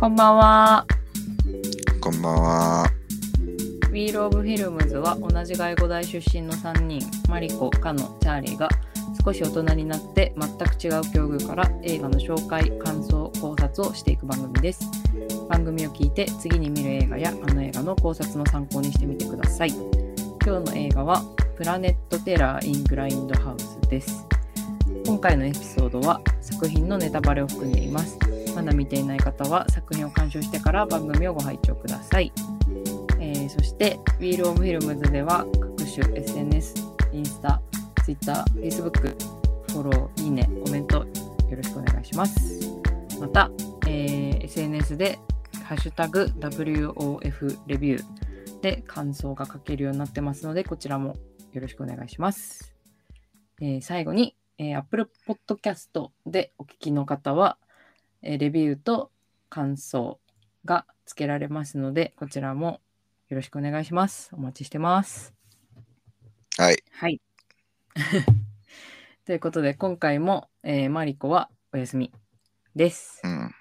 こんばんは。こんばんは。ウィール・オブ・フィルムズは同じ外語大出身の3人、マリコ、カノ、チャーリーが少し大人になって全く違う境遇から映画の紹介、感想、考察をしていく番組です。番組を聞いて次に見る映画やあの映画の考察の参考にしてみてください。今日の映画はプラネット・テラー・イン・グラインドハウスです。今回のエピソードは作品のネタバレを含んでいます。まだ見ていない方は作品を鑑賞してから番組をご拝聴ください。えーそして、ウィール・オブ・フィルムズでは各種 SNS、インスタ、ツイッター、Facebook、フォロー、いいね、コメントよろしくお願いします。また、えー SNS でハッシュタグ WOF レビューで感想が書けるようになってますので、こちらもよろしくお願いします。えー最後に、えー Apple Podcast でお聞きの方は、えーレビューと感想がつけられますので、こちらもよろしくお願いします。お待ちしてます。はい。はい。 ということで、今回も、えーマリコはお休みです。うん。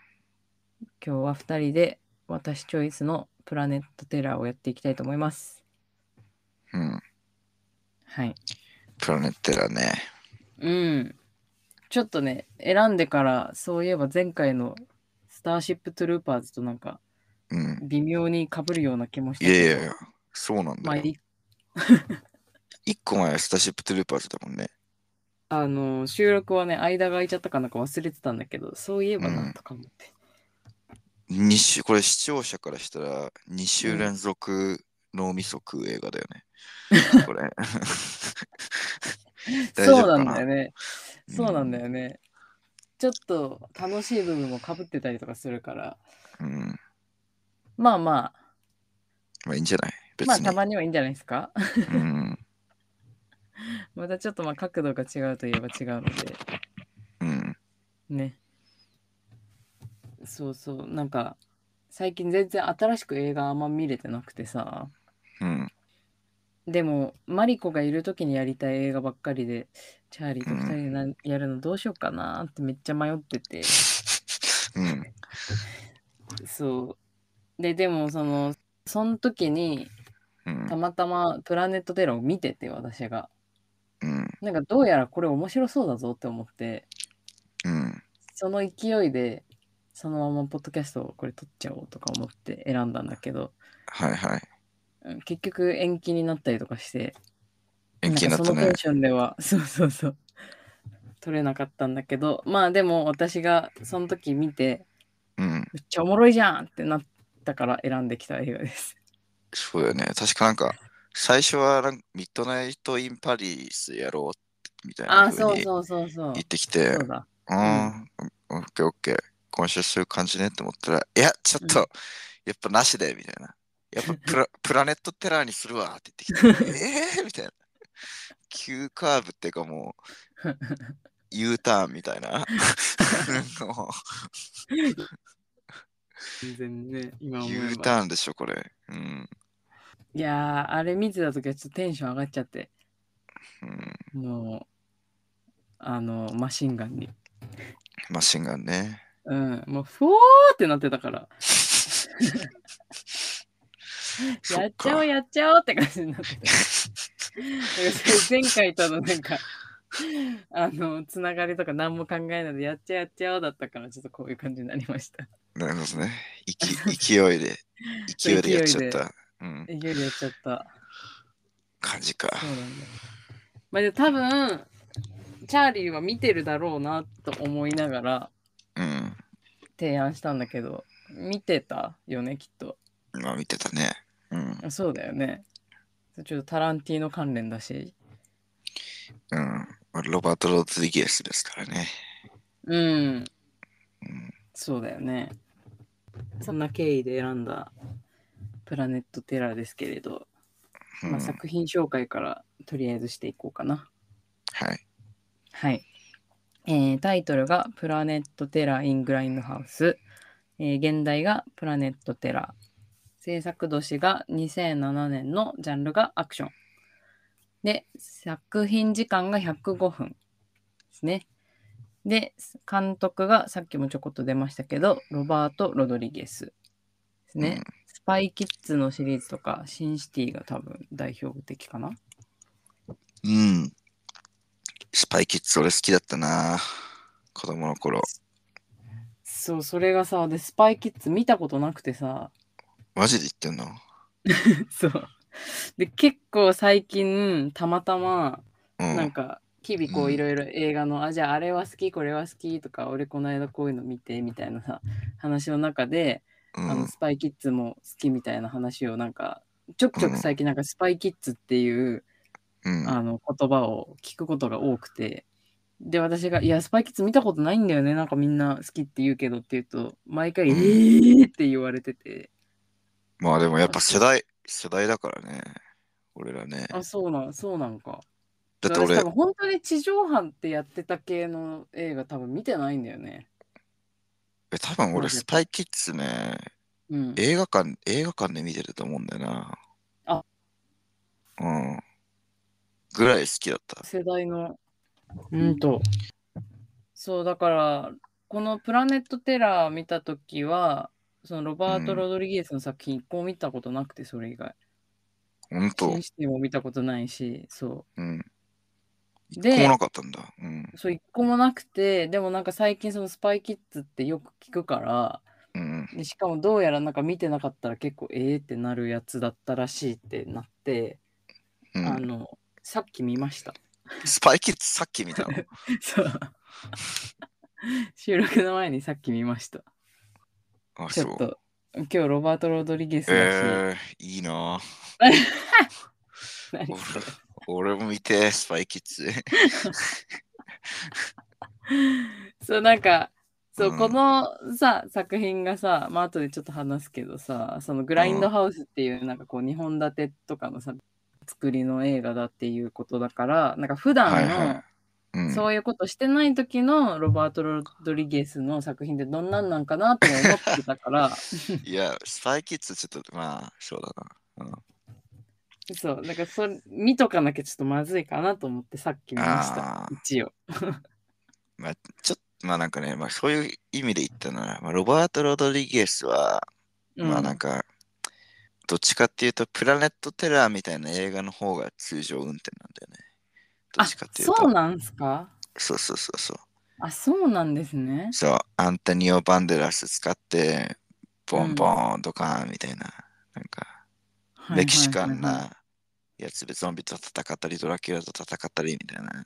今日は2人で私チョイスのプラネットテラーをやっていきたいと思います。うん。はい。プラネッテラね。うん。ちょっとね、選んでから、そういえば前回のスターシップトゥルーパーズとなんかうん。微妙に被るような気もしたいけやど。いやいや、そうなんまあだよ。い一個前はスターシップトゥルーパーズだもんね。あのー収録はね、間が空いちゃったかなんか忘れてたんだけど、そういえばなとか思って。二週、これ視聴者からしたら2週連続脳みそ食う映画だよね。これ。大丈そ夫うなかんなだよね。うんそうなんだよね。ちょっと楽しい部分も被ってたりとかするから、うん。まあままあいいんじゃないあ、別まあに。たまにはいいんじゃないですか。 うん。またちょっとまあ角度が違うといえば違うので。うん。ねそうそうなんか最近全然新しく映画あんま見れてなくてさうん。でもマリコがいる時にやりたい映画ばっかりでチャーリーと2人でなやるのどうしようかなってめっちゃ迷っててうん。そうででもそのその時にうんた。またま「プラネット・テラ」を見てて私がうん。なんかどうやらこれ面白そうだぞって思ってうん。その勢いでそのままポッドキャストをこれ撮っちゃおうとか思って選んだんだけどはいはい。うん結局延期になったりとかして延期になっんたかそのテねン。ションでは そうそうそう取れなかったんだけどまあでも私がその時見てうん。めっちゃおもろいじゃんってなったから選んできた映画ですそうだよね。確かなんか、最初はなんミッドナイト・イン・パリスやろうみたいあなあ風そうにそうそうそう言ってきて、そうだあーオッケーオッケー、今週そういう感じねって思ったら、いや、ちょっと、うんやっぱなしで、みたいな。やっぱプラ プラネット・テラーにするわって言ってきて、えーみたいな。急カーブっていうかもう、U ターンみた いな。 も全然ねう今 U ターンでしょ、これ。うん。いやーあれ見てた時はちょっとテンション上がっちゃってうん、もうあのマシンガンにマシンガンね。うんもうふおーってなってた からそやっっちゃかおうやっちゃおうって感じになってた なんかそれ前回とのなんかあのつながりとか何も考えないでやっちゃおうやっちゃおうだったからちょっとこういう感じになりましたなる ほどね。いき勢いで、勢いでやっちゃった。うん、えいよいよやっちゃった感じか。そうなんだまあでも多分チャーリーは見てるだろうなと思いながらうん。提案したんだけど見てたよねきっとまあ見てたね。うん。あそうだよねちょっとタランティーノ関連だしうん。ロバート・ロドリゲスですからね。うんうん。そうだよね。そんな経緯で選んだプラネットテラーですけれど、うんまあ、作品紹介からとりあえずしていこうかな。はい。はい。えータイトルがプラネットテラー・イン・グラインドハウス。えー現代がプラネットテラー。制作年が2007年のジャンルがアクション。で、作品時間が105分ですね。で、監督がさっきもちょこっと出ましたけど、ロバート・ロドリゲスですね。スパイキッズのシリーズとか、シンシティが多分代表的かな。うん。うん。スパイキッズ俺好きだったな。子供の頃。そう、それがさ、で、スパイキッズ見たことなくてさ、マジで言ってんのそう。で、結構最近、たまたま、うなんん。か日々こううんいろいろ映画の、あじゃああれは好きこれは好きとか俺この間こういうの見てみたいな さ話の中で、うんあのスパイキッズも好きみたいな話をなんかちょくちょく最近なんかスパイキッズっていう、うん。あの言葉を聞くことが多くてで私が「いやスパイキッズ見たことないんだよねなんかみんな好きって言うけど」って言うと毎回「えー!」って言われててまあでもやっぱ世代、世代だからね。俺らね「。あそうなんそうなんか」だっ私て俺多分、本当に地上波ってやってた系の映画多分見てないんだよね。え多分俺スパイキッズね、うん、映画館、映画館で見てると思うんだよな。あうん。ぐらい好きだった。世代のうんとそうだからこの「プラネット・テラー」見た時はそのロバート・うんロドリゲスの作品一個も見たことなくてそれ以外ほんと新。シティも見たことないしそうん。一で個もなかったんだ。うん。うそう一個もなくてでもなんか最近その「スパイキッズ」ってよく聞くからうん。でしかもどうやらなんか見てなかったら結構ええってなるやつだったらしいってなって、うあん、のさっき見ま したスパイキッズさっき見 たの。そう。収録の前にさっき見ました。あ、ちそょっう。と、今日ロバート・ロドリゲスだし、えー、い いなぁ。何俺それ俺も見て、スパイキッズ。そう、なんか、そう、うんこのさ、作品がさ、まあ後でちょっと話すけどさ、そのグラインドハウスっていう、なんかこう、2本立てとかのさ、作りの映画だっていうことだから、なんか普段の、はいはうん、そういうことしてない時のロバート・ロドリゲスの作品ってどんなんなんかなって思ってたから、いや、スパイキッズちょっと、まあ、そうだな。うん、そう、だからそれ見とかなきゃちょっとまずいかなと思ってさっき見ましたあ。ー一応。ちょっと、まあなんかね、まあそういう意味で言ったなら、まあ、ロバート・ロドリゲスは、うん、まあなんか、どっちかっていうと、プラネット・テラーみたいな映画の方が通常運転なんだよね。どあっちかっていうと、そうなんすかそうそうそうそう。あ、そうなんですね。そう、アントニオ・バンデラス使って、ボンボンドカーンみたいな、なんか、はいはいはいはいメキシカン。なやつでゾンビと戦ったり、ドラキュラと戦ったりみたいな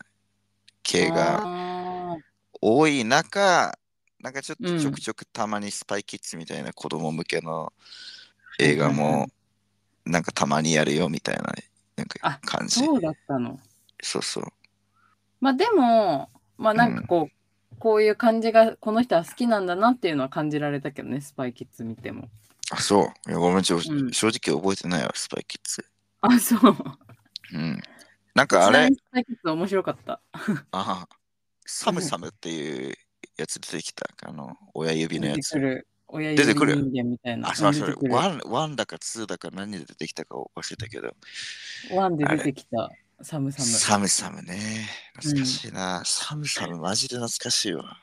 系があー多い中、なんかちょっうんとちょくちょくたまにスパイキッズみたいな子供向けの映画はいはいはも、なんかたまにやるよみたいな、なんかあ感じ。そうだったの。そうそう。まあでも、まあなんかこう、こういう感じがこの人は好きなんだなっていうのは感じられたけどね、スパイキッズ見ても。あ、そう。いやごめん、ちょうん正直覚えてないわ、スパイキッズ。あ、そう。うん。なんかあちなれみに、スパイキッズ面白かった。ああ、サムサムっていうやつ出てきた、あの、親指の出やてつく。る親出指て人くる間みたいな。あ、そう出そてれく、るワンワンだかツーだか何で出てきたか忘れたけど、ワンであ出れてきたサムサム。サムサムね、懐かしいな、サムサムマジで懐かしいわ。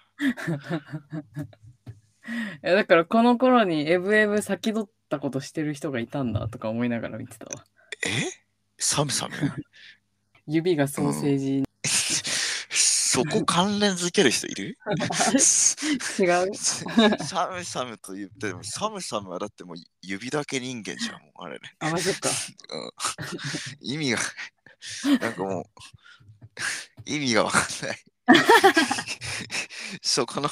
えだからこの頃にエブエブ先取ったことしてる人がいたんだとか思いながら見てたわ。えサムサム指がソーセージ、そこ関連づける人 いる違うサムサムと言っても、サムサムはだってもう指だけ人間じゃん、もうあれね。あ、まそっ か。うん意味が、なんかもう、意味がわかんない。そこの、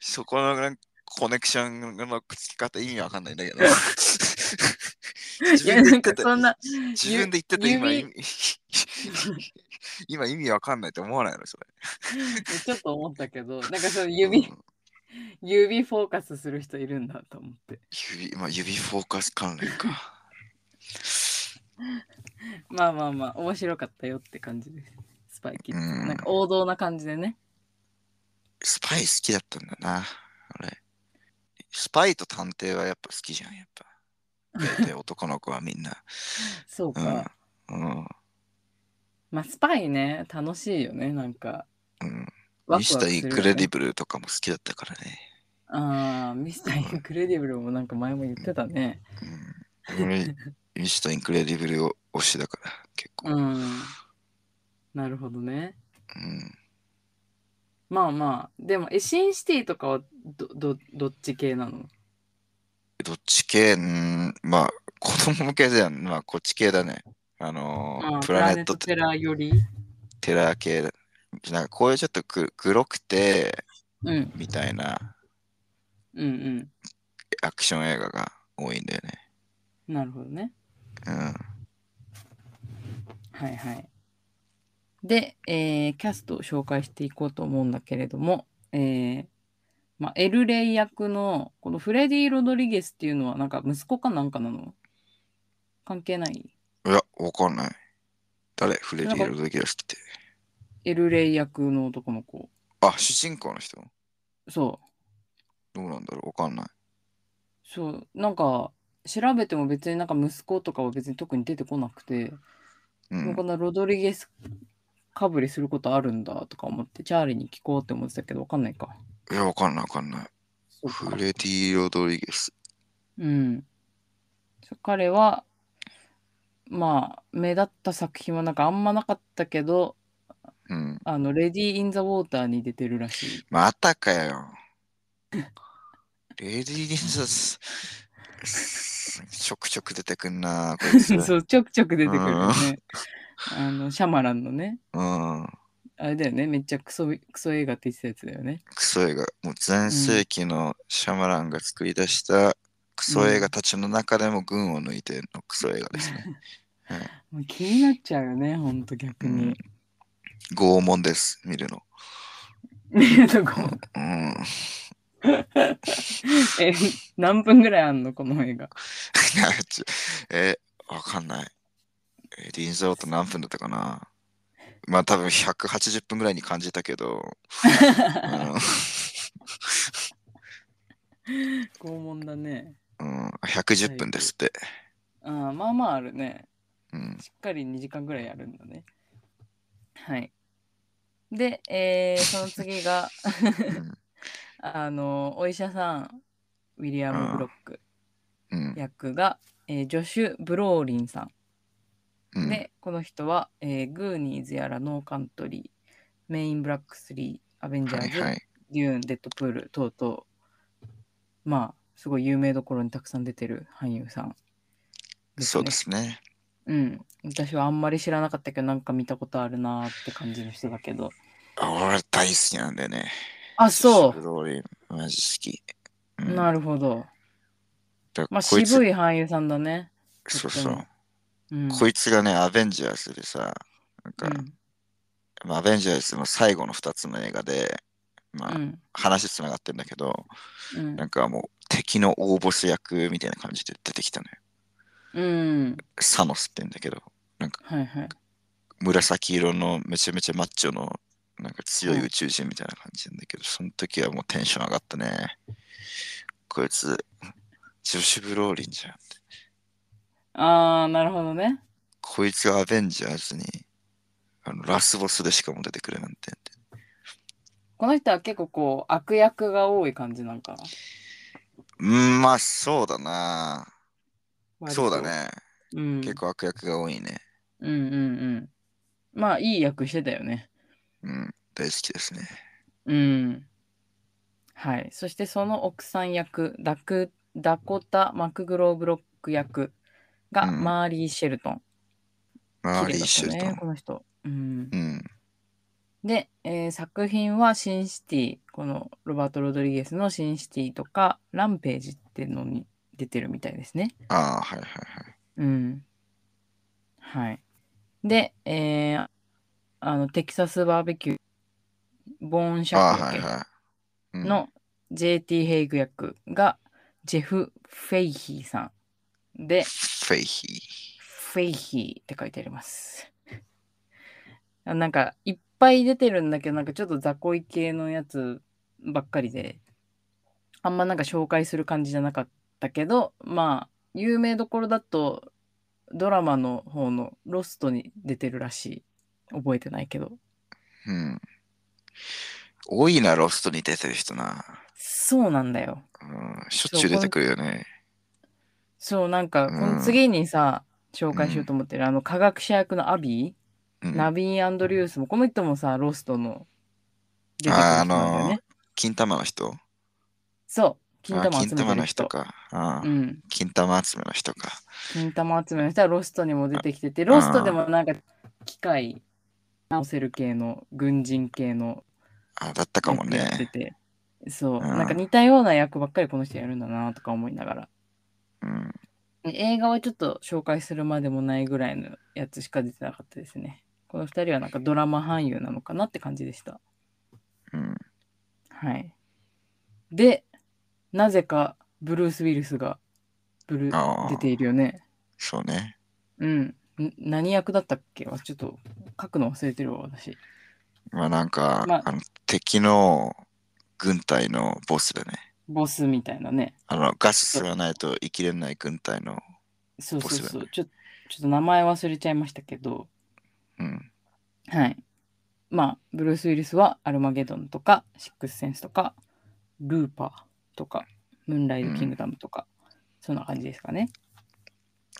そこのなんかコネクションのくっつき方意味わかんないんだけど。自いや、なん分で言っかてて、そんな、自分で言ってて今指意味、 今意味わかんないって思わないのそれ。ちょっと思ったけど、なんかその指う、ん指フォーカスする人いるんだと思って。指、まあ、指フォーカス関連 か。まあまあまあ、面白かったよって感じです。スパイキッズ。うんなんか王道な感じでね。スパイ好きだったんだな、あれ。スパイと探偵はやっぱ好きじゃん、やっぱ。大体男の子はみんな。そううか。ん。うん、まあ、スパイね、楽しいよね、なんか。うん。ワクワクミすスるタよーねインクレディブルとかも好きだったからね。ああ、ミスターインクレディブルもなんか前も言ってたね。う ん俺。ミスターインクレディブルを推しだから、結構。うん。なるほどね。うんまあまあ、でも、エシンシティとかはど、ど、どっち系なのどっち系うんまあ、子供向けじゃん。まあ、こっち系だね。あのーあープラネットテラよりテラー系だ。なんかこういうちょっとく黒くて、うん、みたいなうん、アクション映画が多いんだよね。うん。なるほどね。うん。はいはい。で、えーキャストを紹介していこうと思うんだけれども、えーまあ、エルレイ役のこのフレディ・ロドリゲスっていうのはなんか息子かなんかなの関係ないいや、わかんない。誰フレディ・ロドリゲスって。エルレイ役の男の子。あ、主人公の人そう。どうなんだろうわかんない。そう。なんか調べても別になんか息子とかは別に特に出てこなくて、うもうんこ。んなロドリゲスかぶりすることあるんだとか思ってチャーリーに聞こうって思ってたけどわかんないか。いや、わかんないわかんない。そうかフレディ・ロドリゲス。うん。そう彼は、まあ、目立った作品はなんかあんまなかったけど、うん。あの、レディー・イン・ザ・ウォーターに出てるらしい。またかよ。レディ・リンザス。ちょくちょく出てくんな、こいつ。うそう、ちょくちょく出てくるよね。あの、シャマランのね、ん。あれだよね、めっちゃクソ、クソ映画って言ってたやつだよね。クソ映画。もう全盛期のシャマランが作り出したクソ映画たちの中でも群を抜いてのクソ映画ですね。もう気になっちゃうよね、ほんと逆に。拷問です、見るの。 なんかもううん。 え、何分ぐらいあんの、この映画。いやちえー、わかんない。えーディーン・ザ・ロート何分だったかなまあ多分180分ぐらいに感じたけど、 拷問だね。うん、うん、110分ですって。ああ、まあまああるね。うん、しっかり2時間ぐらいやるんだね。はい。で、えーその次が、 あの、お医者さん、ウィリアム・ブロックうん、役が、えージョシュ・ブローリンさん。うん、で、この人は、えーグーニーズやらノーカントリー、メイン・ブラック3、アベンジャはーいズ、はい。デューン、デッドプール等々、まあ、すごい有名どころにたくさん出てる俳優さん、そうで。すね。うん、私はあんまり知らなかったけどなんか見たことあるなーって感じの人だけどあ俺大好きなんだよね。あそブローリン、マジ好き。うう、ん、なるほどだからまあこ渋いつ、い俳優さんだね、そうそう。うん、こいつがね、アベンジャーズでさ、なんか、まあ、アベンジャーズの最後の2つの映画で、まあ、うん話つながってんだけど、うんなんかもう敵の大ボス役みたいな感じで出てきたのよ。うん、うん、サノスって言うんだけど、はいはい紫色のめちゃめちゃマッチョのなんか強い宇宙人みたいな感じなんだけど、その時はもうテンション上がったね。こいつ、ジョシュ・ブローリンじゃん。ああなるほどねこいつがアベンジャーズにあのラスボスでしかも出てくるなんて。この人は結構こう悪役が多い感じなんかなうん、まあそうだな。割とそうだね。うん結構悪役が多いね。うんうんうんまあいい役してたよねうん、大好きですね。うんはいそしてその奥さん役ダクダコタ・マクグローブロック役がうんマーリー・シェルトン、マー綺麗だリー・ったシェルトねン。この人うんうん、で、えー作品はシンシティ、このロバート・ロドリゲスのシンシティとか、ランページってのに出てるみたいですね。ああ、はいはいはい。うん。はい。で、えーあの、テキサスバーベキュー、ボーン・シャあックだっはいけはい。うん、の JT ・ヘイグ役がジェフ・フェイヒーさんで、フェイヒー。フェイヒーって書いてあります。あなんかいっぱい出てるんだけど、なんかちょっと雑魚い系のやつばっかりで、あんまなんか紹介する感じじゃなかったけど、まあ、有名どころだと、ドラマの方のロストに出てるらしい。覚えてないけど。うん。多いな、ロストに出てる人な。そうなんだよ。うん、しょっちゅう出てくるよね。そう、なんか、こうんの次にさ、紹介しようと思ってる、あの、科学者役のアビー、うん、ナビー・アンドリュースも、この人もさ、ロストの出てくる人なんだよね。あーあの金玉の人そう、金あ玉集めてる人。金玉の人か。あうーん、金玉集めの人か。金玉集めの人はロストにも出てきてて、ロストでもなんか、機械直せる系の、軍人系のあだったかもやつやってね。て、そう、んなんか似たような役ばっかりこの人やるんだなとか思いながら。うん。映画はちょっと紹介するまでもないぐらいのやつしか出てなかったですね。この二人はなんかドラマ俳優なのかなって感じでした。うん、はい。で、なぜかブルース・ウィルスがブルあー出ているよね。そうね。うん。ん何役だったっけわちょっと書くの忘れてるわ、私。まあなんか、まああの敵の軍隊のボスでね。ボスみたいなね。あのガス吸わないと生きれない軍隊の。そうそうボスそだう。ちょちょっと名前忘れちゃいましたけど、うん。はい。まあ、ブルース・ウィリスはアルマゲドンとか、シックス・センスとか、ルーパーとか、ムーンライド・キングダムとか、そんな感じですかね。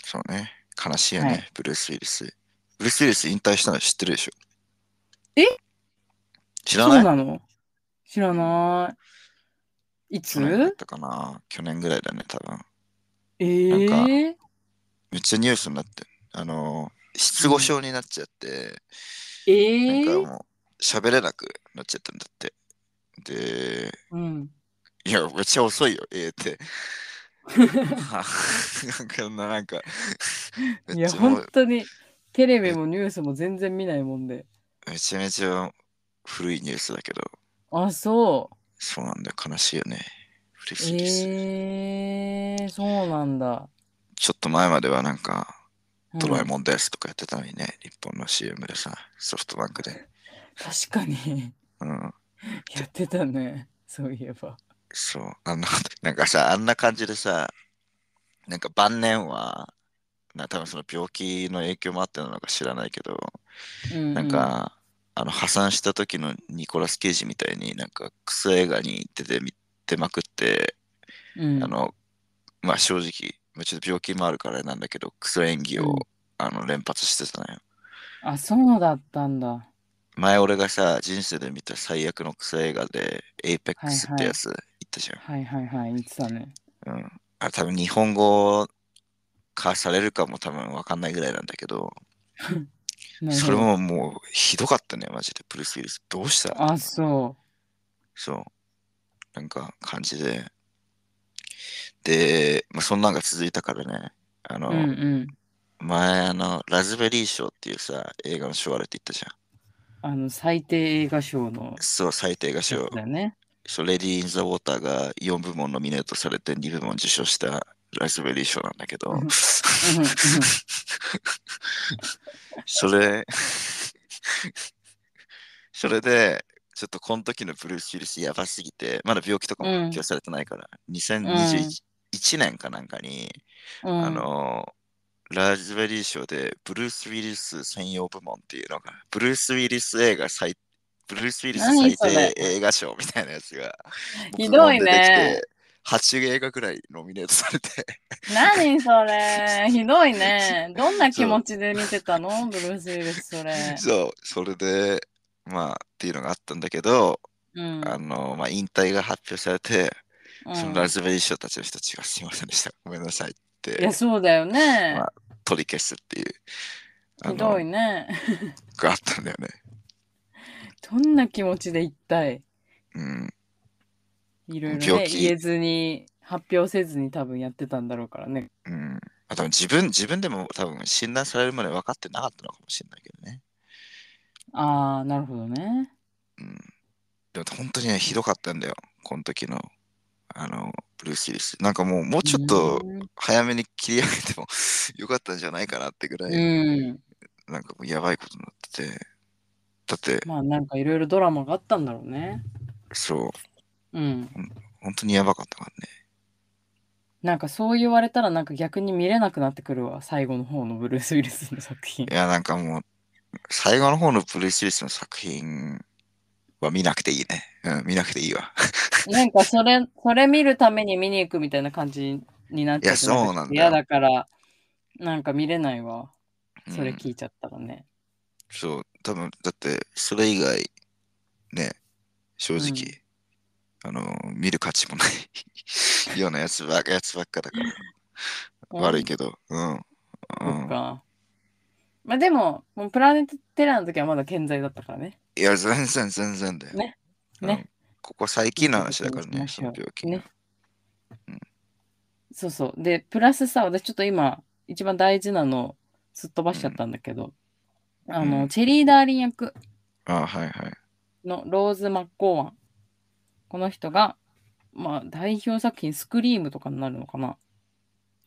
そうね。悲しいよね、はいブルース・ウィリス。ブルース・ウィリス引退したの知ってるでしょえ知そらうないなの知らない。い去年だっつたかな去年ぐらいだね、多分。えー、なんめっちゃニュースになってる。あの、失語症になっちゃって、えなんーかもう、喋れなくなっちゃったんだって。で、うん。いや、めっちゃ遅いよ、え えって。 なんか、なんか、めっいや、ちゃもう本当に、テレビもニュースも全然見ないもんで。めちゃめちゃ古いニュースだけど、あ、そう。そうなんだよ、悲しいよね。ブルース・ウィリス。えー、そうなんだ。ちょっと前まではなんか、うんドラえもんですとかやってたのにね、日本の CM でさ、ソフトバンクで。確かに、 うん、やってたね。そういえば。そう。あの、なんかさ、あんな感じでさ、なんか晩年は、な多分その病気の影響もあってなのか知らないけど、ううなん、か、あの破産した時のニコラス・ケイジみたいになんかクソ映画に出てみ出まくって、うんあの、まあ正直、まあちょっと病気もあるからあれなんだけど、クソ演技を、うんあの連発してたのよ。あ、そうだったんだ。前俺がさ、人生で見た最悪のクソ映画で、エイペックスっはいはていやつ、言ったじゃん。はいはいはい、言ってたね。うん。あ、多分日本語化されるかも多分わかんないぐらいなんだけど、なるほどそれ。ももうひどかったね、マジで。ブルース・ウィリス。どうしたあ、そそう。なんか感じで。で、まあ、そんなんが続いたからね、あの、う。うんうん。前あの、ラズベリー賞っていうさ、映画の賞あるって言ったじゃん。あの、最低映画賞のそう、最低映画賞やつ。だよね。 そう、レディー・イン・ザ・ウォーターが4部門ノミネートされて2部門受賞したラズベリー賞なんだけど、うんうんうんそれ、それで、ちょっとこの時のブルース・ウィリスやばすぎて、まだ病気とかもうん発表されてないから、2021年かなんかに、うん、あの、ラズベリー賞でブルース・ウィリス専用部門っていうのが、ブルース・ウィリス映画最、ブルース・ウィリス何最それ低映画賞みたいなやつが、ひどいね僕の出てきて、8映画ぐらいノミネートされて、何それひどい ね。どんな気持ちで見てたのブルース・ウィルス、それ。 そう、それで、まあ、っていうのがあったんだけど、うん。あの、まあ、引退が発表されて、うんそのラズベリー賞たちの人たちがすいませんでした。ごめんなさいっいや、てそうだよねま。取り消すっていう、あひどいの、ね。があったんだよね。どんな気持ちで一体、うん、いろいろね病、気言えずに、発表せずに多分やってたんだろうからね。うん。あ、多分自分、自分でも多分診断されるまで分かってなかったのかもしれないけどね。ああ、なるほどね。うん。でも本当にね、ひどかったんだよ。この時の、あの、ブルース・ウィリス。なんかもう、もうちょっとうん早めに切り上げても よかったんじゃないかなってぐらい、うん。なんかもうやばいことになってて。だって、まあなんかいろいろドラマがあったんだろうね。そう、うん。本当にやばかったからね。なんかそう言われたらなんか逆に見れなくなってくるわ。最後の方のブルース・ウィルスの作品い。や、なんかもう、最後の方のブルース・ウィリスの作品は見なくていいね。うん、見なくていいわ。なんかそれ、それ見るために見に行くみたいな感じになっちゃっていやそうなんだ嫌よだから、なんか見れないわ。うんそれ聞いちゃったらね。そう、多分だって、それ以外、ね、正直、あの、見る価値もない ようなやつばっかやつばっかだから、悪いけど、うん。うんどそっか。まあでも、もうプラネットテラーの時はまだ健在だったからね。いや、全然、全然だよ。ねうんね。ここ最近の話だからね、そそうのそう病気。ねうん。そうそう。で、プラスさ、私ちょっと今、一番大事なのすっ飛ばしちゃったんだけど、あの、うんチェリー・ダーリン役あはいはい。のローズ・マッコーワン。この人が、まあ、代表作品、スクリームとかになるのかなっ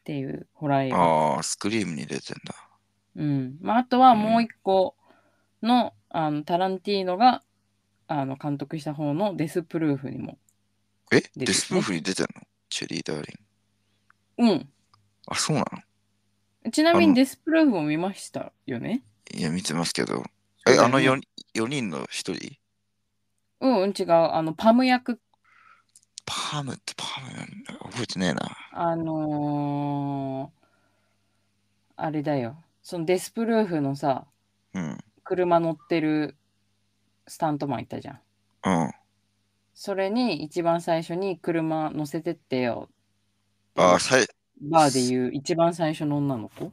ていうホラー映画。ああ、スクリームに出てんだ。うん。まあ、あとはもう一個の、あの、タランティーノが、あの、監督した方のデスプルーフにも。えねデスプルーフに出てんのチェリー・ダーリン。うん。あ、そうなのちなみあのにデスプルーフも見ましたよね。いや、見てますけど。そうえ、だよあねの 4, 四人の1人うん、うん、違う。あの、パム役、パームってパームなんだ。覚えてねえな。あのーあれだよ。そのデスプルーフのさ、うん。車乗ってるスタントマンいたじゃん。うん。それに一番最初に車乗せてってよ。あ、さいバーで言う一番最初の女の子。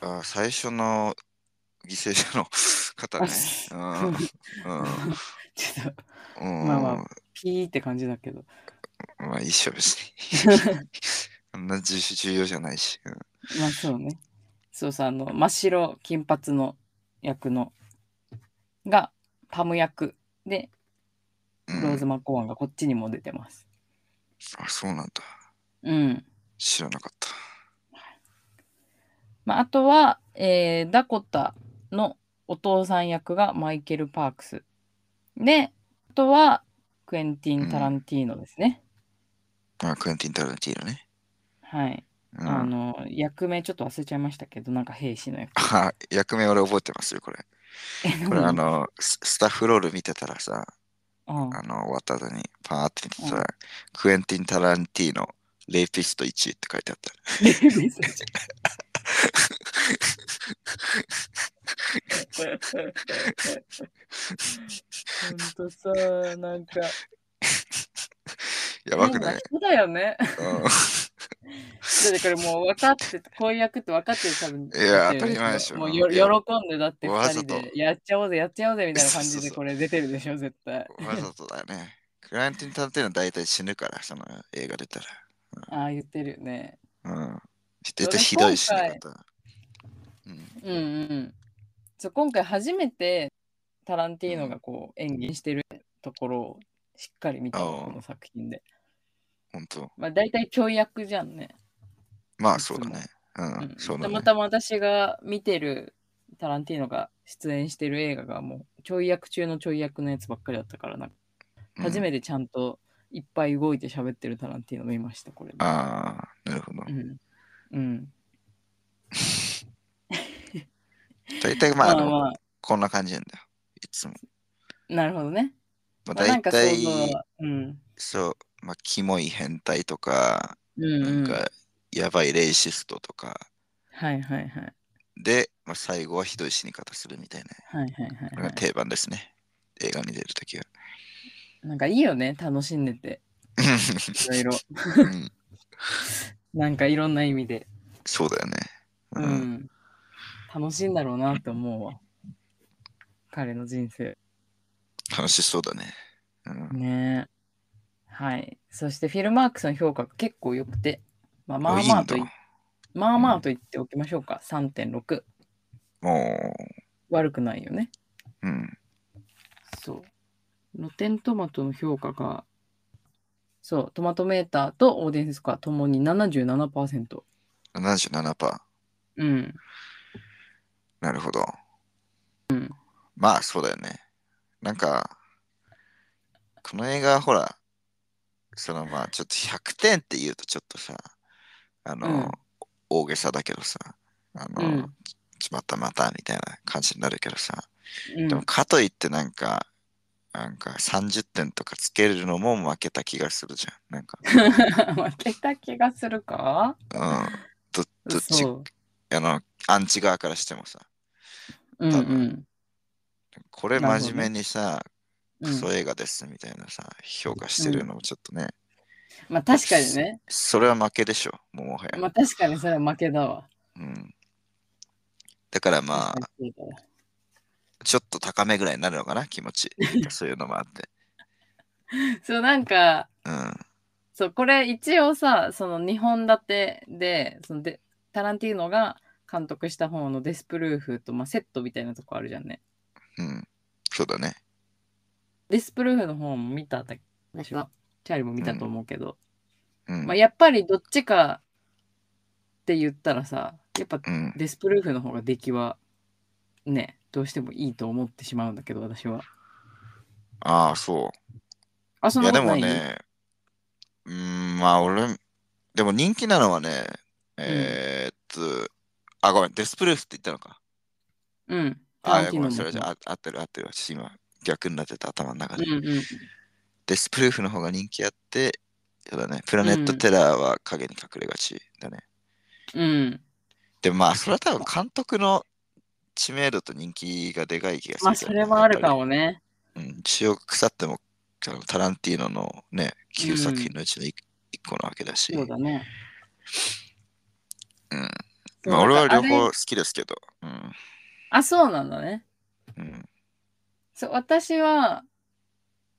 あ最初の犠牲者の方あね。そう うん。ちょっと、うん。まあまあうんピーって感じだけど。まあ、いいっしょ、別に。 あんな重重要じゃないし。うんまあそうね。そうさ、あの、真っ白金髪の役のがパム役で、うんローズ・マッコーワンがこっちにも出てます。あ、そうなんだ。うん。知らなかった。まあ、あとは、えーダコタのお父さん役がマイケル・パークス。で、あとは、クエンティン・タランティーノですね。あ、クエンティン・タランティーノね。はい。うん、あの、役名ちょっと忘れちゃいましたけど、なんか兵士の役。あ役名俺覚えてますよ、これ。えこれあ、の、ススタッフロール見てたらさ、 うん あの、終わった後にパーって見てたら、クエンティン・タランティーノ、レイピスト1位って書いてあった。ほんとさ、なんか、やばくない、人だよね。うん、だってこれもう分かってて、こういう役って分かってる多分。いやだって当たり前でしょもうよいや喜んでだってわ二ざ人とでやっちゃおうぜ、やっちゃおうぜみたいな感じそうそうでそうこれ出てるでしょ、絶対。わざとだね。クエンティン・タランティーノ大体死ぬから、その映画出たああ、言ってるよね。ら。うん。大体ひどい死に方。うん、うんうん。そう、今回初めてタランティーノがこう演技してるところをしっかり見たあの、あこの作品で。本当。まあ大体教役じゃんね。まあ、そうだね。うん、うんそうだたねま。たま私が見てるタランティーノが出演してる映画がもうちょい役中のちょい役のやつばっかりだったからなんかうん初めてちゃんといっぱい動いて喋ってるタランティーノ見ましたこれでああ、なるほどう。ん、うん、大体ままあ、ああのまあこんな感じなんだよ。いつも。なるほどね、まあ、まあ、なん大かそう体、いううんそう、まあ、キモい変態とか、うんなうんんか、やばいレイシストとか、はいはいはいで、まあ、最後はひどい死に方するみたいな。はいはいはいこれはが定番ですね。映画に出るとき は。 いなんかいいよね楽しんでていろ いろうんなんかいろんな意味でそうだよね。うん、楽しいんだろうなって思うわ彼の人生楽しそうだね。うん、ねえはい。そしてフィルマークスの評価が結構良くて、まあ、まもあういいんまあだといまあまあと言っておきましょうか。3.6。も悪くないよね。う、うん。そう。のテントマトの評価が、そう、トマトメーターとオーディエンススコアともに77%。 77%。うん。なるほど。まあ、そうだよね。なんか、この映画はほら、そのまあ、ちょっと100点って言うとちょっとさ、あの、うん大げさだけどさ、あの、うんちまたまたみたいな感じになるけどさ、うんでもかといってなんか、なんか30点とかつけるのも負けた気がするじゃん。なんか、 負けた気がするかうん、どどっちそう。あの、アンチ側からしてもさ、うん多うん。これなるほど真ね面目にさ、うクソん、映画ですみたいなさ、評価してるのもちょっとね、まあ確かにね。それは負けでしょ、もうもはや。まあ確かにそれは負けだわ。うん、だからまあ、確かにそうちょっと高めぐらいになるのかな、気 持ち。そういうのもあって。だわ。そうなんかうん。そうこれ一応さその2本立てでそのでタランティーノが監督した方の「デスプルーフと」まあ、セットみたいなとこあるじゃんね。うん。そうだね。デスプルーフの方も見ただ私はチャーリーも見たと思うけど、うん。まあ、やっぱりどっちかって言ったらさやっぱうん、デスプルーフの方が出来はねどうしてもいいと思ってしまうんだけど私は。ああ、そ。あそういんなや、ことでもないね、うーん、まあ俺、でも人気なのはね、えーっと、あ、ごめん、デスプルーフって言ったのか。うん。タあランティーノごめん、のそれじ方ゃあ合ってる合ってる。私今、逆になってた頭の中うで。んうん、デスプルーフの方が人気あって、そうだね、プラネットテラーは影に隠れがちだね。うん、でもまあ、それは多分監督の知名度と人気がでかい気がするまあけそどね、れはあるやっぱりかもね。うん、血を腐ってもあのタランティーノのねう9ん作品のうちの 1,、一個なわけだし、そうだね。うんそうまあ、俺はなん両か方あれ好きですけど、うんあそうなんだね。うんそう私は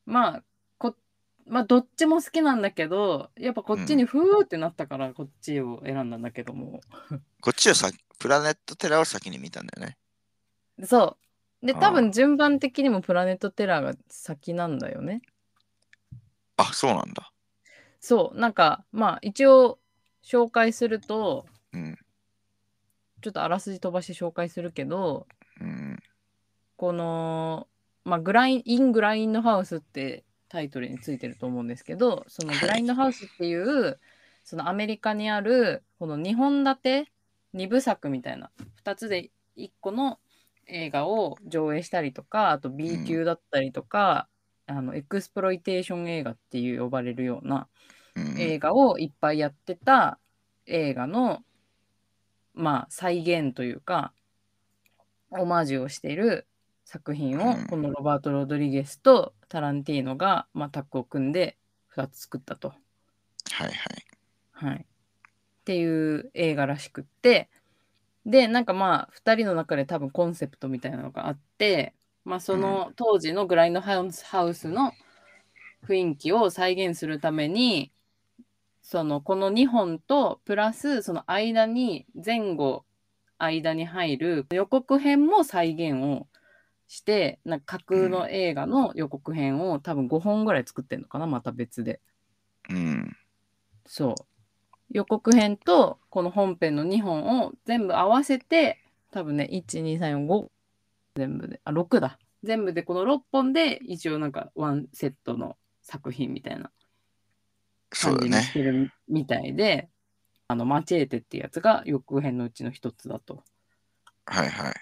まあこまあどっちも好きなんだけどやっぱこっちにふーってなったからこっちを選んだんだけども、こっちはさプラネットテラーを先に見たんだよねそうであー多分順番的にもプラネットテラーが先なんだよねあそうなんだそうなんかまあ一応紹介するとうんちょっとあらすじ飛ばして紹介するけどうんこの、まあ、グライン、イングラインドハウスってタイトルについてると思うんですけど、そのはいグラインドハウスっていう、そのアメリカにある、この2本立て、2部作みたいな、2つで1個の映画を上映したりとか、あと B 級だったりとか、あのエクスプロイテーション映画っていう呼ばれるようなうん映画をいっぱいやってた映画の、まあ、再現というかオマージュをしている作品をうんこのロバート・ロドリゲスとタランティーノが、まあ、タッグを組んで2つ作ったと、はいはいはい。っていう映画らしくってでなんかまあ2人の中で多分コンセプトみたいなのがあって、まあ、その当時のグラインドハウスハウスの雰囲気を再現するためにそのこの2本とプラスその間に前後間に入る予告編も再現をしてなんか架空の映画の予告編を多分5本ぐらい作ってんのかなまた別で。うんそう。予告編とこの本編の2本を全部合わせて、多分ね、1、2、3、4、5、全部で、あ、6だ。全部でこの6本で一応なんかワンセットの作品みたいなそ感うだじにしねてるみたいで、あの、マチェーテってやつが予告編のうちの一つだと。はいはい、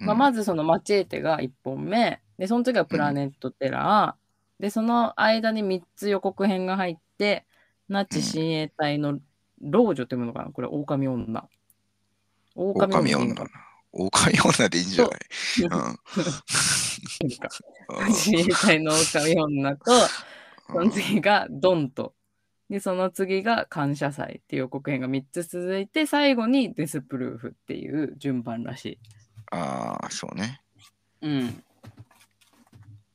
うんまあ、まずそのマチエーテが1本目でその次がプラネットテラー、でその間に3つ予告編が入ってナチ親衛隊の老女って読むのかなこれ狼女狼女って狼いう女のなかの狼女でいいんじゃない ないいかうんうん自衛隊の狼女 とその次がドンとでその次が感謝祭っていう予告編が3つ続いて最後にデスプルーフっていう順番らしいああそうねうん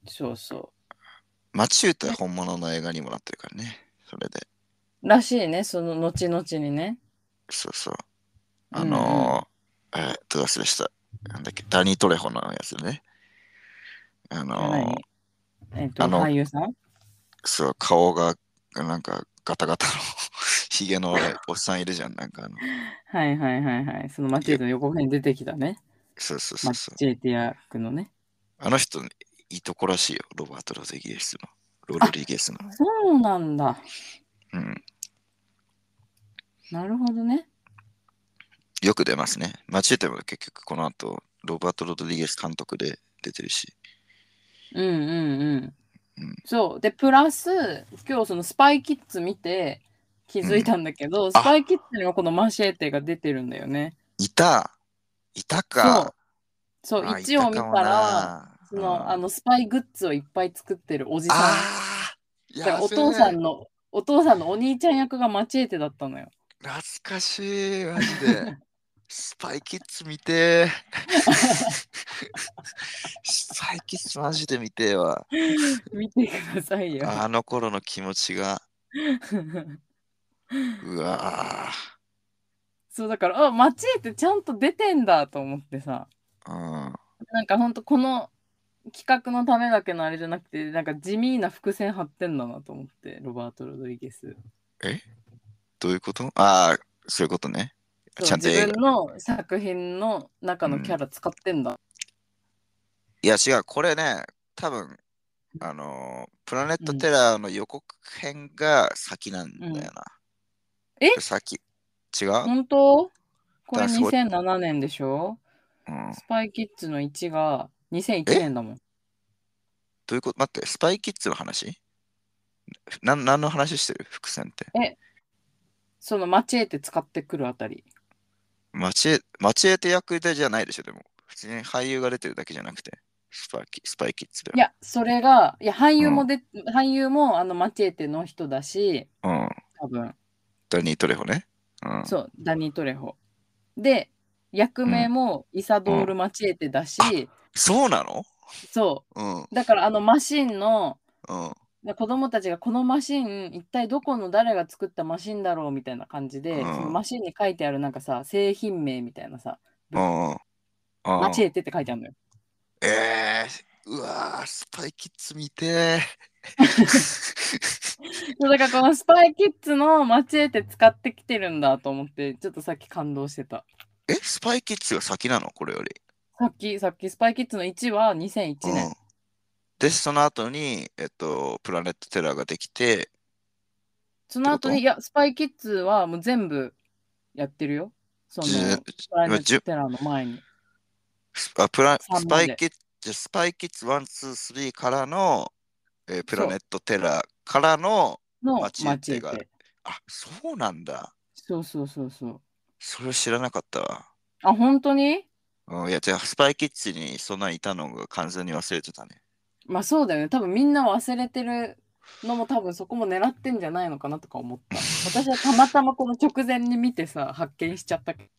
そうそうマチューって本物の映画にもなってるからねそれでらしいね、その後々にね。そうそうあのー、えーっと、忘れした。なんだっけ、ダニー・トレホのやつね。あのー何、えっと、あの俳優さんそう、顔が、なんか、ガタガタの、 ヒゲのおっさんいるじゃん。なんか、あの、はいはいはいはい。そのマチエテの横編に出てきたね。そうそうそマうそう。チエテ役のね。あの人、いいとこらしいよ。ロバート・ロドリゲスの。ロドリゲスの。そうなんだ。うん。なるほどね。よく出ますね。マチューテも結局、この後、ロバート・ロドリゲス監督で出てるし。うんうんうんうん。そう。で、プラス、今日そのスパイキッズ見て気づいたんだけど、スパイキッズにはこのマシェーテが出てるんだよね。いたいたそうか。そう、あ1を見たら、、いそかもなの、あ、の、スパイグッズをいっぱい作ってるおじさん。あーだやからお父さんの、お父さんのお兄ちゃん役がマチエーテだったのよ。 べえ懐かしい、マジで。スパイキッズ見てえスパイキッズマジで見てえわ。見てくださいよ。あの頃の気持ちが。うわ そうだから、あ、マチエーテちゃんと出てんだと思ってさ。ーうん。なんかほんとこの企画のためだけのあれじゃなくて、なんか地味な伏線張ってんだなと思って、ロバート・ロドリゲス。どういうことああ、そういうことね。そうちゃんと映自画。分の作品の中のキャラ使ってんだ。いや、違う、これね、多分あのープラネットテラーの予告編が先なんだよな。うんえ先違う、本当これだそう2007年でしょうんスパイキッズの1が2001年だもん。どういうこと待って、スパイキッズの話なん何の話してる伏線って。そのマチエーテ使ってくるあたり。町江町江って役でじゃないでしょ、でも。普通に俳優が出てるだけじゃなくて、スパイキスパイキッズでいや、それが、いや、俳優もで、俳優もあのマチエーテの人だし、うん。多分、ダニー・トレホね。うん。そう、ダニー・トレホ。で、役名もイサドール・マチエーテだし、そうなのそうん。うん。う、だからあのマシンの、あ子供たちがこのマシン、一体どこの誰が作ったマシンだろうみたいな感じで、うんそのマシンに書いてあるなんかさ、製品名みたいなさ、あ。あマチエーテって書いてあるのよ。ええうわー、スパイキッズ見て そうだからこのスパイキッズのマチエーテ使ってきてるんだと思って、ちょっとさっき感動してた。ー。え、スパイキッズが先なのこれより。さっき、さっき、スパイキッズの1は2001うん年。。で、その後に、えっと、プラネットテラーができて、その後ってことに、いや、スパイキッズはもう全部やってるよ。その、じゅプラネットテラーの前に。スあプラ三スパ番でイキッズ、じゃスパイキッズ1、2、3からの、えープラネットテラーからの、のマチエマーチエテがーテ。あ、そうなんだ。そうそうそうそう。それを知らなかったわ。あ、本当にうん、いや、じゃあ、スパイキッズにそんなんいたのが完全に忘れてたね。まあそうだよね。多分みんな忘れてるのも多分そこも狙ってんじゃないのかなとか思った。私はたまたまこの直前に見てさ、発見しちゃったけど。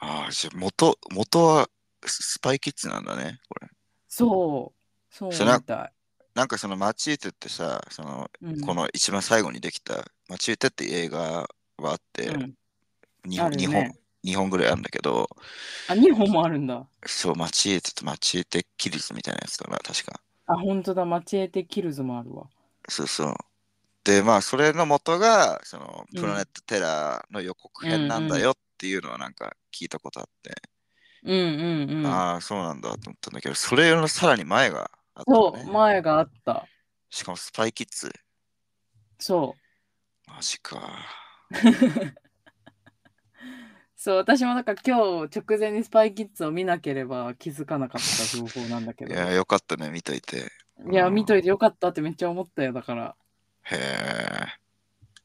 ああ、じゃあ、元、元はススパイキッズなんだね、これ。そう。そうそれはみたなんかそのマチューテってさ、そのい。うんこの一番最後にできたマチューテって映画はあって、うん日あ本る日よ本ね日本ぐらいあるんだけど、あ、2本もあるんだ。そう、マチューテとマチューテキリスみたいなやつだな、確か。あ、本当だ。マチエーテキルズもあるわ。そうそう。で、まあ、それの元が、そのプラネットテラーの予告編なんだよっていうのはなんか聞いたことあって、うんうんうん。ああ、そうなんだと思ったんだけど、それよりもさらに前があったそのう、ね。前があった。しかもスパイキッズ。そう。マジか。そう、私もなんか今日直前にスパイキッズを見なければ気づかなかった情報なんだけいど。いや、よかったね、見といて。や、うん見といてよかったってめっちゃ思ったよ、だから。へえ、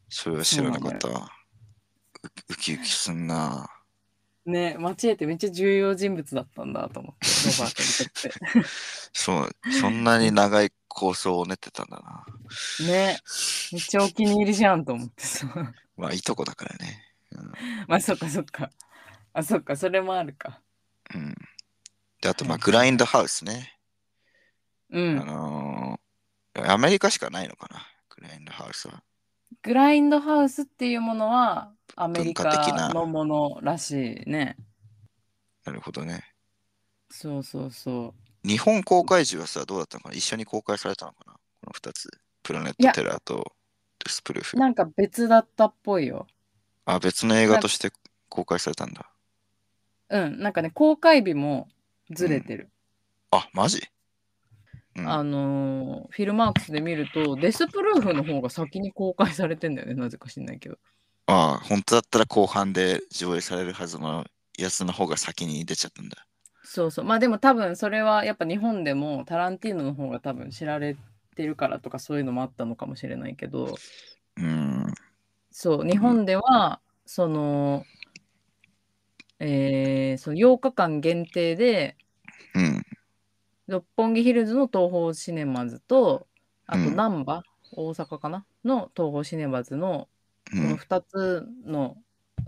それは知らなかったわ。うウキウキすんな。ね、マチエーテめっちゃ重要人物だったんだと思って、ロバートにとっそう、そんなに長い構想を練ってたんだな。て。ね、めっちゃお気に入りじゃんと思って さ。まあ、いいとこだからね。まあ、そっかそっか。あ、そっか、それもあるか。うん。で、あと、まあ、はいグラインドハウスね。うあん。のーアメリカしかないのかな。グラインドハウスは。グラインドハウスっていうものはアメリ文化カ的なのものらしいね。なるほどね。そうそうそう。日本公開時はさ、どうだったのかな一緒に公開されたのかなこの2つ。プラネットテラーとデスプルーフ。なんか別だったっぽいよ。あ、別の映画として公開されたんだ。うん、なんかね、公開日もずれてる。あ、マジうんあのーフィルマークスで見ると、デスプルーフの方が先に公開されてんだよね、なぜか知んないけど。ああ、本当だったら後半で上映されるはずのやつの方が先に出ちゃったんだ。そうそうまあでも多分それはやっぱ日本でもタランティーノの方が多分知られてるからとかそういうのもあったのかもしれないけどうん。そう日本ではそのえー、その8日間限定でうん。六本木ヒルズの東宝シネマズとあとうん難波、大阪かなの東宝シネマズのこうのん。 2つの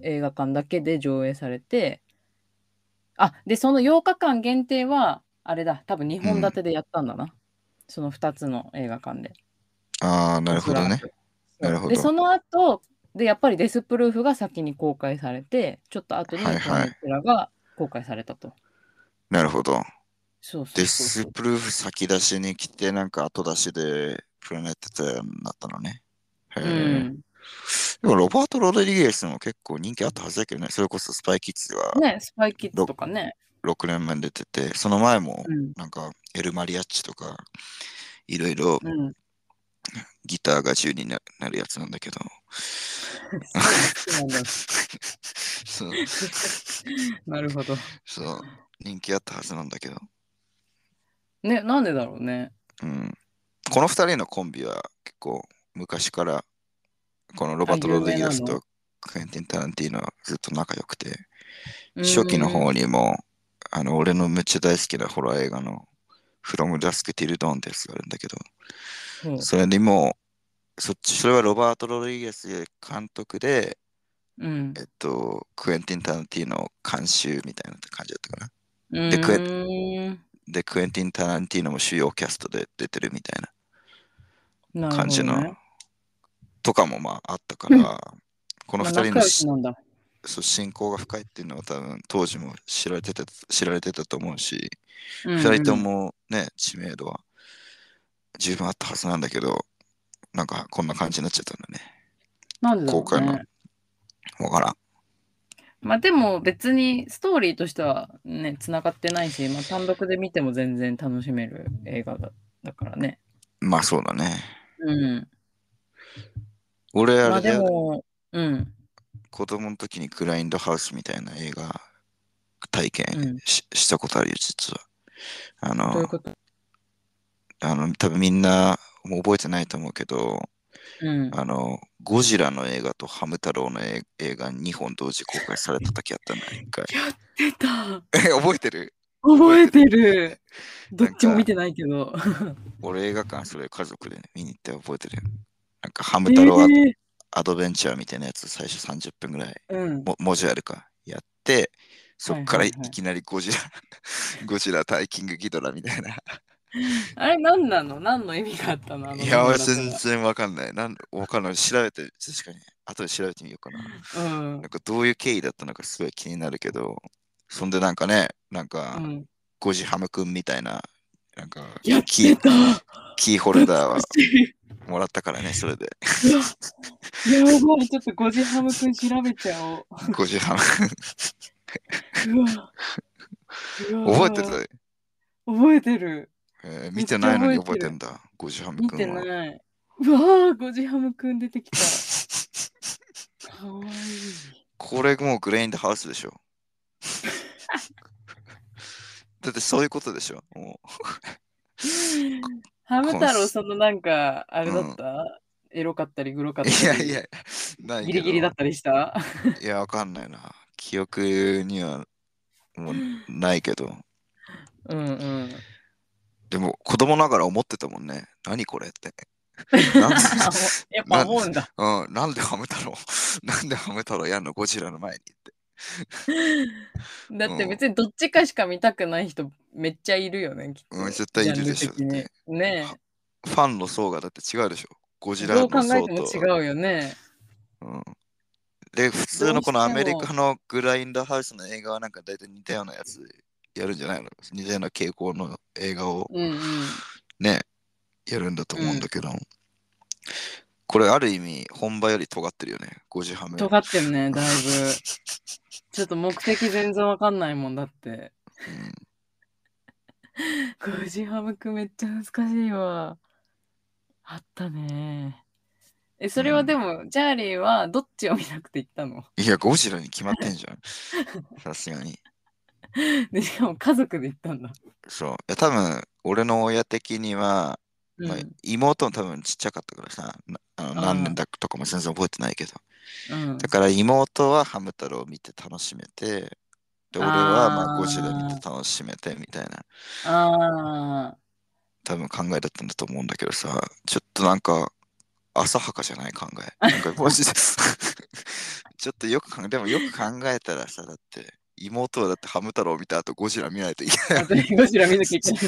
映画館だけで上映されて、あでその8日間限定はあれだ多分2本立てでやったんだな、その2つの映画館でああ、なるほどおねそ。らくなるほどでその後でやっぱりデスプルーフが先に公開されてちょっと後にこはいのはいこちらが公開されたと、なるほ ど。そうそうデそうスそうプルーフ先出しに来て、なんか後出しでプラネットテラになったのね。へえ。うんでもロバート・ロドリゲスも結構人気あったはずだけどね。それこそスパイキッズがねスパイキッズとかね、 6年目に出てて、その前もうんなんかエル・マリアッチとか、いろいろうん、 ギターが10にななるやつなんだけど。そうなんだ そう。なるほど。そう。人気あったはずなんだけど。ね、なんでだろうね。うん。この2人のコンビは結構昔から、このロバート・ロドリゲスあ有名なのとクエンティン・タランティーノはずっと仲良くて、初期の方に。にも、あの、俺のめっちゃ大好きなホラー映画の From Dusk Till Dawn ってやつがあるんだけど、うんそれにも、そっち、それはロバート・ロドリゲス監督で、うんえ。っと、クエンティン・タランティーノ監修みたいな感じだったかな。うんでクエうで、クエンティン・タランティーノも主要キャストで出てるみたいーなんなるほどね感じの、とかもまああったから、このまあ二人仲の良ししなんだ。そう親交が深いっていうのは多分当時も知られてた知られてたと思うし、二二人と。もね、知名度は十分あったはずなんだけど、なんかこんな感じになっちゃったんだね。なんでだろ公開うのね。わからん。まあでも別にストーリーとしてはね、つながってないし、まあ単独で見ても全然楽しめる映画だだからね。まあそうだね。うん。俺まああれだでよ、も、うん。子供の時にグラインドハウスみたいな映画体うん験し,、したことあるよ、実は。あどういうの、ことあの多分みんなもう覚えてないと思うけど、うん。あの、ゴジラの映画とハム太郎の映映画2本同時公開された時あったな、一回。やってたえ、 覚えてる覚えてるどなんかっちも見てないけど。俺映画館それ家族で、ね、見に行って覚えてるよ。なんかハム太郎ア,、えードベンチャーみたいなやつ最初30分ぐらい、うん。も文字あるか、やって、そっからはいいはいはいきなりゴジラ、 ゴジラ対キングギドラみたいな。あれ何なの何の意味があったのあのいや、俺漫画全然わかんない。なんわかんない。調べて、確かに。後で調べてみようかな。うんな。んかどういう経緯だったのかすごい気になるけど、そんでなんかね、なんか、うん、ゴジハムくんみたいな、なんか、やっキてーたキーホ ルダーは懐かしもらったからね、それで。 いやばい、ちょっとゴジハムくん調べちゃおう。ゴジハムうわくん。覚えてたうわ覚えてる。えー見てないのに覚えてんだ。ゴジハム見くてんは。ない。うわあ、ゴジハムくん出てきた。かわいい。これもうグレインドハウスでし ょ。だってそういうことでしょ。もハム太郎、そのなんか、あれだった、エロかったり、グロかっうたり。いやいや、ないギけどリギリだったりした。いや、わかんないな。記憶にはもうないけど。うん うん。でも子供ながら思ってたもんね。何これ って。なんでやっぱ思うんだ。うん、なんでハム太郎 なんでハム太郎やんのゴジラの前にって。だって別にどっちかしか見たくない人めっちゃいるよね、きっと。うん絶対いるでしょジャンル的にねファンの層がだって違うでしょ。ゴえ。ジラどのう考え層てもと。違うよね。うん、で、普通のこのどアうしてもメリカのグラインドハウスの映画はなんか大体似たようなやつやるんじゃないの似たような傾向の映画をうんうん。ね、やるんだと思うんだけど。これある意味本場より尖ってるよね。ゴジハム。尖ってる ね、だいぶ。ちょっと目的全然わかんないもんだって。うんゴジハムくんめっちゃ懐かしいわ。あったね。え、それはでも、ジャーリーはどっちを見なくて行ったの いや、ゴジラに決まってんじゃん。さすがに。で、しかも家族で行ったんだ。そう。いや多分、俺の親的には、うんまあ、妹も多分ちっちゃかったからさ、なあのあー何年だとかも全然覚えてないけど。 うんだから妹はハム太郎を見て楽しめて、で、俺はまああーゴジラ見て楽しめてみたいな、あ多分考えだったんだと思うんだけどさ、ちょっとなんか、浅はかじゃない考え。な んかマジで ちょっとよく考え、でもよく考えたらさ、だって、妹はだってハム太郎を見た後ゴジラ見ないといけあ、ないあとゴジラ見なきゃいけない。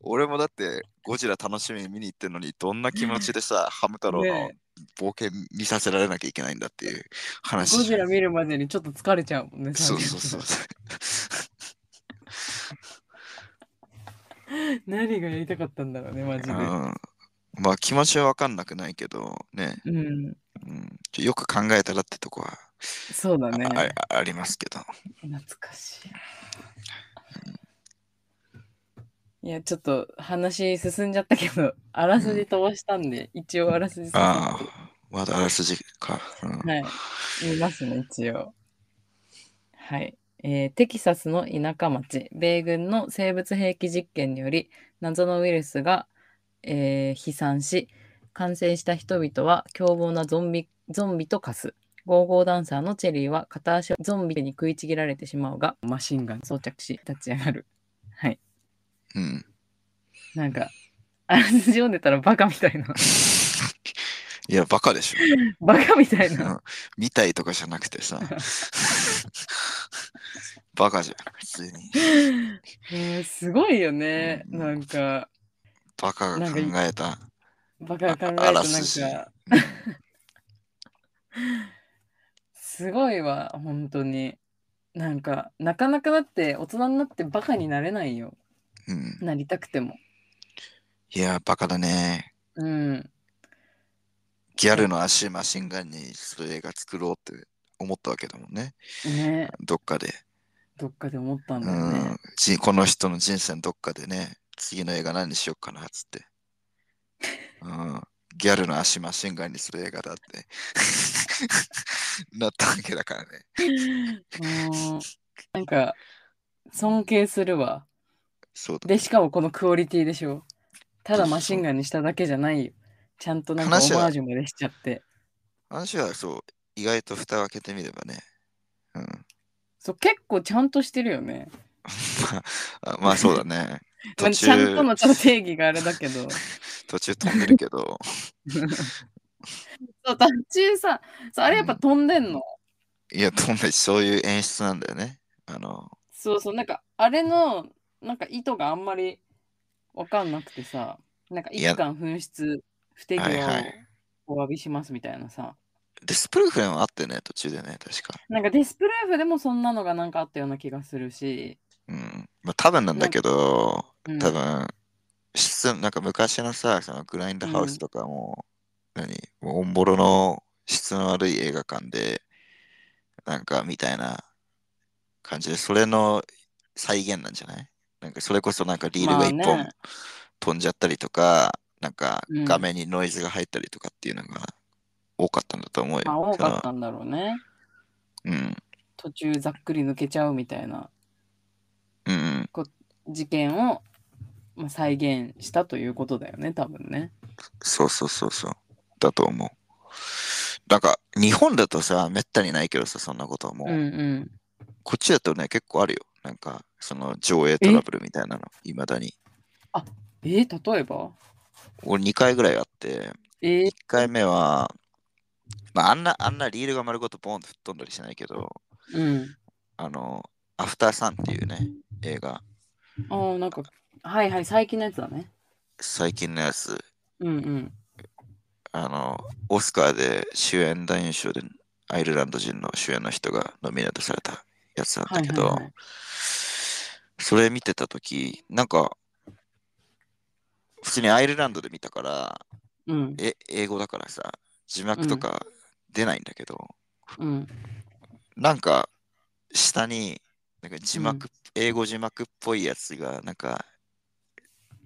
俺もだってゴジラ楽しみに見に行ってるのにどんな気持ちでさハム太郎のね冒険見させられなきゃいけないんだっていう話ゴジラ見るまでにちょっと疲れちゃうもんね。そうそうそう何がやりたかったんだろうね、マジうで。んまあ気持ちは分かんなくないけどね、うん、うん、ちょよく考えたらってとこはそうだあ,、ね。あありますけど懐かしい。いや、ちょっと話進んじゃったけど、あらすじ飛ばしたんで、一応あらすじ進ああまだあらすじか、うんはい。見ますね、一応。はい。えーテキサスの田舎町、米軍の生物兵器実験により、謎のウイルスが、えー飛散し、感染した人々は凶暴なゾンビゾンビと化す。ゴーゴーダンサーのチェリーは片足をゾンビに食いちぎられてしまうが、マシンガン装着し、立ち上がる。はい。うん、なんか、あらすじ読んでたらバカみたいな。いやバカで しょバカみたいな。うん見たいとかじゃなく てさバカじゃん普通にえーすごいよね。なんか。バカが考えたバカが考えああるとならんすじかすごいわ本当になんかなかなかだって大人になってバカになれないようん、なりたくてもいやバカだねうんギャルの足マシンガンにする映画作ろうって思ったわけだもんねねどっかで、どっかで思ったんうだよねん、じこの人の人生のどっかでね次の映画何にしようかなっつって、うん、ギャルの足マシンガンにする映画だって なったわけだからねうんなんか尊敬するわそうだでしかもこのクオリティでしょただマシンガンにしただけじゃないよちゃんとなんかオ話はマージュまでしちゃって話はそう、意外と蓋を開けてみればね。うん。 そう結構ちゃんとしてるよねまあ、まあそうだね。 ま途あちゃん中と、のちょっと定義があれだけど途中飛んでるけど、そう途中さそうあれやっぱ飛んでんの、いや、 飛んでそういう演出なんだよね。あの、そうそうなんかあれのなんか意図があんまりわかんなくてさなんかい一や貫紛失不手はいは際い。をお詫びしますみたいなさ、デスプルーフレンはあってね、途中でね、確か。なんかディスプレイフでもそんなのがなんかあったような気がするし、うん。まあ多分なんだけど、うん、多分、質なんか昔のさ、そのグラインドハウスとかも、何、もうオンボロの質の悪い映画館で、なんかみたいな感じで、それの再現なんじゃないなんかそれこそなんかリールが一まあ本ね飛んじゃったりとか、なんかうん画面にノイズが入ったりとかっていうのが多かったんだと思うよ。まあ多かったんだろうねそのうん。途中ざっくり抜けちゃうみたいなうんうん。事件を、まあ、再現したということだよね多分ねそうそうそうそう。だと思う。なんか日本だとさ、めったにないけどさ、そんなことはもう。うんうんこっちだとね、結構あるよ。なんか、その上映トラブルみたいなの、いまだに。えー例えば俺2回ぐらいあって、えー1回目は、まあ、あんな、あんなリールが丸ごとボーンと吹っ飛んだりしないけど、うんあの、アフターさんっていうね、映画、ああなんかはいはい最近のやつだね最近のやつ、うんうんあの、オスカーで主演男優賞で、アイルランド人の主演の人がノミネートされたやつなんだけど、はいはいはいそれ見てたとき、なんか、普通にアイルランドで見たから、うんえ英語だからさ字幕とか出ないんだけど、うんなんか下になんか字幕、う英語字幕っぽいやつがなんか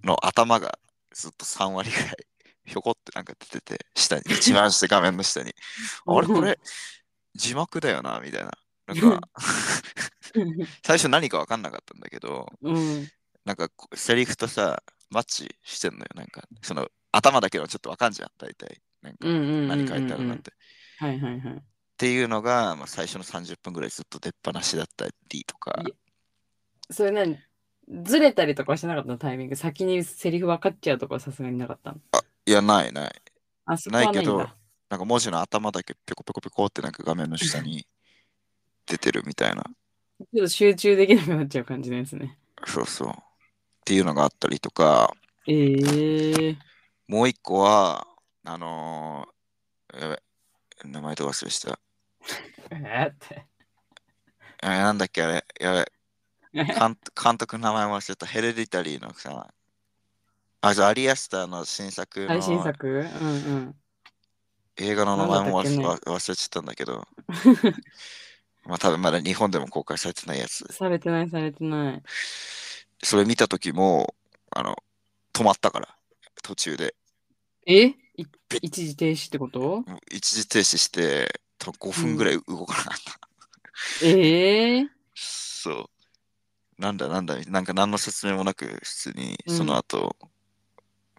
の頭がずっと3割ぐらいひょこってなんか出てて下に一番下画面の下にあれこれ字幕だよなみたいななんか 最初何か分かんなかったんだけど、 うん。なんかこうセリフとさ、マッチしてんのよ。なんか、その頭だけはちょっと分かんじゃん、大体。なんかうんうんうんうんうん何書いてあるなんて。はいはいはい。っていうのが、まあ、最初の30分ぐらいずっと出っ放しだったりとか、それ何ずれたりとかはしなかったのタイミング。先にセリフ分かっちゃうとかはさすがになかったの。いや、ないない。あ、そこはないんだ。ないけどなんか文字の頭だけペコペコペコってなんか画面の下に出てるみたいな。ちょっと集中できなくなっちゃう感じのやつね。そうそう。っていうのがあったりとか、えー。もう一個は、あのーやべ名前と忘れした。えーって。えーなんだっけあれ、やべ 監監督の名前忘れた、ヘレディタリーのさ、あ、じゃあアリアスターの新作最新の作うんうん。映画の名前も忘れ,、なんだっ忘れちゃったんだけど、 まあ多分まだ日本でも公開されてないやつ。されてないされてない。それ見た時も、あの、止まったから、途中で。えい一時停止ってこともう一時停止して、多分5分ぐらい動かなかった。ええそう。なんだなんだ、なんか何の説明もなく、普通にうんその後、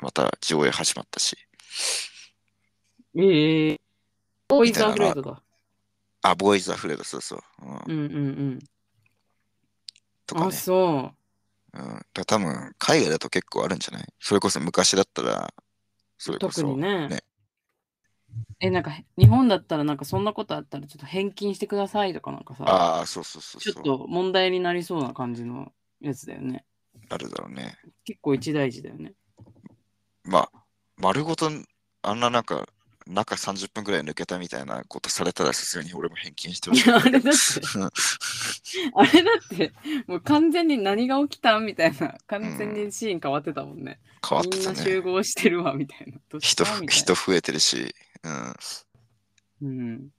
また上映始まったし。ええボーイズアみフたいレなードだ。あ、ボーイズ・アフレード、そうそう。ううんんうんうん。とかあ、ね。そうん、だから多分、海外だと結構あるんじゃないそれこそ昔だったら、それう。こそ。特にねねえ、なんか日本だったらなんかそんなことあったらちょっと返金してくださいとかなんかさ、ああ、そうそうそうちょそっう。と問題になりそうな感じのやつだよね。あるだろうね。結構一大事だよね。まあ、丸ごと、あんななんか、中30分ぐらい抜けたみたいなことされたら、さすがに俺も返金してほしいい。 や、あれだ って。あれだって、もう完全に何が起きたんみたいな、完全にシーン変わってたもんね。変わっみてんたなね集。合してるわ、みたいな。どうし人たふ、みたいな人増えてるし、うん。うん。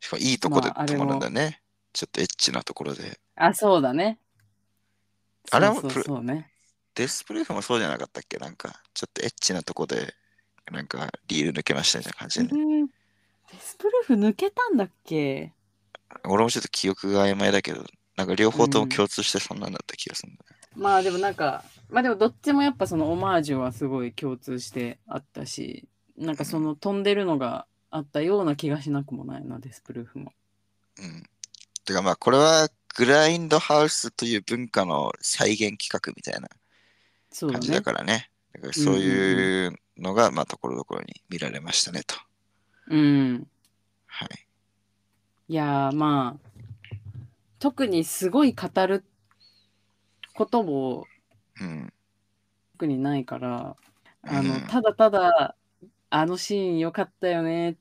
しかもいいとこでまああれ止もまるんだよね。ちょっとエッチなところで。あ、そうだね。あれはそうそうそうね。デスプレイフもそうじゃなかったっけなんか、ちょっとエッチなとこで、なんか、リール抜けましたみたいな感じで、ね。うんデスプルーフ抜けたんだっけ俺もちょっと記憶が曖昧だけど、なんか両方とうもん共通してそんなんだった気がするんだ、ねまあでもなんか、まあでもどっちもやっぱそのオマージュはすごい共通してあったし、なんかその飛んでるのがあったような気がしなくもないな、デスプルーフも。うん。てかまあ、これは、グラインドハウスという文化の再現企画みたいなそうだ感じだね。からね。だからそういううのが、まあ、ところどころに見られましたねと。うん。はい。いやーまあ特にすごい語ることもうん。特にないからあの、うんただただあのシーン良かったよねっ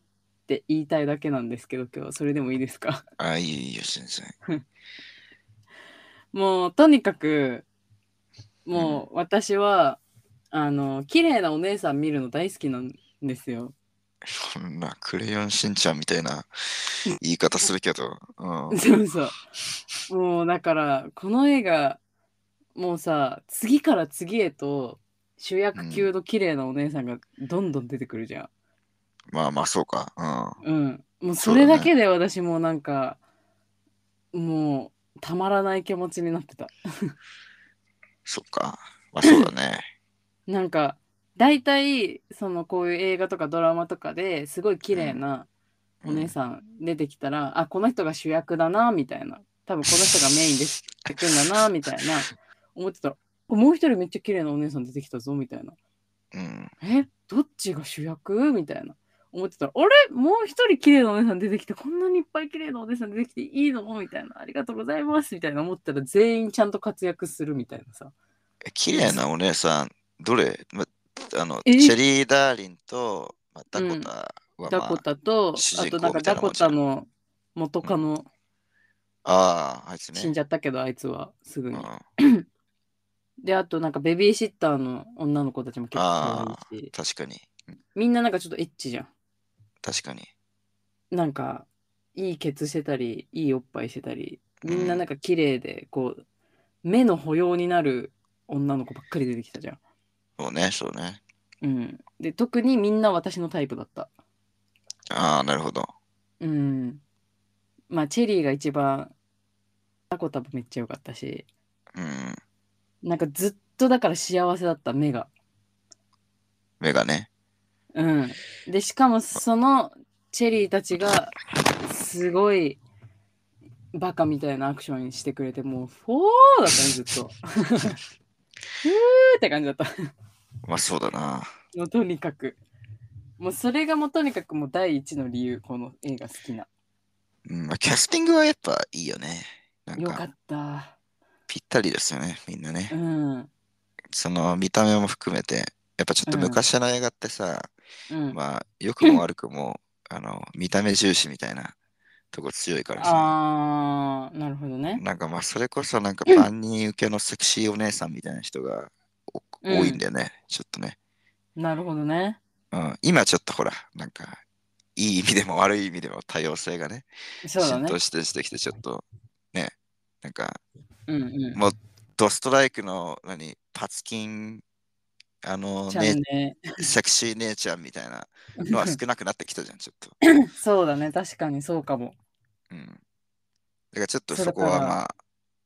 て言いたいだけなんですけど今日それでもいいですかあ、いいよいいよ、先生。 もうとにかくもう私はあの綺麗なお姉さん見るの大好きなんですよ。そんなクレヨンしんちゃんみたいな言い方するけど、うん、そうそう。もうだからこの映画もうさ次から次へと主役級の綺麗なお姉さんがどんどん出てくるじゃん。まあまあそうか、うん、うん。もうそそうだねれだけで私もうなんかもうたまらない気持ちになってた。そっか、まあそうだ ね。なんか大体そのこういう映画とかドラマとかですごい綺麗なお姉さん出てきたら、あこの人が主役だなみたいな多分この人がメインで出てくんだなみた いな思ってたらおもう一人めっちゃ綺麗なお姉さん出てきたぞみたいなうん、うん、えどっちが主役みたいな思ってたらあれもう一人綺麗なお姉さん出てきてこんなにいっぱい綺麗なお姉さん出てきていいのみたいなありがとうございますみたいな思ったら全員ちゃんと活躍するみたいなさえ綺麗なお姉さん、どれ、ま、あのチえェリー・ダーリンと、まあ、ダコタは、まあダコタと、主あ人と公なんかみたいダなもコんじゃタんの元カノ、ああ、あいつね。死んじゃったけど、あいつはすぐうに。ん、で、あとなんかベビーシッターの女の子たちも結構あ可愛いし、確かに、みんななんかちょっとエッチじゃん。確かに。なんか、いいケツしてたり、いいおっぱいしてたり、うんみんななんか綺麗で、こう、目の保養になる女の子ばっかり出てきたじゃん。そうね、そうね。うん。で、特にみんな私のタイプだった。ああ、なるほど。うん。まあ、チェリーが一番タコタブめっちゃ良かったし、うん。なんかずっとだから幸せだった、目が。目がね。うん。で、しかもそのチェリーたちが、すごい、バカみたいなアクションしてくれて、もう、フォーだったね、ずっと。 ふーって感じだった。まあそうだな。もうとにかく。もうそれがもうとにかくもう第一の理由、この映画好きな。うん、まあ、キャスティングはやっぱいいよね。なんよかかった。ぴったりですよね、みんなねう。ん。その見た目も含めて、やっぱちょっとうん昔の映画ってさ、うん。まあ良くも悪くも、 あの、見た目重視みたいなとこ強いからさ。あー、なるほどね。なんかまあそれこそなんか万人受けのセクシーお姉さんみたいな人がおうん多いんだよね、ちょっとね。なるほどね。うん、今ちょっとほら、なんか、いい意味でも悪い意味でも多様性がね、そうだ浸ね透。してしてきて、ちょっと、ね、なんか、うんうん。ドストライクの、何、パツキン、あの、ちゃんね、ね。セクシー姉ちゃんみたいなのは少なくなってきたじゃん、ちょっと。 そうだね。確かにそうかも。うん。だからちょっとそうそだこはからまあ、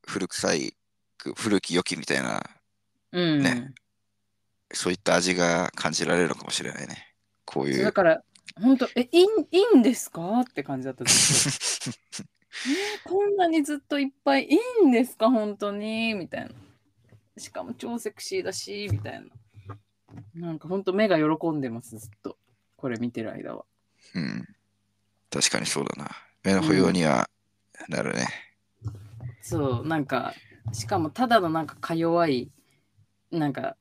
古臭い、く古き良きみたいな、うん。ねそういった味が感じられるのかもしれないね。こうそいうだう。から、本当え、いいいいんですかって感じだった。ずっとえーこんなにずっといっぱいいいんですか本当にみたいな。しかも超セクシーだし、みたいな。なんか本当目が喜んでます、ずっと。これ見てる間は。 うん。確かにそうだな。目の保養にはなるね。そう、なんか、しかもただのなんかか弱い、なんか、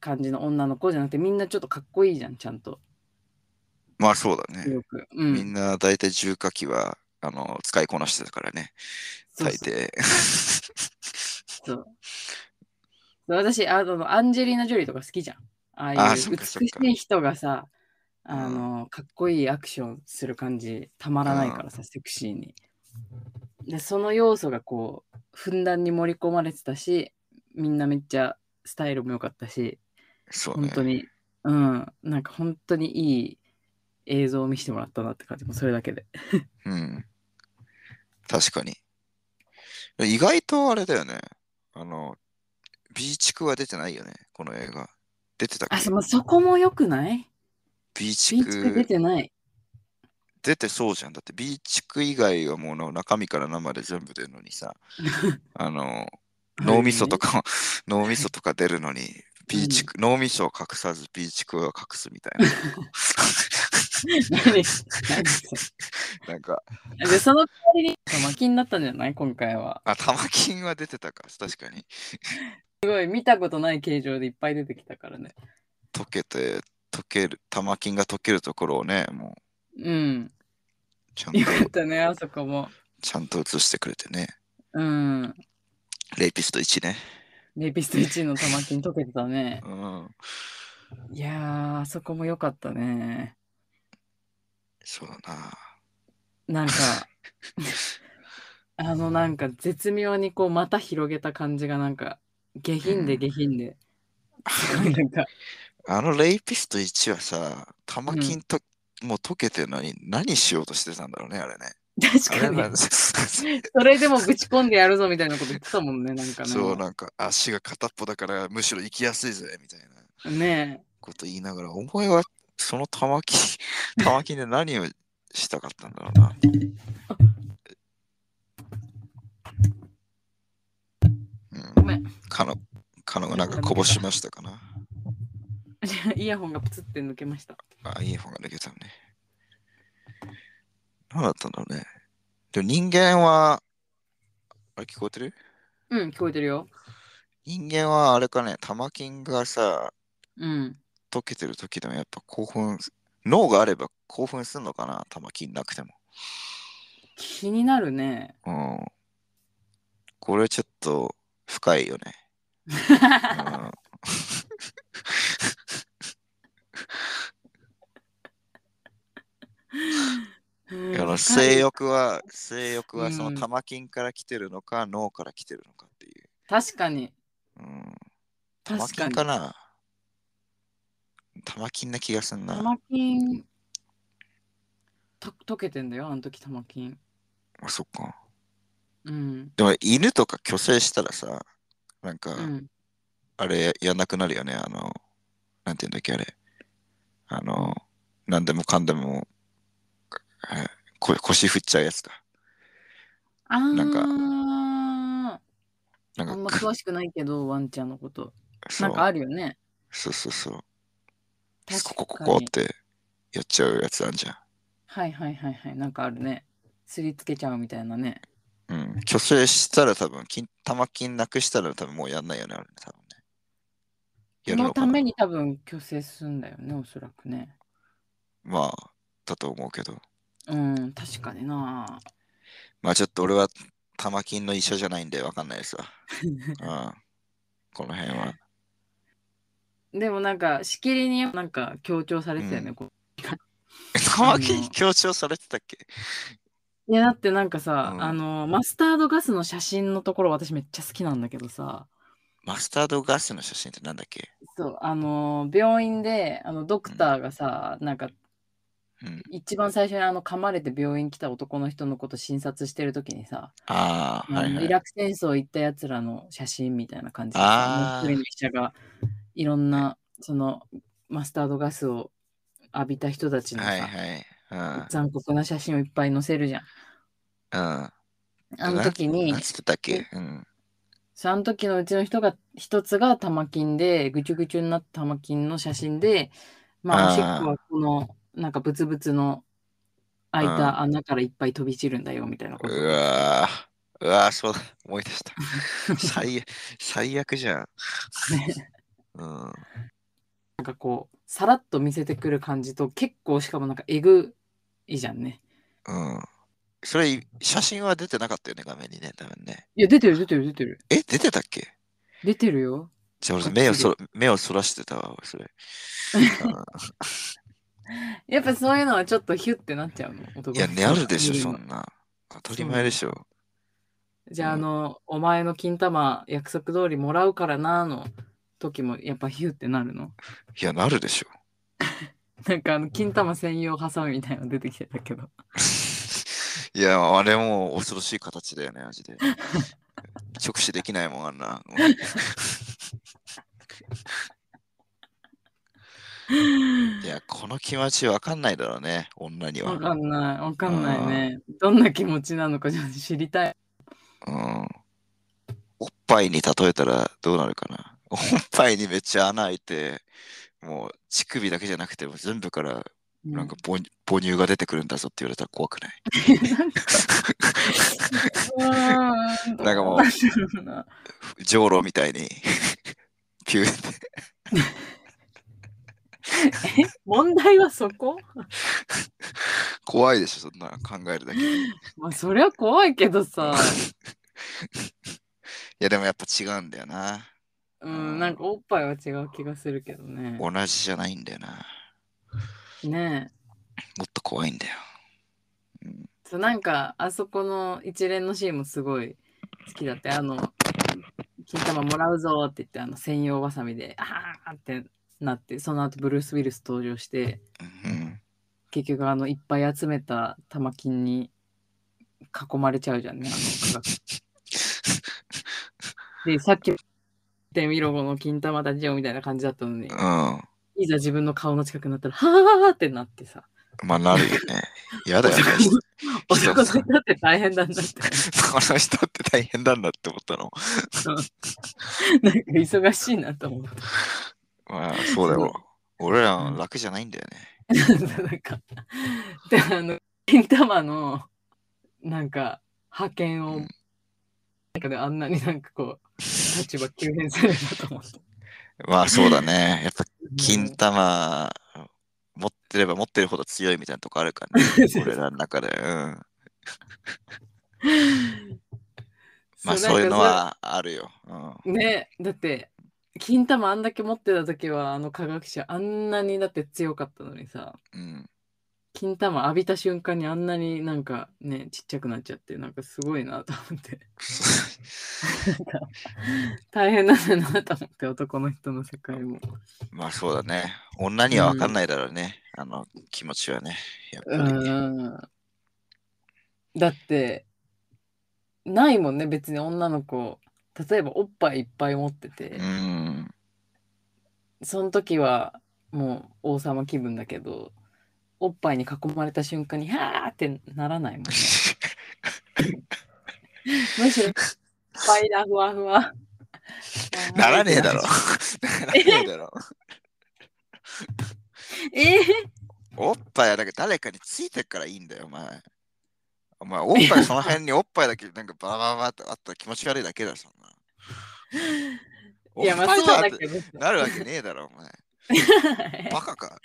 感じの女の子じゃなくて、みんなちょっとかっこいいじゃん、ちゃんと。まあそうだね。よく。うみん。んな大体重火器はあの使いこなしてたからね、そう大そう抵。 そう。私、あの、アンジェリーナ・ジョリーとか好きじゃん。ああいうあーそっかそっ美しかい人がさ、あの、かっこいいアクションする感じ、たまらないからさ、セクシーに。で、その要素がこう、ふんだんに盛り込まれてたし、みんなめっちゃスタイルも良かったし、そう本ね。当に、うん、なんか本当にいい映像を見せてもらったなって感じも、それだけで。うん。確かに。意外とあれだよね。あの、ビーチクは出てないよね、この映画。出てたっあ、けそまあそこも良くないビービチーチク出クてない。出てそうじゃん。だってビーチク以外はもう中身から生で全部出るのにさ、あの、脳みそとか、 脳みそとか出るのに、ビーチク、脳みそを隠さず、ビーチクは隠すみたいな。 何。何それ なんか、で、その代わりに、巻きになったんじゃない今回は。あ、玉金は出てたか、確かに。すごい、見たことない形状でいっぱい出てきたからね。溶けて、溶ける、玉金が溶けるところをね、もう、うん。ちゃんとよ、かったね、あそこも。ちゃんと映してくれてね。うん。レイピスト1ね。レピスト1の玉金溶けてたね。うん。いやー、あそこも良かったね。そうだなな。んか、あの、なんか、絶妙にこう、また広げた感じが、なんか、下品で下品で。なんか、あのレイピスト1はさ、玉金と、もう溶けてるのに何しようとしてたんだろうね、あれね。あ確かれなんに、です。それでもぶち込んでやるぞみたいなこと言ってたもんね、なんかね。そう、なんか足が片っぽだからむしろ行きやすいぜみたいなねえ。こと言いながら、お前はその玉金、玉金で何をしたかったんだろうな。うん、ごめん。かの、かのがなんかこぼしましたかな。イヤホンがプツって抜けました。あ、いい方が抜けたね。何だったんだろうね。でも人間は、あれ聞こえてるうん、聞こえてるよ。人間はあれかね、玉金がさ、うん。溶けてる時でもやっぱ興奮す、脳があれば興奮するのかな、玉金なくても。気になるね。うん。これちょっと深いよね。うん、いやあの性欲は、性欲はその玉金から来てるのか、脳から来てるのかっていう。確かに。うん、玉確か金に。かな玉金な気がすんな。玉金。と溶けてんだよ、あの時玉金。あ、そっか。うん。でも犬とか去勢したらさ、なんか、うん。あれやんなくなるよね。あの、なんていうんだっけ、あれ。あの、なんでもかんでも、えこ腰振っちゃうやつだ。あーなんかなあんんまか、詳しくないけど、ワンちゃんのこと。そなうんかあるよね。そうそうそう。確かこにこここってやっちゃうやつあんじゃはいはいはいはい。なんかあるね。すりつけちゃうみたいなね。ん。うん。去勢したら多分、筋玉筋なくしたら多分もうやんないよね、あれね、多分ね。やるののかたなめに多分、虚勢するんだよね、おそらくね。まあ、だと思うけど。うん、確かにな。まあちょっと俺は玉金の医者じゃないんでわかんないですわ。うん、この辺は。でもなんか、しきりになんか強調されてたよね。うこ玉金強調されてたっけういや、だってなんかさ、うんあの、マスタードガスの写真のところ私めっちゃ好きなんだけどさ、マスタードガスの写真ってなんだっけそう、あの、病院で、あの、ドクターがさ、なんか、うん。一番最初にあの噛まれて病院来た男の人のこと診察してる時にさ、ああ、あはのいはイい。ラク戦争行ったやつらの写真みたいな感じであーさ、もう一人の医者がいろんなそのマスタードガスを浴びた人たちのさ、はいはい。う残酷な写真をいっぱい載せるじゃん。ん。うん。あの時にななん、つってたっけうん。その時のうちの人が一つが玉金で、ぐちゅぐちゅになった玉金の写真で、まあ、おしあーっこはこのなんかブツブツの開いうんた穴からいっぱい飛び散るんだよみたいなこと。うわーうわーそうだ。思い出 した。最悪、最悪じゃん。 うん。なんかこう、さらっと見せてくる感じと、結構しかもなんかえぐいじゃんね。うん。それ、写真は出てなかったよね、画面にね、多分ね。いや、出てる出てる出てる。え、出てたっけ出てるよ。じゃあ俺バッ目をチリそら、目をそらしてたわ、それ。やっぱそういうのはちょっとヒュってなっちゃうの、うん男いや、ねあるでしょ、そそんな。当たり前でしょ。じゃあ、あの、お前の金玉約束通りもらうからなの時も、やっぱヒュってなるの。 いや、なるでしょ。なんかあの、金玉専用ハサミみたいなの出てきてたけど。いや、あれもう恐ろしい形だよね、マジで。 直視できないもん、あんな。いや、この気持ちわかんないだろうね、女には。わうかんない、わかんないね。どんな気持ちなのかちょっと知りたい。ん。おっぱいに例えたらどうなるかな。おっぱいにめっちゃ穴開いて、もう乳首だけじゃなくて、もう全部からなんか母母乳が出てくるんだぞって言われたら怖くない うん、なんかもうどな んだろうなじょうろみたいにピューって問題はそこ怖いでしょそんな考えるだけでいまあそりゃ怖いけど さ、やでもやっぱ違うんだよなうん、なんかおっぱいは違う気がするけどね。同じじゃないんだよなねえ。もっと怖いんだよそうなんかあそこの一連のシーンもすごい好きだって、あの、金玉もらうぞって言って、あの専用わさびで、あーってなって、その後ブルース・ウィルス登場して、うん結局あのいっぱい集めた玉金に囲まれちゃうじゃんねあの科学でさっきってみろこの金玉たちよみたいな感じだったのにうんまいざ自分の顔の近くになったらはーってなってさあなるよね嫌だよね 男の人って大変だなってこの人って大変なんだって思ったのなんか忙しいなと思っまあそうだよ俺らは楽じゃないんだよねたなんかであの金玉のなんか派遣を、うんなんかであんなになんかこう立場急変されたと思って。まあそうだねやっぱ金玉持ってれば持ってるほど強いみたいなとこあるからね 俺らの中でうんまあそういうの。はあるよ。うん、なんかそねだって金玉あんだけ持ってた時はあの科学者あんなにだって強かったのにさうん、 金玉浴びた瞬間にあんなになんかねちっちゃくなっちゃってなんかすごいなと思って大変なんだなと思って男の人の世界も。まあそうだね。女には分かんないだろうね。あの気持ちはね。やっぱり。うんだってないもんね別に女の子例えばおっぱいいっぱい持ってて、うん。その時はもう王様気分だけどおっぱいに囲まれた瞬間に「はーってなら ないもんねむしろいっぱいだふわふわ ならねえだろ。 ならねえだろ。 えーおっぱいはだけど誰かについてっからいいんだよ、お前。お前、おっぱいその辺におっぱいだけなんかバラバラバラってあったら気持ち悪いだけだよ、そんな。いやまあおっそうぱいだだってけどなるわけねえだろ、お前。 バカか。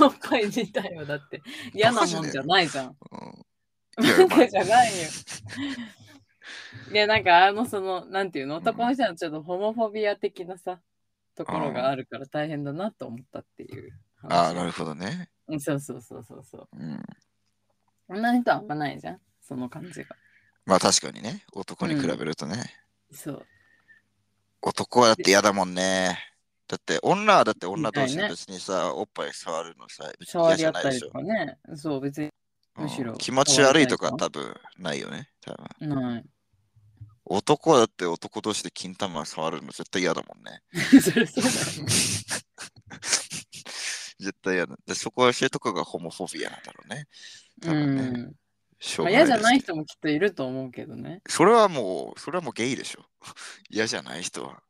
おっぱい自体はだって嫌なもんじゃないじゃん。うん、いや、バまあカ じゃないよ。いやなんかあのそのなんていうの男の人のちょっとホモフォビア的なさところがあるから大変だなと思ったっていう話。ああ、なるほどね。うんそうそうそうそうそう。うん、女の人はあんまないじゃんその感じが。まあ確かにね、男に比べるとね。そう。男はだって嫌だもんね。だって女はだって女同士みたでいね別にさ、おっぱい触るのさ、別に触嫌りじ合ゃっないたでりしとょ。かね。そう別にむしろうん気持ち悪いとか触り多分ないよね。多分 ない。男はだって男同士で金玉触るの絶対嫌だもんね。それそうだよ 絶対嫌だ。でそこは教えとかがホモフォビアなんだろうね。多分ねうん。しょうまがあない嫌じゃですけどない人もきっといると思うけどね。それはもう、それはもうゲイでしょ。 嫌じゃない人は。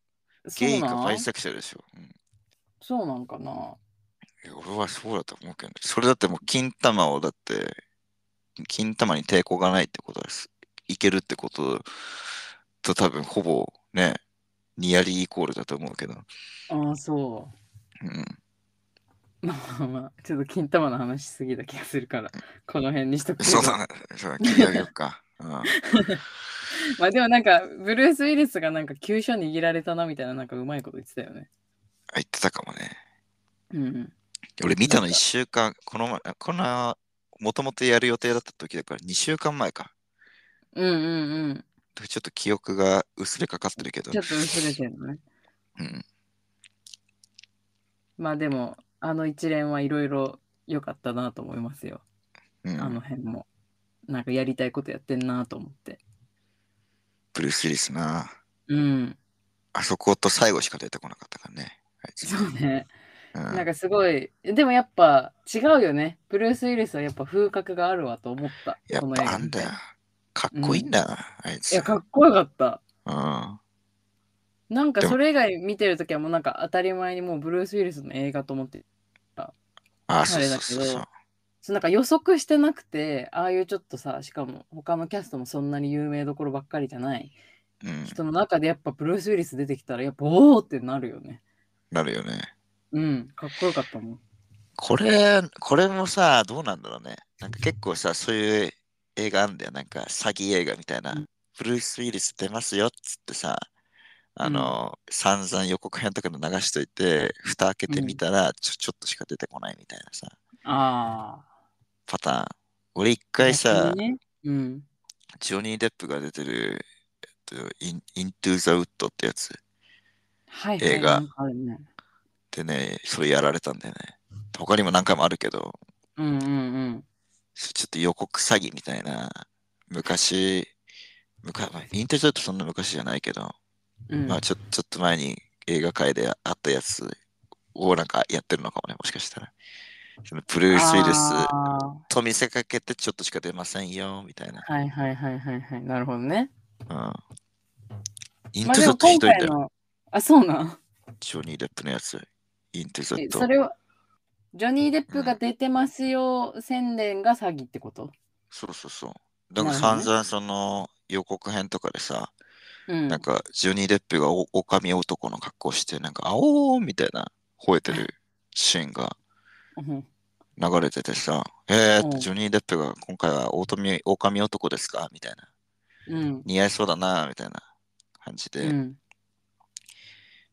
ゲイかバイセクシャルでしょ。うんそうなんかな。いや俺はそうだと思うけどね。それだってもう金玉をだって、金玉に抵抗がないってことです。いけるってことと多分ほぼね、ニアリーイコールだと思うけど。ああ、そうん。う。まあまあ、ちょっと金玉の話しすぎた気がするから、この辺にしとくけそどう。だね。そうだね。聞いてあげようか。うんまあでもなんか、ブルース・ウィリスがなんか急所握られたなみたいな、なんかうまいこと言ってたよね。あ言ってたかもね。うん。俺見たの1週間、この前、あこの、もともとやる予定だった時だから2週間前か。うんうんうん。ちょっと記憶が薄れかかってるけどちょ。っと薄れてるのね。うん。まあでも、あの一連はいろいろ良かったなと思いますよ。うあのん。辺も。なんかやりたいことやってんなと思って。ブルース・ウィリスな。うん。あそこと最後しか出てこなかったからね。あいつそうね。うんなんかすごい、でもやっぱ違うよね。ブルース・ウィリスはやっぱ風格があるわと思った。やっこの映ぱ画あん見てだよ。かっこいいんだよな、あいつ。いや、かっこよかった。うん。なんかでもそれ以外見てるときはもうなんか当たり前にもうブルース・ウィリスの映画と思って、あ、あそうれそだうけそどうそう。そうなんか予測してなくて、ああいうちょっとさ、しかも他のキャストもそんなに有名どころばっかりじゃないうん。人の中でやっぱブルース・ウィリス出てきたらやっぱおおってなるよね。なるよね。うん、かっこよかったもん。これ、これもさ、どうなんだろうね。なんか結構さ、そういう映画あんだよ。なんか詐欺映画みたいな。うんブルース・ウィリス出ますよっつってさ、あの、散々予告編とかで流しといて、蓋開けてみたら、ちょ、ちょっとしか出てこないみたいなさ、ああ。パターン。俺一回さ逆、にね、うん。ジョニー・デップが出てる、えっと、イン・イントゥ・ザ・ウッドってやつはい、はい。映画なんかあるね。でね、それやられたんだよね。他にも何回もあるけど、うんうんうん。ちょっと予告詐欺みたいな、昔、昔まあイントゥ・ザ・ウッドそんな昔じゃないけど、うん、まあちょ、ちょっと前に映画界であったやつをなんかやってるのかもね、もしかしたら。そのブルース・ウィルスあーと見せかけてちょっとしか出ませんよ、みたいな。はいはいはいはいはい。なるほどね。うん。インまトあでゥ・ザ・もウッド今ひどいん回だよ、の。あ、そうなん。ジョニー・デップのやつ。イントゥ・ザ・ウえッドそ。れは、ジョニー・デップが出てますよ宣伝が詐欺ってことそうそうそう。だかなるらほどね散々その予告編とかでさ、うん。なんかジョニー・デップがお狼男の格好して、なんか、あおーみたいな吠えてるシーンがうん流れててさ、えうー、んジョニー・デップが今回は狼狼男ですかみたいな。うん。似合いそうだな、みたいな感じうでん。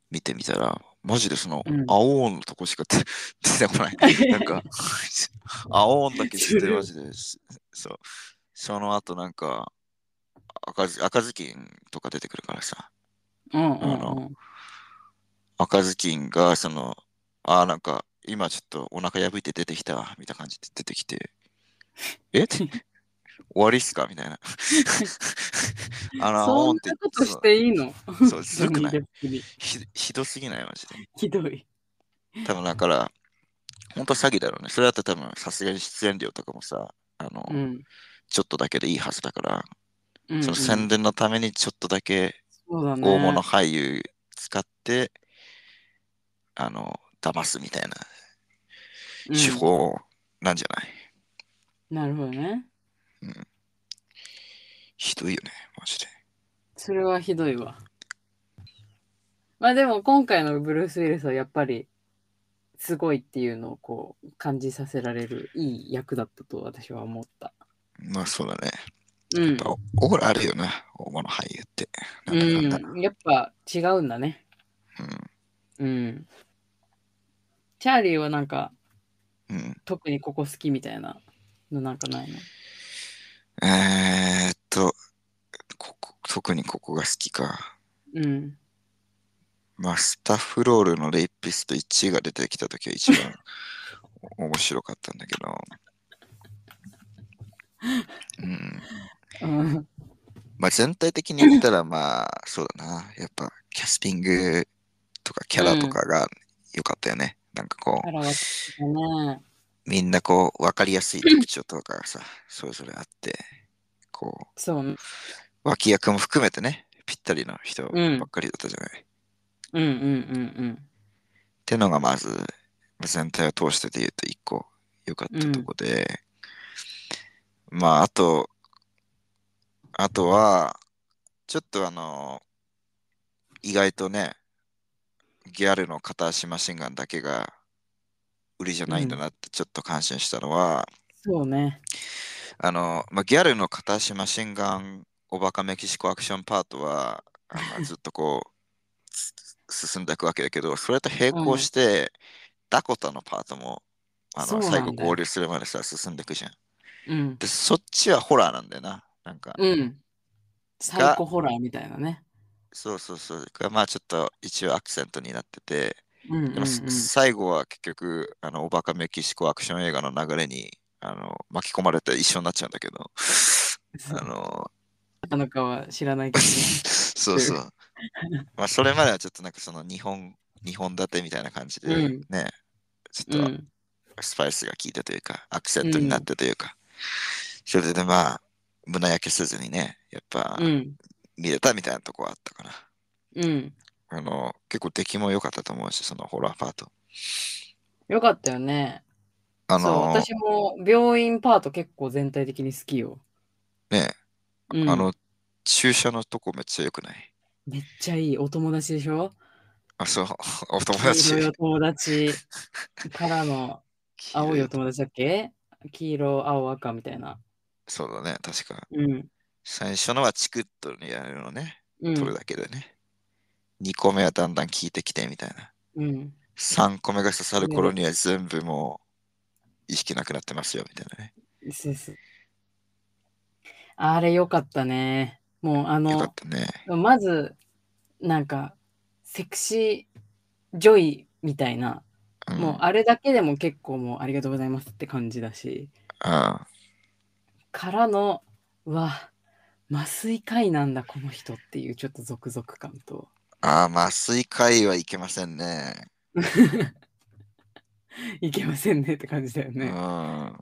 見てみたら、マジでその、うんあおーのとこしか出 出て こない。なんか、あおーんだけ知ってそれマジで。そう。その後なんか、赤ず赤ずきんとか出てくるからさ。うんあの赤ずきんが、その、ああ、なんか、 今ちょっとお腹破いて出てきたわ、みたいな感じで出てきて、えって終わりっすかみた いな。あらそーんんってなことしていいのそ うそうずるくな何いで作りひひどすぎないマジで。ひどい。多分だから、本当は詐欺だろうね。それだったら多分さすがに出演料とかもさ、あの、うん。ちょっとだけでいいはずだから、うんその宣伝のためにちょっとだけそうだね。大物俳優使って、あの、騙すみたいなうん手法なんじゃない、なるほどね。ひどいよね、マジで。それはひどいわ。まあでも今回のブルース・ウィルスはやっぱりすごいっていうのをこう感じさせられるいい役だったと私は思った。まあそうだね。うやっん。ぱオーラあるよな、大物俳優って。なんだかんだ。うん、やっぱ違うんだね。うん。チャーリーはなんかうん。うん特にここ好きみたいなのなんかないのえー、っとここ、特にここが好きか。 うん。まあ、スタッフロールのレイピスト1位が出てきたときは一番お面白かったんだけど。うん。うん。まあ、全体的に言ったら、まあ、そうだな。やっぱ、キャスティングとかキャラとかが良かったよね。なんかこあらわかね。う、みんなこう、わかりやすい特徴とかがさ、それぞれあって、こう、そうね。脇役も含めてね、ぴったりの人ばっかりだったじゃない。っうんうんうんてのがまず、全体を通してで言うと一個良かったとこで、まあ、あと、あとは、ちょっとあの、意外とね、ギャルの片足マシンガンだけが売りじゃないんだなってちょっと感心したのは、そうね。あの、まあ、ギャルの片足マシンガンおバカメキシコアクションパートは あのずっとこうす進んでいくわけだけどそれと並行して、ダコタのパートもあそうなのんだ最よ後合流するまでさ進んでいくじゃん。うん。でそっちはホラーなんだよな。なんか、うん。サイコホラーみたいなね。そうそうそう。がまあちょっと一応アクセントになってて、うんうんでもす最後は結局あのおバカメキシコアクション映画の流れにあの巻き込まれて一緒になっちゃうんだ けどあのなのかは知らないけど、ね。 そうそう。まあそれまではちょっとなんかその日本日本立てみたいな感じでね、うんちうょ っん。とスパイスが効いたというか、アクセントになってというか、それでまあ胸焼けせずにね、やっぱうん。見れたみたいなとこはあったから、うん。あの結構出来も良かったと思うし、そのホラーパート。よかったよね。あそう、の私も病院パート結構全体的に好きよ。ね、うん、あの注射のとこめっちゃ良くないめっちゃいいお友達でしょあ、そう、 お友黄達色。いお友 達からの青いお友達だっけ黄色、青、赤みたいな。そうだね、確か。うん。最初のはチクッとやるのね。うん。取るだけでね。2個目はだんだん効いてきてみたいな。うん。 3個目が刺さる頃には全部もう意識なくなってますよみたいなね。そうそうあれよかったね。もうあよかのっ、たね。まず、なんか、セクシージョイみたいな、うん、もうあれだけでも結構もうありがとうございますって感じだし、あからの、うわ、麻酔科医なんだこの人っていうちょっとゾクゾク感と、あ、麻酔科医はいけませんね。 いけませんねって感じだようね。ん。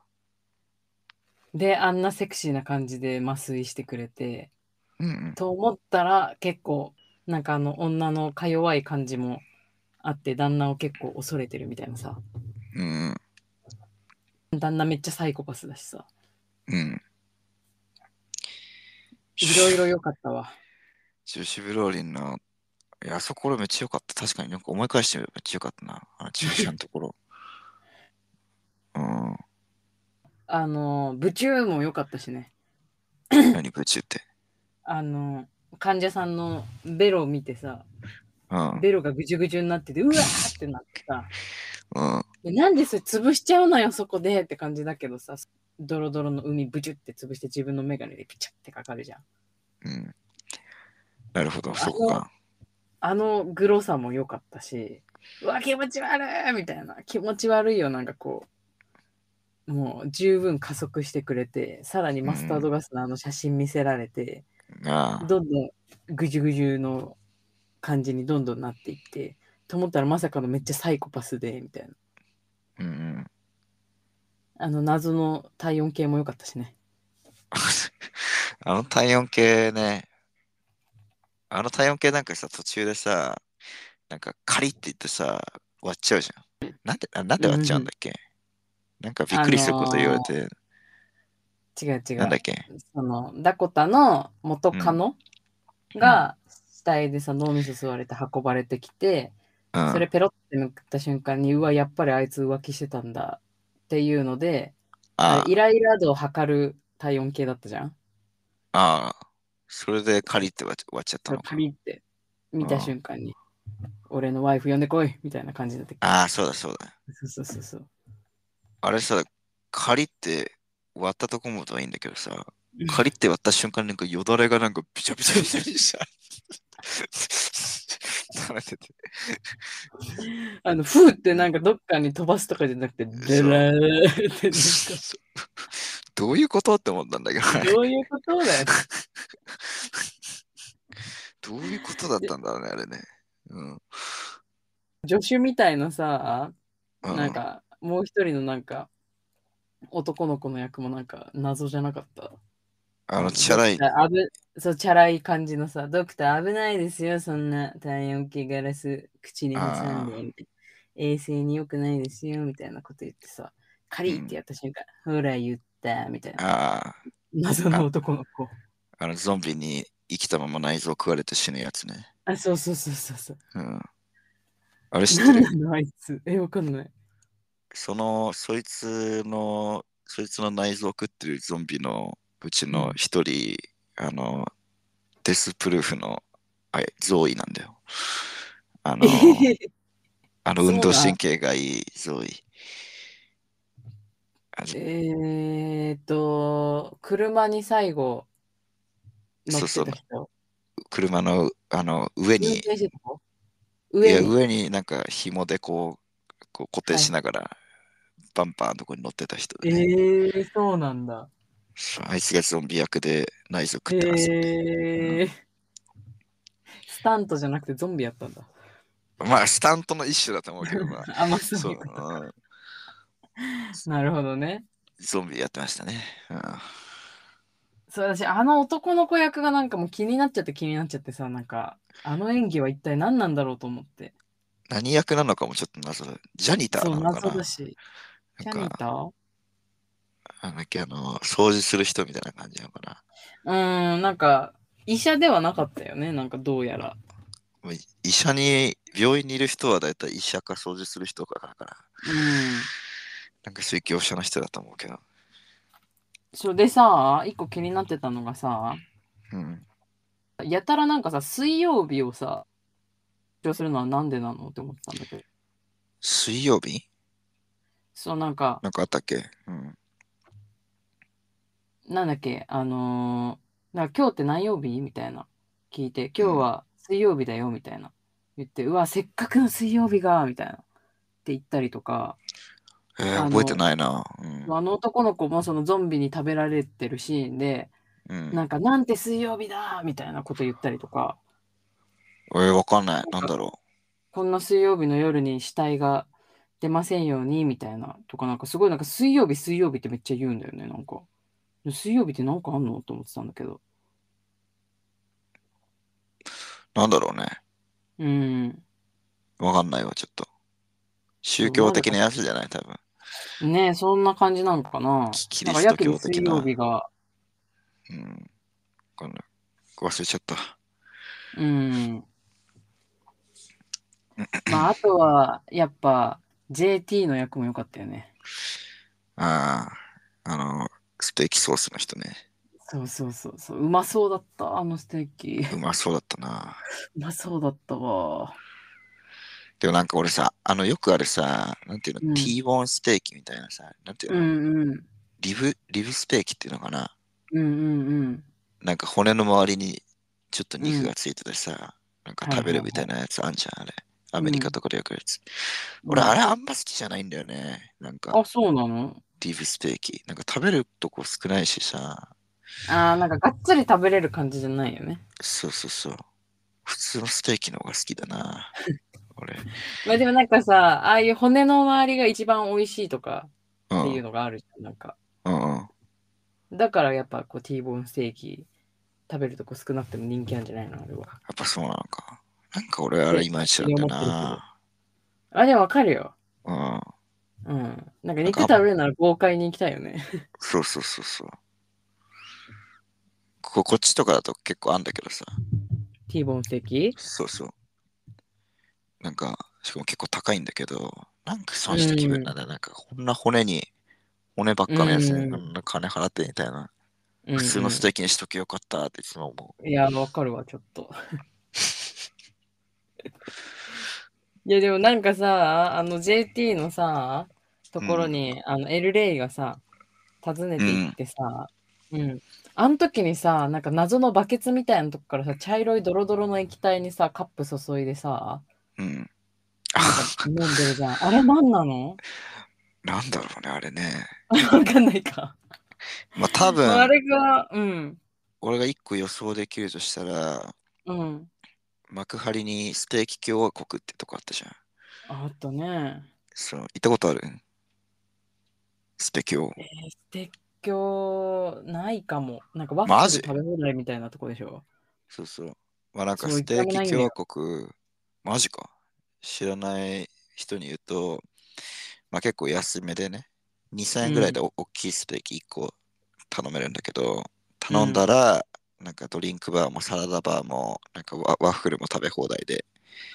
で、あんなセクシーな感じで麻酔してくれて、うん、と思ったら結構、なんかあの女のか弱い感じもあって、旦那を結構恐れてるみたいなさ、うん、旦那めっちゃサイコパスだしさ。うん。いろいろ良かったわ。ジュシブローリンの、いや、あそこ俺めっちゃ良かった。確かになんか思い返してみればめっちゃ良かったな。あの注射のと ころ。うん。あの、部中も良かったしね。何、ブチって。あの、患者さんのベロを見てさ、うん。ベロがぐじゅぐじゅになってて、うわーってなってさ、うん。でなんでそれ潰しちゃうのよ、そこでって感じだけどさ、ドロドロの海ブチュって潰して自分のメガネでピチャってかかるじゃん。うん。なるほど、そこか。あのグロさも良かったし、うわ、気持ち悪いみたいな、気持ち悪いよ、なんかこう、もう十分加速してくれてさらにマスタードガスのあの写真見せられて、ああどんどんぐじゅぐじゅの感じにどんどんなっていってと思ったらまさかのめっちゃサイコパスでみたいなうんうん。あの謎の体温計も良かったしねあの体温計ね、あの体温計なんかさ、途中でさ、なんかカリって言ってさ、割っちゃうじゃん。なんで、あなんで割っちゃうんだっけ、なんかびっくりすること言われて、違う違なんだうっけそのダコタの元カノが死体でさ脳みそ吸われて運ばれてきて、うん。それペロってめくった瞬間にうわやっぱりあいつ浮気してたんだっていうのであイライラ度を測る体温計だったじゃんああ、それでカリって割っちゃ割っちゃったのパか。リって見た瞬間に俺のワイフ呼んでこいみたいな感じになってああ、そうだそうだ。そうそうそうそうあれさ、カリって割ったとこもとはいいんだけどさ、カリって割った瞬間になんかよだれがなんかびちゃびちゃびちゃびちゃ。垂れてて。あの、ふーってなんかどっかに飛ばすとかじゃなくて、でらーってなどういうことって思ったんだけどんねか、。どういうことだよ。どういうことだったんだろうね、あれね。うん。助手みたいなさ、うんなんか、もう一人のなんか、男の子の役もなんか謎じゃなかった。あの、チャラい。ドクター。危そう、チャラい感じのさ、ドクター危ないですよ、そんな体温計ガラス口に挟んで、みたいな衛生に良くないですよ、みたいなこと言ってさ、カリってやった瞬間、ほら言った、みたいな。ああ、謎の男の子。あの、ゾンビに生きたまま内臓食われて死ぬやつね。あ、そうそうそうそうそう。うん。あれ知って何る なのあいつ。え、わかんない。その、そいつの、そいつの内臓を食ってるゾンビのうちの一人、あの、デスプルーフの、あれ、ゾーイなんだよ。あの、あの、そうだ運動神経がいいゾーイ。えーっと、車に最後乗ってた人。そう車の、あの、上に、運転してた子い上や、に上になんか紐でこう、こう固定しながら、バンパーのとこに乗ってた人えでね、ー、そうなんだ。そうあいつがゾンビ役で内臓食えってます。ー、スタントじゃなくてゾンビやったんだ。まあ、スタントの一種だと思うけど、まあ、あ、まあ、そそうういう、うんなるほどね。ゾンビやってましたね。うんそう私あの男の子役がなんかもう気になっちゃって気になっちゃってさなんかあの演技は一体何なんだろうと思って何役なのかもちょっと謎だ。ジャニターそうなのか謎なだしキなャんニか、ターあの、あの掃除する人みたいな感じなのかな。うーん、なんか、医者ではなかったよね、なんかどうやら。もう医者に、病院にいる人はだいたい医者か掃除する人かだから、うん。なんかそういう業者の人だと思うけど。それでさ、一個気になってたのがさ、うん。やたらなんかさ、水曜日をさ、主張するのはなんでなのって思ってたんだけど。水曜日そう、なんか、なんかあったっけうん。なんだっけ、あのーなんか今日って何曜日みたいな。聞いて、今日は水曜日だよ、みたいな。言って、うわ、せっかくの水曜日が、みたいな。って言ったりとか、えあー、の覚えてないな。うん。あの男の子もそのゾンビに食べられてるシーンで、うん、なんか、なんて水曜日だみたいなこと言ったりとか、えー、わかんない。なんだろこんな水曜日の夜に死体が出ませんようにみたいなとか、なんかすごいなんか水曜日、水曜日ってめっちゃ言うんだよね、なんか。水曜日ってなんかあんのと思ってたんだけど。う。なんだろうね。うん。わかんないわ、ちょっと。宗教的なやつじゃない多分。ねえ、そんな感じなのかな。キキなリんかストやけ教に的水な。曜日が、うん。わかんない。忘れちゃった。うん。まあ、あとは、やっぱ、JT の役も良かったよね。ああ、あの、ステーキソースの人ね。そうそうそうそう。うまそうだった、あのステーキ。うまそうだったな。うまそうだったわ。でもなんか俺さ、あの、よくあるさ、なんていうの、うん T ボーンステーキみたいなさ、なんていううの、んうん。リブ、リブステーキっていうのかな。うんうんうん。なんか骨の周りにちょっと肉がついててさ、なんか食べるみたいなやつあんじゃん、あれ。アメリカとかでよくあるやつ。俺、あれあんま好きじゃないんだよね。なんかあ、、そうなのビーフステーキ。なんか食べるとこ少ないしさ。ああ、なんかがっつり食べれる感じじゃないよね。そうそうそう。普通のステーキの方が好きだ な。俺。まあでもなんかさ、ああいう骨の周りが一番美味しいとかう。っていうんのがあるじゃん。なんか。うんうん。だからやっぱこう T ボーンステーキ食べるとこ少なくても人気なんじゃないのあれは。やっぱそうなのか。なんか俺あれいまいちなんだよな。あ、でもわかるよ。うん。うん。なんか肉食べるなら豪快に行きたいよね。 そうそうそうそう。ここっちとかだと結構あんだけどさ。 T ボーンステーキそうそう。なんか、しかも結構高いんだけど、なんか損した気分なんだよ。なんかこんな骨に、骨ばっかのやつうにんこんな金払ってみたいな。うん普通のステーキにしときゃよかったっていつも思う。いや、わかるわ、ちょっと。いや、でもなんかさ、あの JT のさ、ところに、あのエルレイがさ、訪ねて行ってさ、うん。あの時にさ、なんか謎のバケツみたいなとこからさ、茶色いドロドロの液体にさ、カップ注いでさ、うん。なんか飲んでるじゃん。あれ何なの なんだろうね、あれね。わかんないか。 まあ多分、あれが、うん。俺が一個予想できるとしたら、うん。幕張にステーキ共和国ってとこあったじゃん。あったね。そう、行ったことあるステーキを。えー、ステッキョないかも。なんかワッマフジル食べ放題みたいなとこでしょ。そうそう。まあなんかそうス行ったテーことないキんだ共よ和国、マジか。知らない人に言うと、まあ結構安めでね、2000円ぐらいでお大きいステーキ1個頼めるんだけど、頼んだら、なんかドリンクバーもサラダバーも、なんかワワッフルも食べ放題で、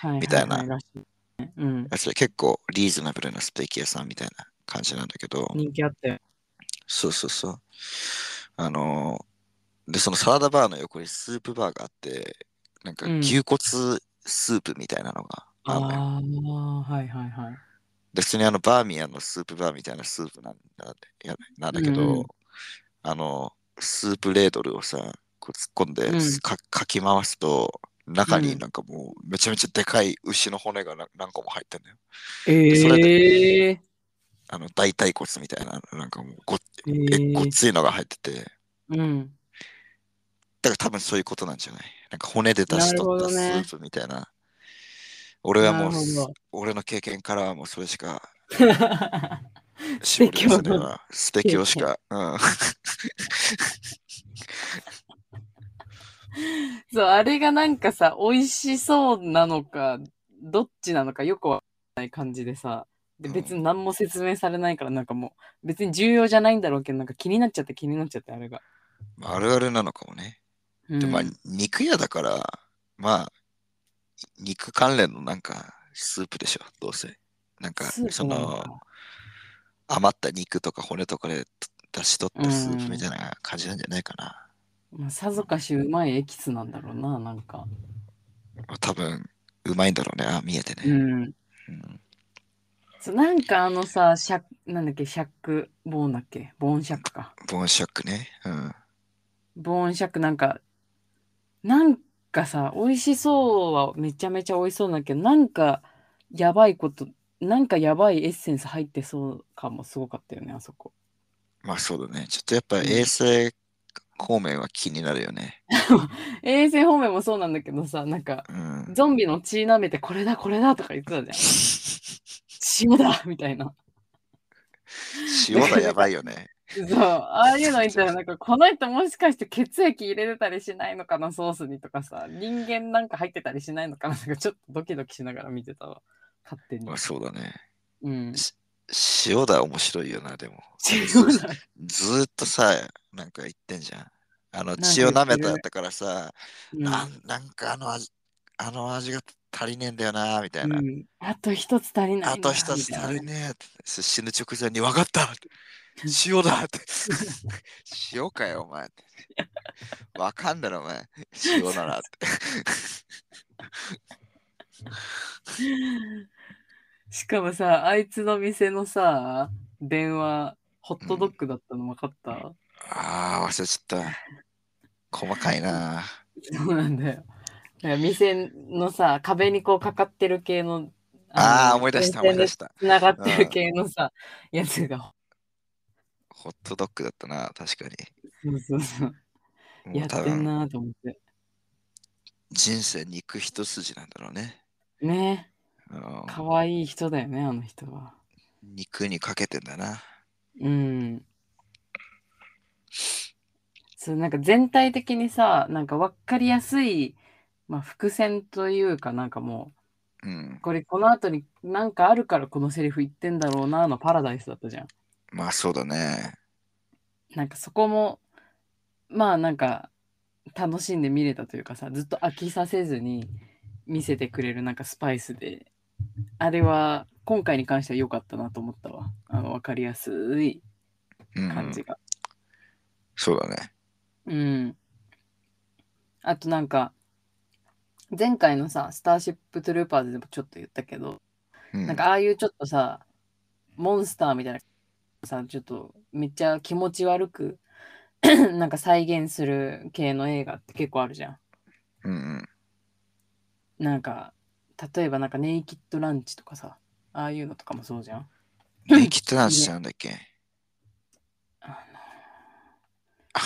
はははみたいならしいねうん。それ結構リーズナブルなステーキ屋さんみたいな感じなんだけど、人気あったよ。そうそうそう。あのーで、そのサラダバーの横にスープバーがあって、なんかうん牛骨スープみたいなのがあるのよああ、はいはいはい。で普通にあのバーミヤンのスープバーみたいなスープなんだいやなんだけうんうんど、あの、スープレードルをさ、こう突っ込んで、うんかかき回すと、中うにんなんかもうめちゃめちゃでかい牛の骨がな何個も入ってんだよ。それええあの大腿骨みたいな、なんかもうごっええごっー。ついのが入ってて、うん。だから多分そういうことなんじゃないなんか骨で出しとったスなるほどねープみたいな。俺はもうなるほど、俺の経験からはもうそれしかス絞テキりを出せないわ。素敵をしか。うん。 そう、あれがなんかさ、美味しそうなのか、どっちなのかよくわからない感じでさ、でうん別に何も説明されないから、なんかもう、別に重要じゃないんだろうけど、なんか気になっちゃって気になっちゃって、あれが。ま ああるあるなのかもね。うんでまあ、肉屋だから、まあ、肉関連のなんかスープでしょ、どうせ。なんか、スープそなののか、余った肉とか骨とかで出しとったスープみたいな感じなんじゃないかな。まあ、さぞかしうまいエキスなんだろうな、なんか。まあ多分、うまいんだろうね。あ、見えてうね。ん。うんそうなんかあのさ、シャなんだっけ、シャック、ボーンだっけ、ボーンシャックか。ボーンシャックね。うん。ボーンシャックなんか、なんかさ、美味しそうはめちゃめちゃ美味しそうなんだけど、なんかやばいこと、なんかやばいエッセンス入ってそうかもすごかったよね、あそこ。まあそうだね。ちょっとやっぱ衛生方面は気になるよね。衛生方面もそうなんだけどさ、なんか、 うん。ゾンビの血舐めてこれだこれだとか言ってたじゃん。塩だみたいな。塩がやばいよね。そう、ああいうの言ったら、なんか、この人もしかして血液入れてたりしないのかな、ソースにとかさ、人間なんか入ってたりしないのかな、なんかちょっとドキドキしながら見てたわ、勝手にまあ。そうだね。うん。塩だ面白いよな、でも。塩だ。ずーっとさ、なんか言ってんじゃん。あの、か血を舐言っめてるたやったからさ、うんなんなんかあの味、あの味が足りねえんだよな、みたいなう。んあと一つ足りないな。あと一つみたい足なりねえって。死ぬ直前に分かったって塩 だって。塩かよ、お前って。分かんだろ、お 前。塩ならって。しかもさ、あいつの店のさ、電話、ホットドッグだったの分かった、ああ、忘れちゃった。細か いな。そうなんだよ。なんか店のさ、壁にこうかかってる系の。ああ、の思い出した、電線思いで出した。つながってる系のさ、やつがホットドッグだったな、確かそうそうそう。に。もやうっ多てん分、なと思って。人生肉一筋なんだろうね。ねうん可愛い人だよね、あの人は。肉にかけてんだな。うん。そう、なんか全体的にさ、なんか分かりやすい、まあ、伏線というかなんかもうんう、。これこの後になんかあるからこのセリフ言ってんだろうなのパラダイスだったじゃん。まあそうだね。なんかそこも、まあなんか楽しんで見れたというかさ、ずっと飽きさせずに見せてくれるなんかスパイスで、あれは今回に関しては良かったなと思ったわ。あの分かりやすいうん、感じが。そうだね。うん。あとなんか、前回のさ、スターシップトゥルーパーズでもちょっと言ったけど、うん、なんかああいうちょっとさ、モンスターみたいなさ、ちょっとめっちゃ気持ち悪く なんか再現する系の映画って結構あるじゃうんうん。ん。なんか、例えばなんかネイキッドランチとかさ、ああいうのとかもそうじゃん。ネイキッドダンスなんだっけああ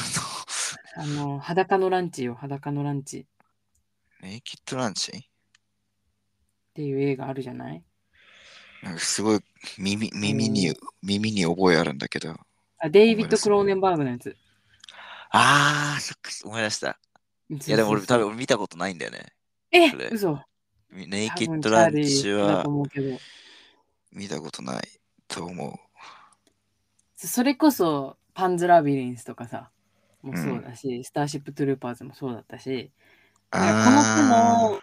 の、あの裸のランチよ、裸のランチっの、 ネイキッドランチていう映画あるじゃないなんかすごい耳耳に、耳に覚えあるんだけど。あデイビッド・クローネンバーグのやつ。ああ、そっか、思い出した。いやでも俺多分俺見たことないんだよね。えそれ嘘ネイ多キッ分ドチラャーンリチーだはと思うけど見たことないと思う。そそれこそパンズ・ラビリンスとかさもうそうだし、スターシップ・トゥルーパーズもそうだったしこの手あも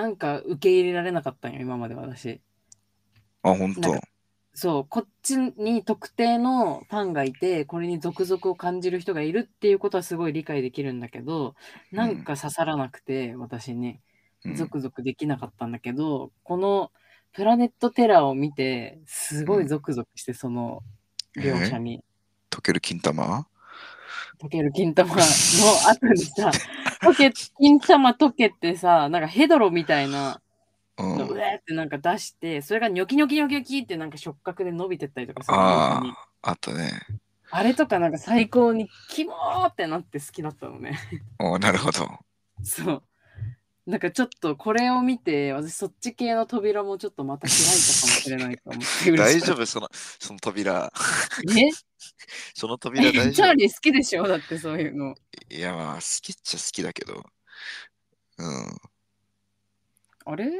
なんか受け入れられなかったんよ今まで私あ、あ、本当なん。そうこっちに特定のファンがいてこれに続々を感じる人がいるっていうことはすごい理解できるんだけどなんか刺さらなくて、私にうんゾクゾクできなかったんだけど、このプラネットテラーを見て、すごいゾクゾクして、その両者に。溶ける金玉溶ける金玉の後にさ、 溶け、金玉溶けてさ、なんかヘドロみたいなう。の、うんえってなんか出して、それがニョキニョキニョキニョキってなんか触覚で伸びてったりとかする両者あにあ、あったね。あれとかなんか最高にキモーってなって好きだったのね。 おなるほど。そう。なんかちょっとこれを見て、私そっち系の扉もちょっとまた開いたかもしれないと思って嬉大しか丈っ夫その、そのた。扉。えそのえ扉チ大丈ャーリー好きでしょだってそういうの。夫いや、まあ、好きっちゃ好きだけど。うん。あれ違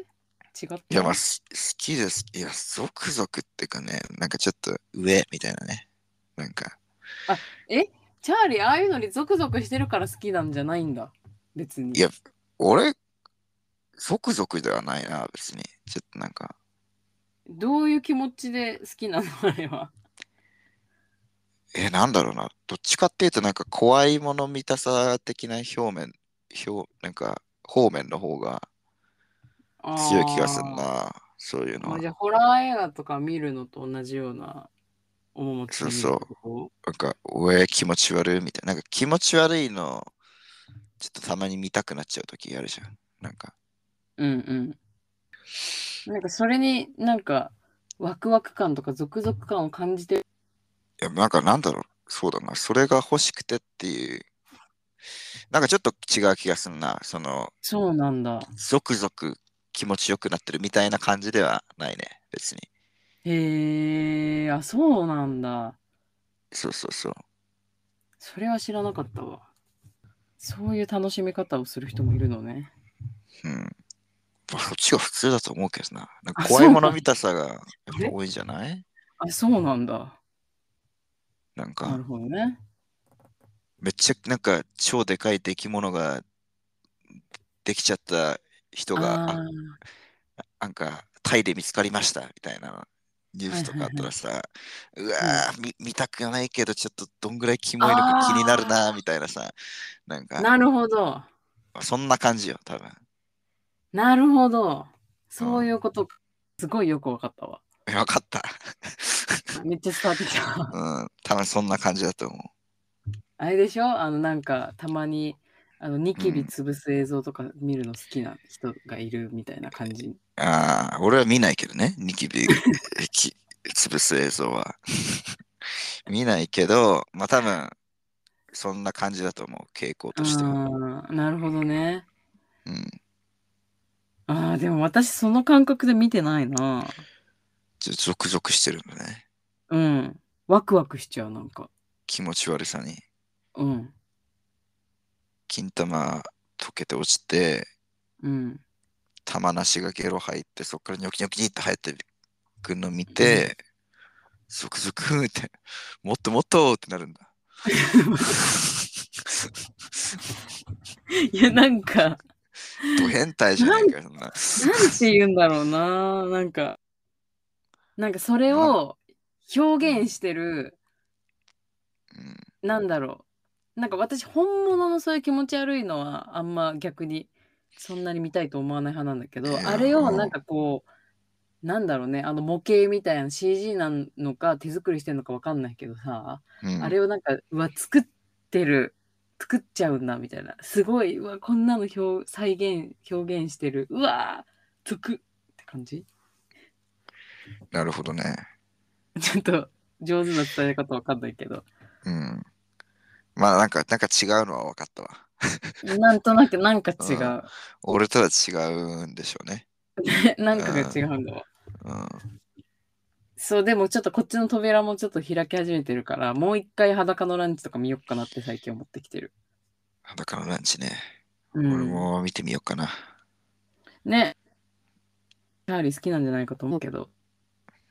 った。いや、まあ、す好きです。いや、ゾクゾクっていうかね、なんかちょっと上みたいなね。なんか、チャーリー、ああいうのにゾクゾクしてるから好きなんじゃないんだ。別に。いや俺、ゾクゾクではないな、別に。ちょっとなんか、どういう気持ちで好きなのあれは。え、なんだろうな。どっちかっていうと、なんか怖いもの見たさ的な表面、表、なんか方面の方が強い気がするあな。そういうー。のまは。あ、じなゃあホラー映画とか見るのと同じような面持ちで見るそうってこんか、上気持ち悪いみたいな。なんか気持ち悪いの、ちょっとたまに見たくなっちゃう時あるじゃん。なんか、とうんうん。なんかそれになんかワクワク感とかゾクゾク感を感じてる。いや、なんかなんだろう。そうだな。それが欲しくてっていう。なんかちょっと違う気がするな。その、そうなんだ。ゾクゾク気持ちよくなってるみたいな感じではないね。別に。へえ、あ、そうなんだ。そうそうそう。それは知らなかったわ。そういう楽しみ方をする人もいるのね。うん。まあ、そっちが普通だと思うけどな。なんかあ怖いもそうなのん見たさがやっあれぱ多いんじゃないあ、そうなんだ。ななんるか、ほどね。めっちゃなんか超でかい出来物ができちゃった人が、ああなんかタイで見つかりましたみたいなニュースとかあったらさ、うわー、み見たくないけどちょっとどんぐらいキモいのか気になるなみたいなさ、なんあ、か、なるほど。そんな感じよ、多分。なるほど。そういうことか。すごいよくわかったわ。えわかった。めっちゃ伝わってき た。うん、多分そんな感じだと思う。あれでしょあの、なんか、たまに、あの、ニキビ潰す映像とか見るの好きな人がいるみたいな感じ。あ あ、俺は見ないけどね、ニキビき潰す映像は。 見ないけど、まあ多分、そんな感じだと思う、傾向としては。あーなるほどね。うん。ああ、でも私その感覚で見てないな。じゃ続々してるんだね。うん。ワクワクしちゃう、なんか。気持ち悪さに。うん。金玉溶けて落ちて、 うん。玉なしがゲロ入って、そっからニョキニョキニって入ってくるの見て、続々って、もっともっとってなる んだ。 いや、なんか、ド変態じゃないかよ、そんな。なんて言うんだろうな。なんか、なんかそれを表現してる、うんなんだろう。なんか私、本物のそういう気持ち悪いのは、あんま逆に、そんなに見たいと思わない派なんだけど、うんあれをなんかこう、なんだろうね、あの模型みたいな CG なのか、手作りしてるのかわかんないけどさ、うんあれをなんか、うわ、作ってる、作っちゃうんだみたいな、すごい、うわ、こんなの表再現、表現してる、うわー、作って感じなるほどね。ちょっと上手な伝え方わかんないけど、うん。まあなんか、なんか違うのは分かったわ。 なんとなくなんか違う、俺とは違うんでしょうね。 なんかが違うんだわ。うん。そう、でもちょっとこっちの扉もちょっと開き始めてるから、もう一回裸のランチとか見よっかなって最近思ってきてる。裸のランチね。う俺ん、も見てみようかな。ね。チャーリー好きなんじゃないかと思うけど。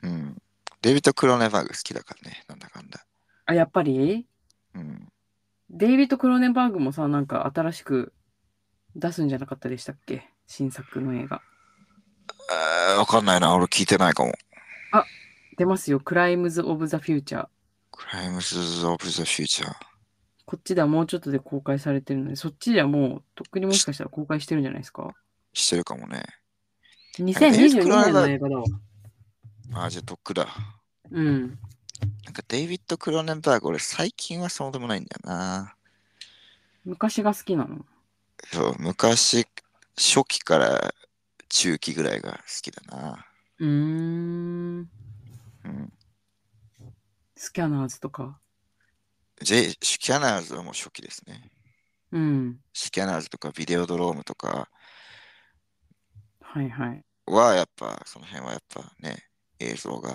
うん。デビッド・クロネバーグ好きだからね。なんだかんだ。あ、やっぱりうん。デイビッド・クローネンバーグもさ、なんか新しく出すんじゃなかったでしたっけ新作の映画。えー、わかんないな。俺聞いてないかも。出ますよ。クライムズ・オブ・ザ・フューチャー。クライムズ・オブ・ザ・フューチャー。こっちではもうちょっとで公開されてるので、そっちではもう、とっくにもしかしたら公開してるんじゃないですかしてるかもね。 ?2022 年の映画だわ。あ、じゃあ、とっくだ。うん。なんか、デイビッド・クロネバーグ、俺、最近はそうでもないんだよな。昔が好きなの。そう、昔、初期から中期ぐらいが好きだな。うーん。うん。スキャナーズとか。 J、スキャナーズはもう初期ですね。うん。スキャナーズとか、ビデオドロームとかはいはい。は、やっぱ、その辺はやっぱね、映像が、や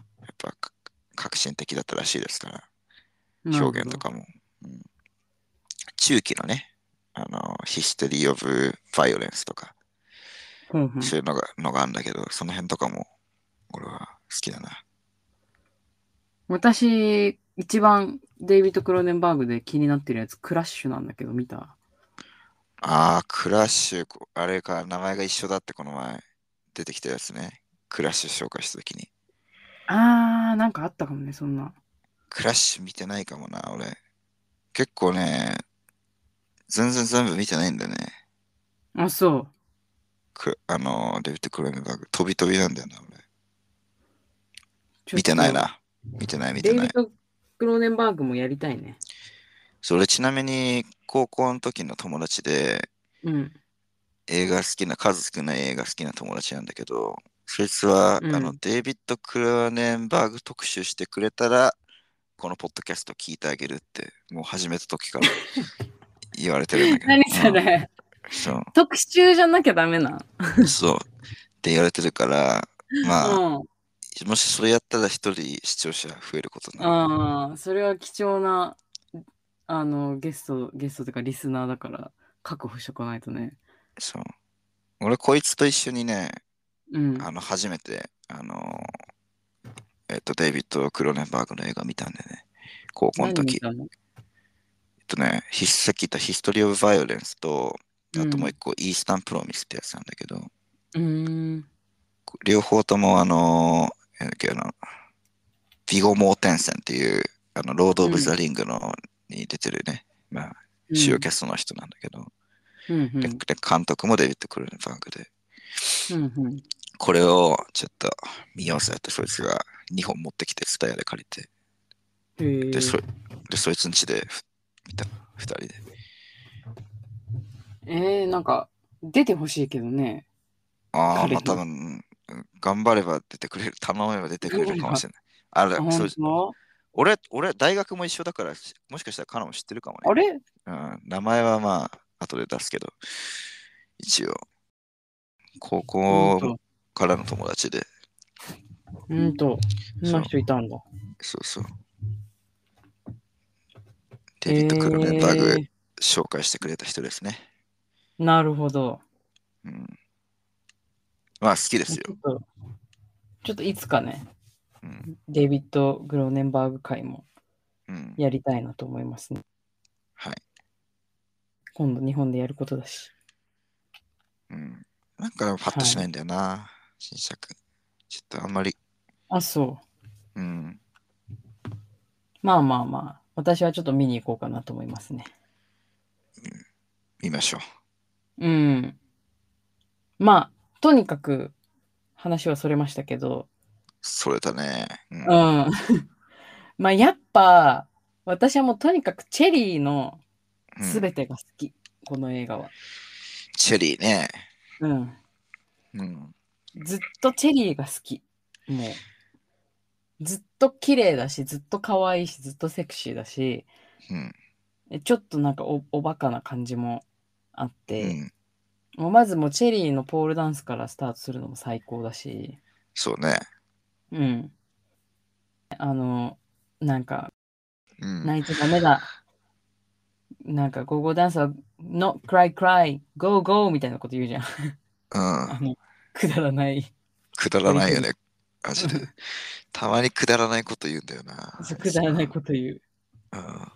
っぱ、か革新的だったらしいですから。表現とかも。うん中期のね、あの、ヒステリー・オブ・バイオレンスとか、なるほど。そういうのがのがあるんだけど、その辺とかも、俺は好きだな。私、一番デイビッド・クローネンバーグで気になってるやつ、クラッシュなんだけど、見たあー、クラッシュ、こあれか、名前が一緒だってこの前出てきたやつね。クラッシュ紹介したときに。あー、なんかあったかもね、そんな。クラッシュ見てないかもな、俺。結構ね、全然全部見てないんだよね。あ、そう。くあの、デビッド・クローネンバーグ、飛び飛びなんだよな、俺。ちょっと見てない。な。見てない、見てデイなビいッ。ド・クローネンバーグもやりたいね。それちなみに高校の時の友達でうん。映画好きな数少ない映画好きな友達なんだけどそいつは、うんあのデイビッド・クローネンバーグ特集してくれたらこのポッドキャスト聞いてあげるってもう始めた 時から言われてるんだけど何それ、うんそ特集じゃなきゃダメな。うそうって言われてるからまあ、うん。もしそれやったら一人視聴者増えることになるああ、それは貴重な、あの、ゲスト、ゲストというかリスナーだから、確保しとかないとね。そう俺こいつと一緒にねうん。あの初めて、あのえっと、デイビッド・クローネンバーグの映画見たんでね、高校の何時見。たのえっとね、ひさっき言ったヒストリー・オブ・バイオレンスと、あともう一個。個、イースタン・プロミスってやつなんだけど、うーん。両方とも、あのー、なんだっけあの、ビゴ・モーテンセンっていう、あの、ロード・オブ・ザ・リングの、に出てるね、まあ、主要キャストの人なんだけど、うんうんでで監督もデイビッド・クローネンバーグで、うんうんこれをちょっと見ようぜって、そいつが2本持ってきて、スタヤで借りて、へーで、そでそいつんちでふ見た、二人で。えー、なんか、出てほしいけどね。ああ、彼まあが多分、うん頑張れば出てくれる、頼めば出てくれるかもしれない。あれ、そう本当俺、俺、大学も一緒だから、しもしかしたらカノン知ってるかもあね。れうん、名前はまあ、後で出すけど、一応、高ほん校とからの友達で、うんと、そんな人いたんだ。そうそう。デビッド・クロネンバーグえ紹介してくれた人ですね。ーなるほど。うん、まあ、好きですちょ。よっと、ちょっといつかね、うん。デイビッド・グローネンバーグ会もうん、やりたいなと思いますね。はい。今度日本でやることだし。うん。なんか、パッとしないんだよな、新作。ちょっとあんまり、あ、そう。うん。まあまあまあ、私はちょっと見に行こうかなと思いますね。見ましょうう。ん。まあ、とにかく話はそれましたけど、それだね。うんうん。 まあ、やっぱ、私はもうとにかくチェリーのうん全てが好き、この映画は。チェリーね。うん。うん。ずっとチェリーが好き。もう。ずっと綺麗だし、ずっと可愛いし、ずっとセクシーだし、うん。えちょっとなんかおおバカな感じもあっうて、ん。もうまずもうチェリーのポールダンスからスタートするのも最高だし、そうね。うん。あの、なんか、うん。泣いちゃダメだ。なんか、ゴーゴーダンスは、no, cry, cry, go, go みたいなこと言うじゃん。うんあの、くだらない。くだらないよね。マジ で。たまにくだらないこと言うんだよな。くだらないこと言う。と。うん。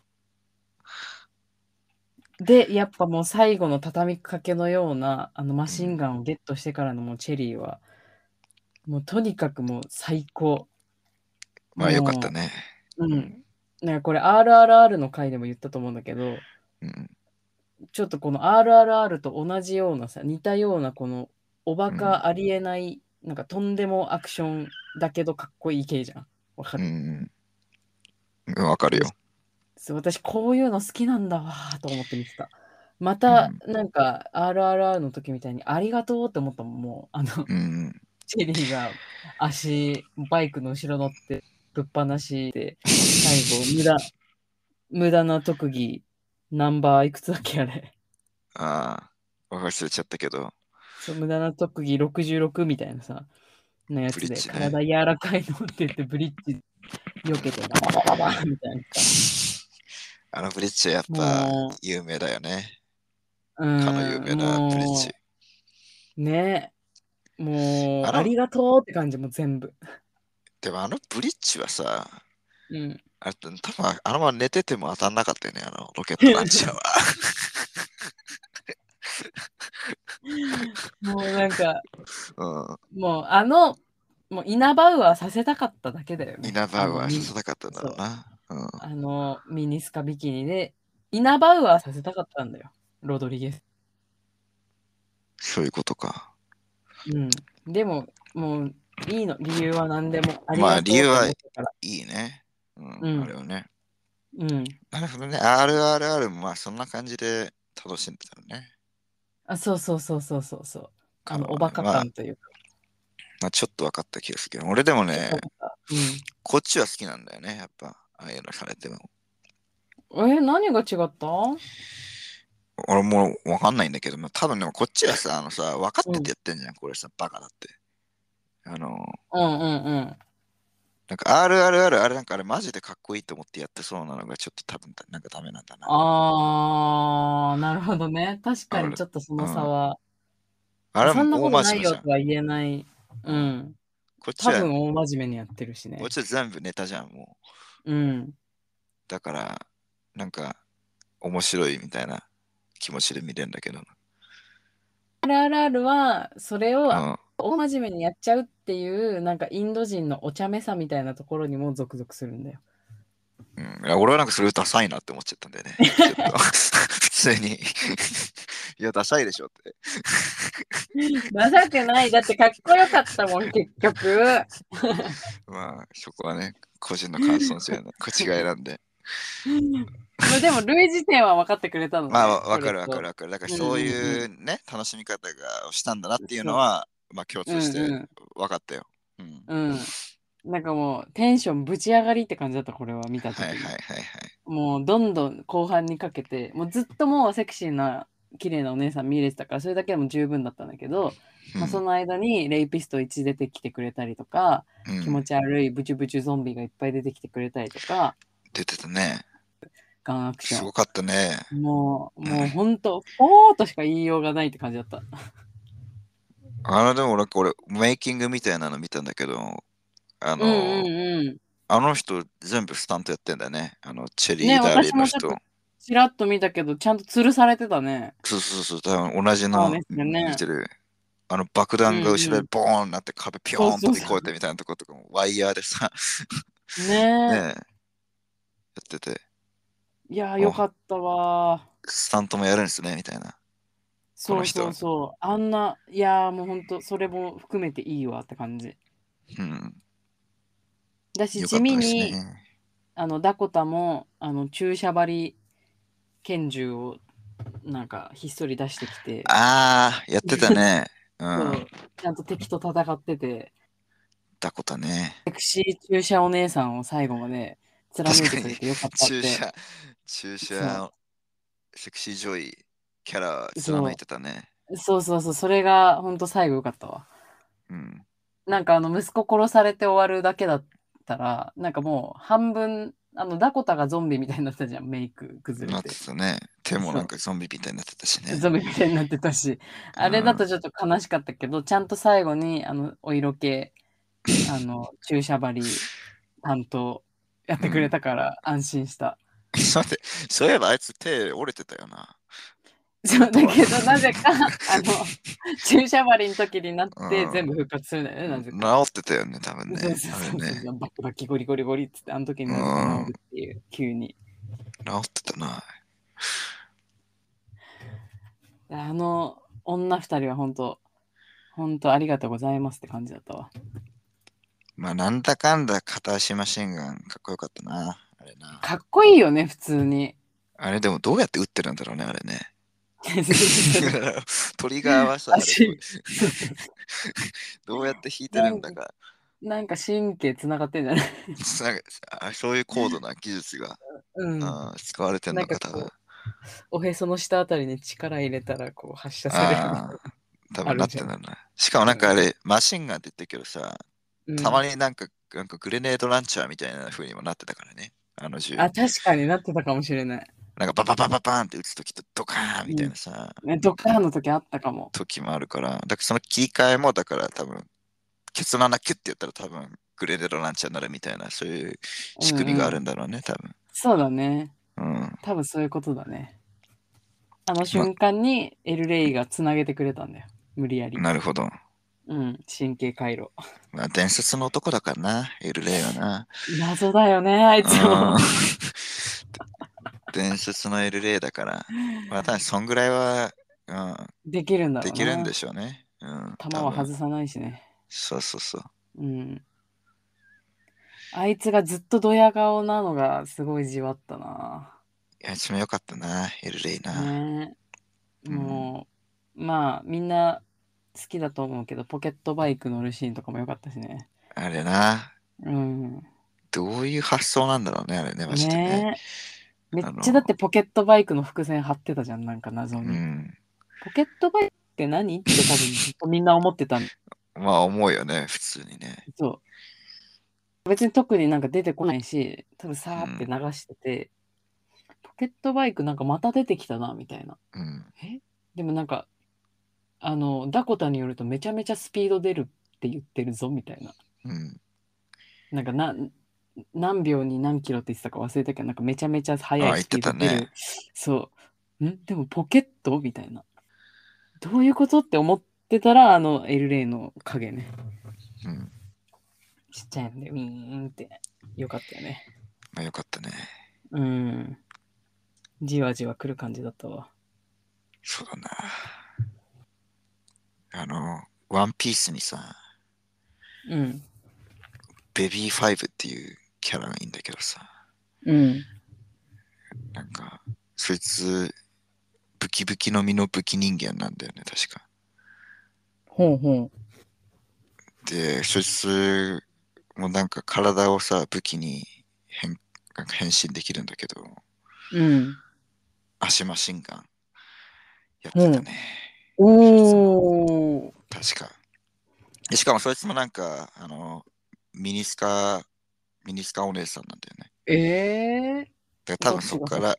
で、やっぱもう最後の畳みかけのようなあのマシンガンをゲットしてからのもうチェリーは、もうとにかくもう最高。まあよかったね。うん。なんかこれ RRR の回でも言ったと思うんだけど、うん。ちょっとこの RRR と同じようなさ、似たようなこのおバうカありえない、なんかとんでもアクションだけどかっこいい系じゃん。わかうる、ん。うんわかるよ。そう私こういうの好きなんだわーと思って見てた。また、なんか RRR の時みたいにありがとうって思ったもん、もう。あの、 うん。チェリーが足、バイクの後ろ乗って、ぶっ放しで、最後、無駄、無駄な特技、ナンバーいくつだっけあれ。ああ。忘れちゃったけど。そう無駄な特技66みたいなさ、のやつブリで、ッジね体柔らかいのって言って、ブリッジ、避けて、バババババみたいなさ。あのブリッジはやっぱもう有名だよね。うかの有名なブリッジ。もうねもう、あのありがとうって感じも全部。でもあのブリッジはさ、うん。あれ多分あのまま寝てても当たんなかったよね、あのロケットランチャーは。もうなんか、 うん。もうあの、もうイナバウアーさせたかっただけだよね。イナバウあアのーみさせたかったんだろうな。うん、あの、ミニスカビキニで、イナバウアーさせたかったんだよ、ロドリゲス。そういうことか。うん。でも、もう、いいの、理由は何でも。まありがとうって思ったからいいね。うん、うんあれをね。うん。なるほどね。RRR もまあそんな感じで楽しんでたのね。あ、そうそうそうそうそうそう。あの、彼おはバねカまあ感というか。まあちょっと分かった気がするけど、俺でもねお、バカこっちは好きなんだよね、やっぱ。ああいうのされても。うん。え、何が違った俺もう分かんないんだけど、まあ、多分でもこっちはさ、あのさ、分かっててやってんじゃん、これさ、バカだって。あの、うんうんうん。なんか RRR、あれなんかあれマジでかっこいいと思ってやってそうなのがちょっと多分なんかダメなんだな。あー、なるほどね。確かにちょっとその差は。あれそんなこも大とな真面い目じよゃん。とは言えない。うん。こっち多は分大真面目にやってるしねこっ。ちは全部ネタじゃん、もう。うん。だから、なんか、面白いみたいな気持ちで見れるんだけど。 RRR は、それをうん、大真面目にやっちゃうっていうなんかインド人のお茶目さみたいなところにもゾクゾクするんだよ。うんいや俺はなんかそれダサいなって思っちゃったんだ よね。ちょっと 普通に。いや、ダサいでしょって。ダサくないだってかっこよかったもん結局。まあ、そこはね、個人の感想じゃない。こっちが選んで。まあでも類似点は分かってくれたの、ね。まあ、わかるわかる。るわかる。だからそういうね、楽しみ方がしたんだなっていうのは、まあ共うん通してう分かったよ。うんんうん。なんかもうテンションぶち上がりって感じだったこれは見た時、はいはいはいはい。もうどんどん後半にかけてもうずっともうセクシーな綺麗なお姉さん見れてたからそれだけでも十分だったんだけど、まあ、その間にレイピスト1出てきてくれたりとか、うん気持ち悪いブチュブチュゾンビがいっぱい出てきてくれたりとか出てたね。ガンアクシすョごかったね。ンもうもうほんとおーとしか言いようがないって感じだったあの、でも俺、これ、メイキングみたいなの見たんだけど、あうの、んうんうんあの人、全部スタントやってんだよね。あの、チェリねーダーリ私ーのもちょっと人。ちらっと見たけどちゃんと吊るされてたねそうそうそう、多分同じのそうですよね見てる。あの爆弾が後ろでボーンなって壁ピョーそンとうてそうそうこえてみたいなとことかもワイヤーでさ、ねねええ、やってて、いやーよかったわースタントもやるんですね、みたいな。こそのう人そうそうあんないやーもうほんとそれも含めていいわって感じうん。だしよか地ったで味すに、ね。あのダコタもあの注射針拳銃をなんかひっそり出してきて、ああ、やってたね。う。そうんちゃんと敵と戦っててだことね。セクシー注射お姉さんを最後まで貫いてくれてよかったっ注て射、注射、セクシージョイキャラ貫いてたね。そうそうそうそれがほんと最後よかったわうん。なんかあの息子殺されて終わるだけだったらなんかもう半分あのダコタがゾンビみたいになったじゃんメイク崩なれっててたね。手もなんかゾンビみたいになってたしね。ゾンビみたいになってたし、あれだとちょっと悲しかったけど、ちゃんと最後にあのお色気、あの注射針担当やってくれたから安心した。 待って、そういえばあいつ手折れてたよな。そうだけど、なぜかあの注射針の時になってうん全部復活するんだよね、なぜ治か。ってたよね、多分ね。そうそうそうあれそうねバキバキゴリゴリゴリっつってあの時になぜか治るっていう、急に。治ってたな。あの女二人は本当本当ありがとうございますって感じだったわ。まあ、なんだかんだ片足マシンガンかっこよかったな。あれな。かっこいいよね、普通に。 あれでもどうやって撃ってるんだろうね、あれね。トリガーはさ、あ足れ どうやって引いてるんだか。なんか神経つながってんじゃないなんかあそういう高度な技術が、うん。あー使われてるのなか、多んかこう分。おへその下あたりに力入れたらこう発射されるみたいあなあー、多分なってんだろうな。しかもなんかあれ、マシンガンって言ってるけどさ、うん。たまになんか、なんかグレネードランチャーみたいな風にもなってたからね。あの銃。なあ、んか確かになってたかもしれない。バババババーンって撃つときとドカーンみたいなさ、ね、ドッカーンの時あったかも。時もあるから、だからその切り替えもだから多分、ケツの穴キュッてやったら多分、グレネードランチャーになるみたいな、そういう仕組みがあうんうるんんだろうね、多分。そうだね。うん。多分そういうことだね。あの瞬間にエルレイがつなげてくれたんだよ。無理やり。なるほど。うん。神経回路。まあ、伝説の男だからな、エルレイは な。謎だよね、あいつも。うん 伝説のエルレイだから。まあ、ただそんぐらいは、うできるんだん、ろうでな。きるんでしょうね。うん。弾は多分外さないしね。そうそうそう。うん。あいつがずっとドヤ顔なのがすごいじわったな。いや、一番良かったな、エルレイな。ねえうんもう、まあみんな好きだと思うけどポケットバイク乗るシーンとかも良かったしね。あれな。うん。どういう発想なんだろうね、あれね、マジでね。ねえめっあのちゃだってポケットバイクの伏線張ってたじゃんなんか謎うに。ん。ポケットバイクって何って多分ずっとみんな思ってたんまあ、思うよね、普通にね。そう。別に特になんか出てこないし、多分さーって流してて、ポケットバイクなんかまた出てきたな、みたいな。うん。でもなんか、あの、ダコタによるとめちゃめちゃスピード出るって言ってるぞ、みたいな。うん。なんかな、何秒に何キロって言ってたか忘れたけど、なんかめちゃめちゃ速あい言っスピてーたドね出る。そう。んでもポケットみたいな。どういうことって思ってたら、あの、エルレイの影ね。うん。ちっちゃいので、ウィーンって。よかったよね。まあ、良かったね。うん。じわじわ来る感じだったわ。そうだな。あの、ワンピースにさ、うん。ベビーファイブっていうキャラがいいんだけどさ、うん。なんか、そいつ、ブキブキの実のブキ人間なんだよね、確か。ほうほで、そいつ、もうなんか体をさ、武器に変なんか変身できるんだけど、うん。足マシンガンやってたね。おー。確か。でしかもそいつもなんか、あの、ミニスカ、ミニスカお姉さんなんだよね。ええー。だから多分そこかどっらちが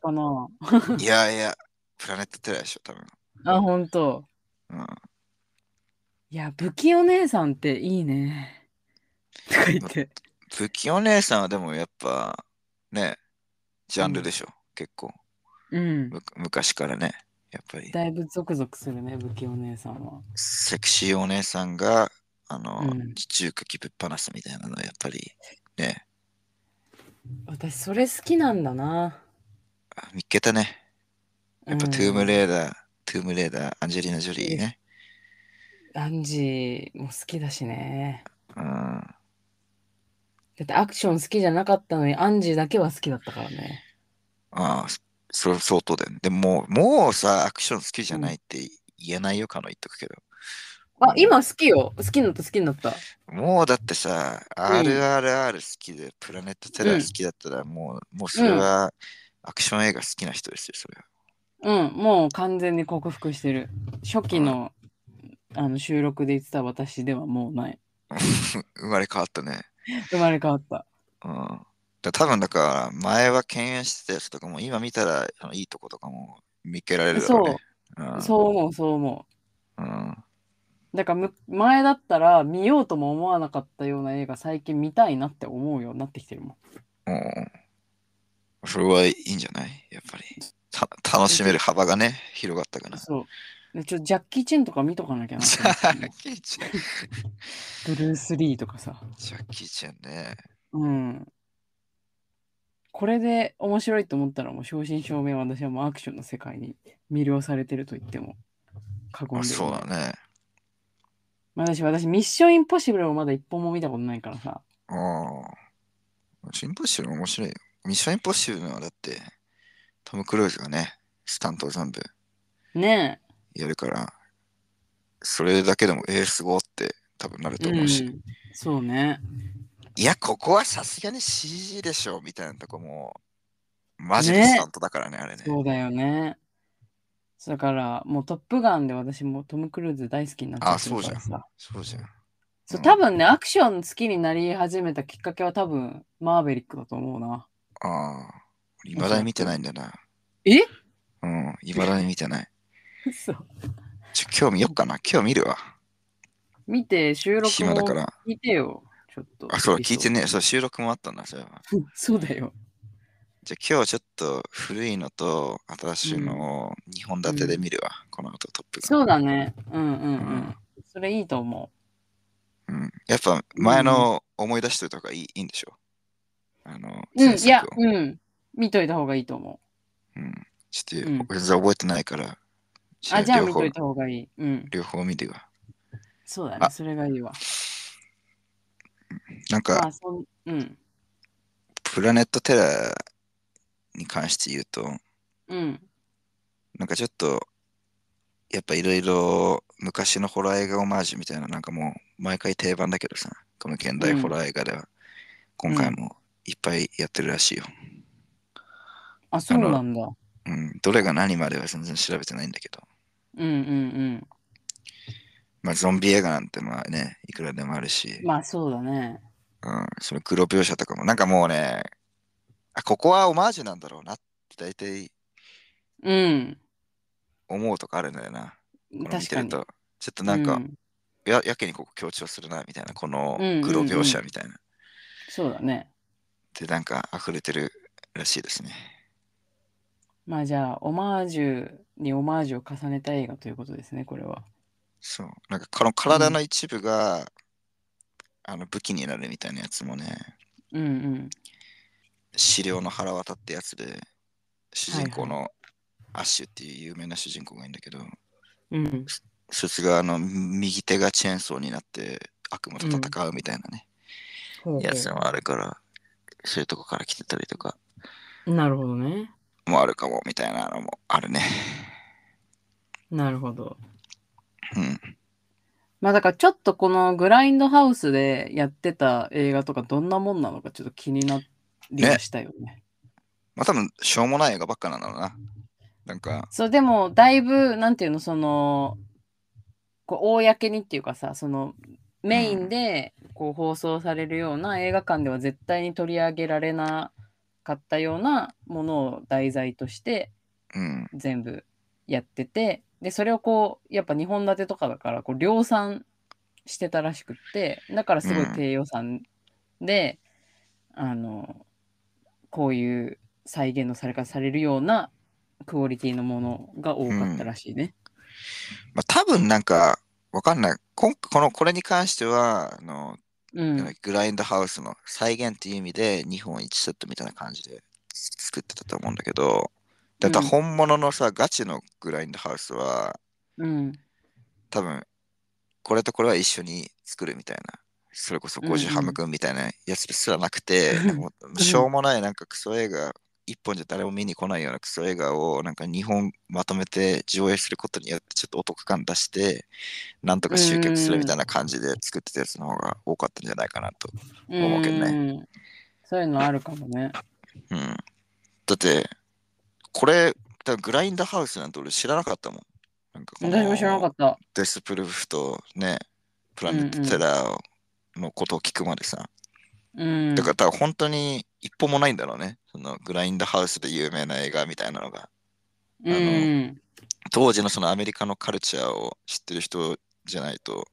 先、かな。いやいや、プラネットテラーでしょ、多分。あ、本当。うん。いや、不器お姉さんっていい ね。とか言って。不器お姉さんはでもやっぱ、ね、ジャンルでしょ、結構。うん。む昔からね、やっぱり。だいぶゾクゾクするね、不器お姉さんは。セクシーお姉さんが、あの、うん中華きぶっ放すみたいなのはやっぱり、ね、私、それ好きなんだな。あ見っけたね。やっぱトゥームレレーダー、トゥームレーダー、アンジェリーナ・ジョリーね。アンジーも好きだしね。うん。だってアクション好きじゃなかったのに、アンジーだけは好きだったからね。ああ、そそれ相当だよね。でももう、もうさ、アクション好きじゃないって言えないよ、かの言っとくけど。あ、今好きよ。好きになった、好きになった。もうだってさ、RRR 好きで、プラネットテラー好きだったら、もう、もうそれは、アクション映画好きな人ですよ、それは。うん、もう完全に克服してる。初期のあの収録で言ってた私ではもうない。生まれ変わったね。生まれ変わった。うん。だ多分だから、前は敬遠してたやつとかも、今見たら、あのいいとことかも見受けられるだろうね。うん。そう思う、そう思うん。う。だからむ前だったら見ようとも思わなかったような映画最近見たいなって思うようになってきてるもん。うんそれはいいんじゃないやっぱり。た楽しめる幅がね、広がったかな。そう。でちょっとジャッキー・チェンとか見とかなきゃなジと思ってャ もッキーちゃん。ブルース・リーとかさ。ジャッキーちゃんね。うん。これで面白いと思ったらもう正真正銘私はもうアクションの世界に魅了されてると言っても過言あではそうないだ。ね。まあ私、私、ミッションインポッシブルをまだ一本も見たことないからさ。ああ。ミッションインポッシブル面白いよ。ミッションインポッシブルはだって、トム・クルーズがね、スタントを全部ねやるから、それだけでも、えー、すごって多分なるえ。と思うし、ん。そうね。いや、ここはさすがに CG でしょ、みたいなとこも、マジでねスタントだからね、あれね。そうだよね。だから、もうトップガンで私もトム・クルーズ大好きになっちゃってるからあさ。そうじゃん。そううん多分ね、アクション好きになり始めたきっかけは多分、マーベリックだと思うな。ああ。いまだに見てないんだよな。えうん、いまだに見てない。 そう。ちょ、今日見よっかな。今日見るわ。見て、収録暇もだか聞ら。いてよ。ちょっと。あ、そうだ、聞いてね。ね。そう、収録もあったんだ、それは。 そうだよ。じゃあ今日ちょっと古いのと新しいのを2本立てで見るわ、この後トップが。そうだね。うんうんううんん。それいいと思うん、やっぱ前の思い出しておいた方がいい,、ん、でしょあの、う。うん、前いや作を、うん。見といた方がいいと思う。うん。ちょっと、うん全然覚えてないから、あ、じゃあ両見方といた方がいい。うん。両方見てわ。そうだあね、それがいいわ。なんか、まあ、そんうん。プラネットテラーに関して言うと、うん。なんかちょっと、やっぱいろいろ昔のホラー映画オマージュみたいな、なんかもう毎回定番だけどさ、この現代ホラー映画では、今回もいっぱいやってるらしいよ。あ、そうなんだ。うん、どれが何までは全然調べてないんだけど、うんうんまあゾンビ映画なんてまあね、いくらでもあるしうん。、まあそうだね。うん、その黒描写とかも、なんかもうね、あ、ここはオマージュなんだろうなって大体うん。思うとかあるんだよな。これ見確かてるに。と、ちょっとなんか、うややけにここ強調するなみたいな、このうんうんうん黒描写みたいな。そうだね。で、なんか溢れてるらしいですね。まあじゃあ、オマージュにオマージュを重ねた映画ということですね、これは。そう。なんかこの体の一部が、あの武器になるみたいなやつもね、うんうん。資料の腹渡ってやつで、主人公のアッシュっていう有名な主人公がいるんだけど、うん、そいつがあの右手がチェーンソーになって悪魔と戦うみたいなね、ほうほうやつもあるから、そういうとこから来てたりとかなるほどね。もあるかもみたいなのもあるね。なるほど。うん。まあだからちょっとこのグラインドハウスでやってた映画とかどんなもんなのかちょっと気になりましたよね。まあ多分、しょうもない映画ばっかなんだろうな。なんか、そうでもだいぶなんていうのそのこう公にっていうかさそのメインでこう放送されるような映画館では絶対に取り上げられなかったようなものを題材としてうん、全部やっててでそれをこうやっぱ2本立てとかだからこう量産してたらしくってだからすごい低予算で、あのこういう再現のされ方されるようなクオリティのものが多かったらしいね。まあ多分なんか、わかんない。こんこの、これに関しては、あの、うん、グラインドハウスの再現っていう意味で2本1セットみたいな感じで作ってたと思うんだけど、だからうん本物のさ、ガチのグラインドハウスはうん、多分これとこれは一緒に作るみたいな、それこそゴジハム君みたいなやつすらなくて、うんなんかもうしょうもないなんかクソ映画、一本じゃ誰も見に来ないようなクソ映画をなんか2本まとめて上映することによってちょっとお得感出して、なんとか集客するみたいな感じで作ってたやつの方が多かったんじゃないかなと思うけどねうんそういうのあるかもね。うん。だって、これ、だグラインドハウスなんて俺知らなかったもん。なんかこの私も知らなかった。デスプルーフとね、プラネットテラーのことを聞くまでさ。うん、だから多分本当に一歩もないんだろうね。そのグラインドハウスで有名な映画みたいなのが。うん、あの当時のそのアメリカのカルチャーを知ってる人じゃないと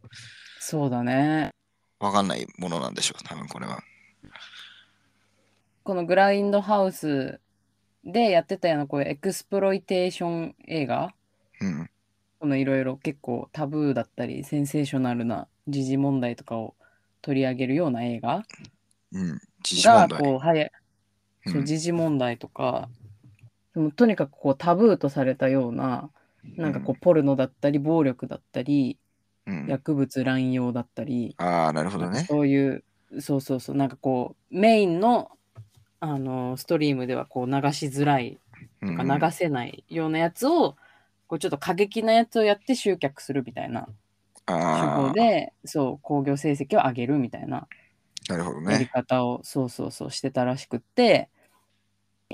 そうだね。わかんないものなんでしょう、多分これは。このグラインドハウスでやってたようなこういうエクスプロイテーション映画うん。このいろいろ結構タブーだったりセンセーショナルな時事問題とかを取り上げるような映画うん。時事問が題。こうはやうんそう時事問題とか、そのとにかくこうタブーとされたようななんかこうポルノだったり暴力だったり、うん薬物乱用だったり、ああ、なるほどね。そういうそうそうそうなんかこうメインのあのストリームではこう流しづらいうんが流せないようなやつを、こうちょっと過激なやつをやって集客するみたいな手あ法あ、でそう興行成績を上げるみたいななるほどやりね。方を、そうそうそうしてたらしくって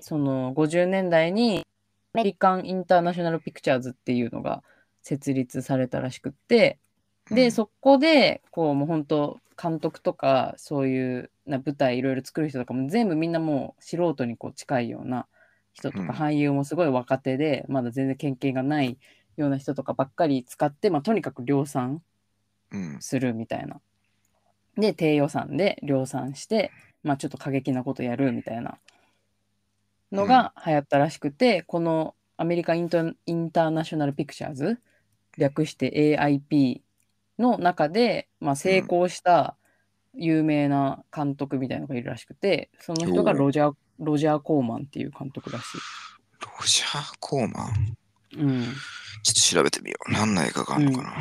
その50年代にアメリカン・インターナショナル・ピクチャーズっていうのが設立されたらしくってうでんそこでこうもう本当監督とかそういうな舞台いろいろ作る人とかも全部みんなもう素人にこう近いような人とうんか俳優もすごい若手でまだ全然経験がないような人とかばっかり使って、まあ、とにかく量産うん。するみたいな。で低予算で量産して、まあ、ちょっと過激なことやるみたいなのが流行ったらしくて、このアメリカイントインターナショナル・ピクチャーズ略して AIP の中で、まあ、成功した有名な監督みたいなのがいるらしくてその人がロジャー・ロジャーコーマンっていう監督らしロジャー・コーマンい。うんちょっと調べてみよう。何の映画があるのかな、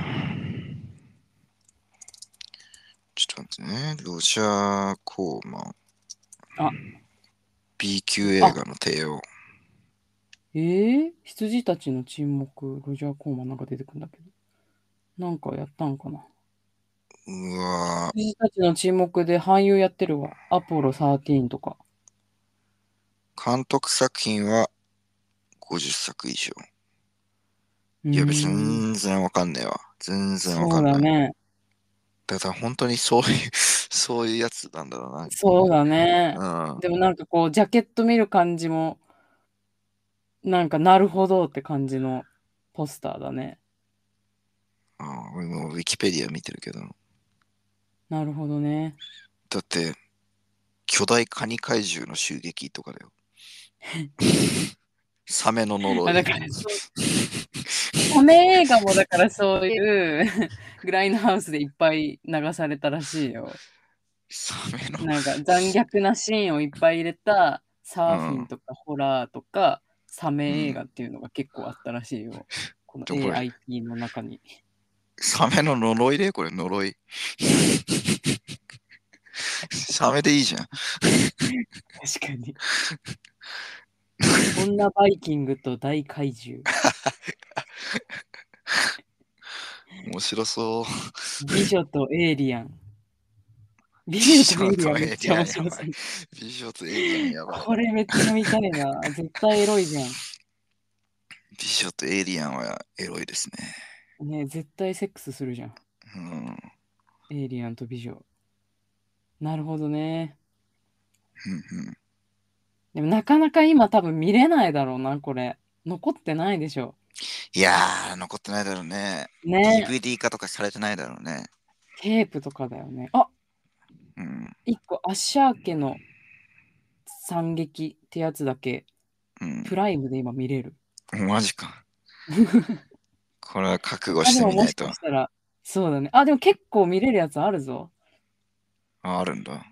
ちょっと待ってね。ロジャー・コーマン。あ B 級映画の帝王。えー、羊たちの沈黙、ロジャー・コーマンなんか出てくるんだけど。なんかやったんかな。うわー羊たちの沈黙で俳優やってるわ。アポロ13とか。監督作品は50作以上。いや、別うーんに全然わかんねえわ。全然そわかうんない。だね。だから本当にそういう、 そういうやつなんだろうな。そうだね。うん。でもなんかこう、ジャケット見る感じも、なんかなるほどって感じのポスターだね。あー俺もウィキペディア見てるけど。なるほどね。だって、巨大カニ怪獣の襲撃と かだよ。サメの呪あだい。からそうサメ映画もだからそういう グラインドハウスでいっぱい流されたらしいよ。サメの。なんか残虐なシーンをいっぱい入れたサーフィンとかホラーとかサメ映画っていうのが結構あったらしいよ。このどこ AIP の中に。サメの呪いでこれ 呪い。サメでいいじゃん。確か に。女バイキングと大怪獣。面白そう。美女とエイリアン。 美女とエイリアンめっちゃ面白そう。美女とエイリアンやばい。これめっちゃ見たいな。絶対エロいじゃ美女とエイリアンはエロいですね。ん。ね絶対セックスするじゃん。うん。エイリアンと美女。なるほどね。うんうんでもなかなか今多分見れないだろうな、これ。残ってないでしょ。いやー、残ってないだろうね。ね DVD 化とかされてないだろうね。テープとかだよね。あうん。一個、アッシャー家の惨劇ってやつだけ、プうライムで今見れる。ん。マ ジか。これは覚悟あしでてもみなもいしとか。したら、そうだね。あ、でも結構見れるやつあるぞ。ああるんだ。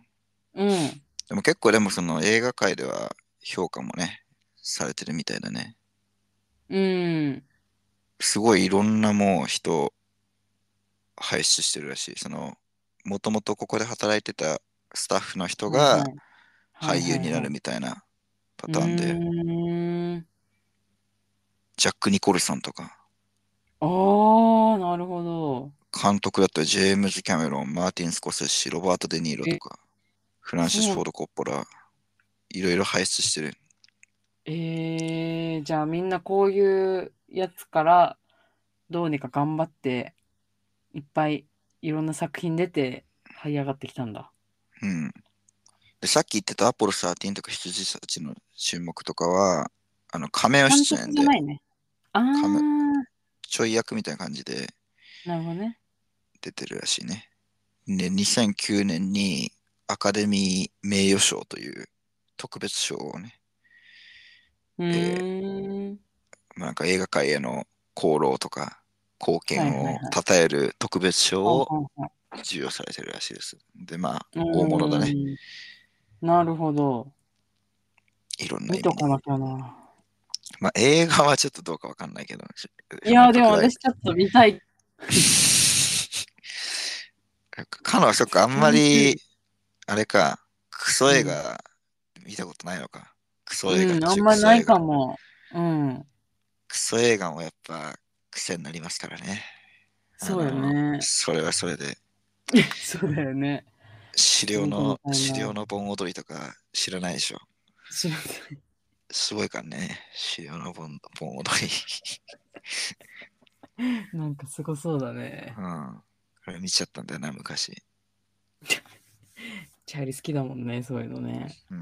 うん。でも結構でもその映画界では評価もね、されてるみたいだね。うん。すごいいろんなもう人を輩出してるらしい。その、もともとここで働いてたスタッフの人はがいはい俳優になるみたいなパターンうで、ーん。ジャック・ニコルソンとか、あー、なるほど。監督だったらジェームズ・キャメロン、マーティン・スコセッシ、ロバート・デ・ニーロとか、フランシス・そうフォード・コッポラ、いろいろ輩出してる。えー、じゃあみんなこういうやつからどうにか頑張っていっぱいいろんな作品出て這い上がってきたんだ。うん。で、さっき言ってたアポロ13とか羊たちの注目とかは、あの、仮面を監出督演じでゃ、ないね。あー、亀ちょい役みたいな感じでなるほどね。出てるらしいね。で、2009年にアカデミー名誉賞という特別賞をね、うーん。まあなんか映画界への功労とか貢はい献はいはをい称える特別賞をはいはいはい授与されてるらしいです。で、まあ、大物だね。うん。なるほど。いろんな見意味とかで。なきゃな。まあ、映画はちょっとどうかわかんないけど。いやーでも拡大私ちょっと見たい。カノはそっか、あんまり、あれか、クソ映画見たことないのか。クソ映画、うん、中あんまないかクソ映画も。うん。クソ映画もやっぱ癖になりますからね。そうよあねの。それはそれで、そうだよね。資料のう、ん資料の盆踊りとか知らないでしょ。知らないすごいからね、資料の盆盆踊り。 なんかすごそうだねう。ん。これ見ちゃったんだよな、昔。チャーリー好きだもんね、そういうのね。うん。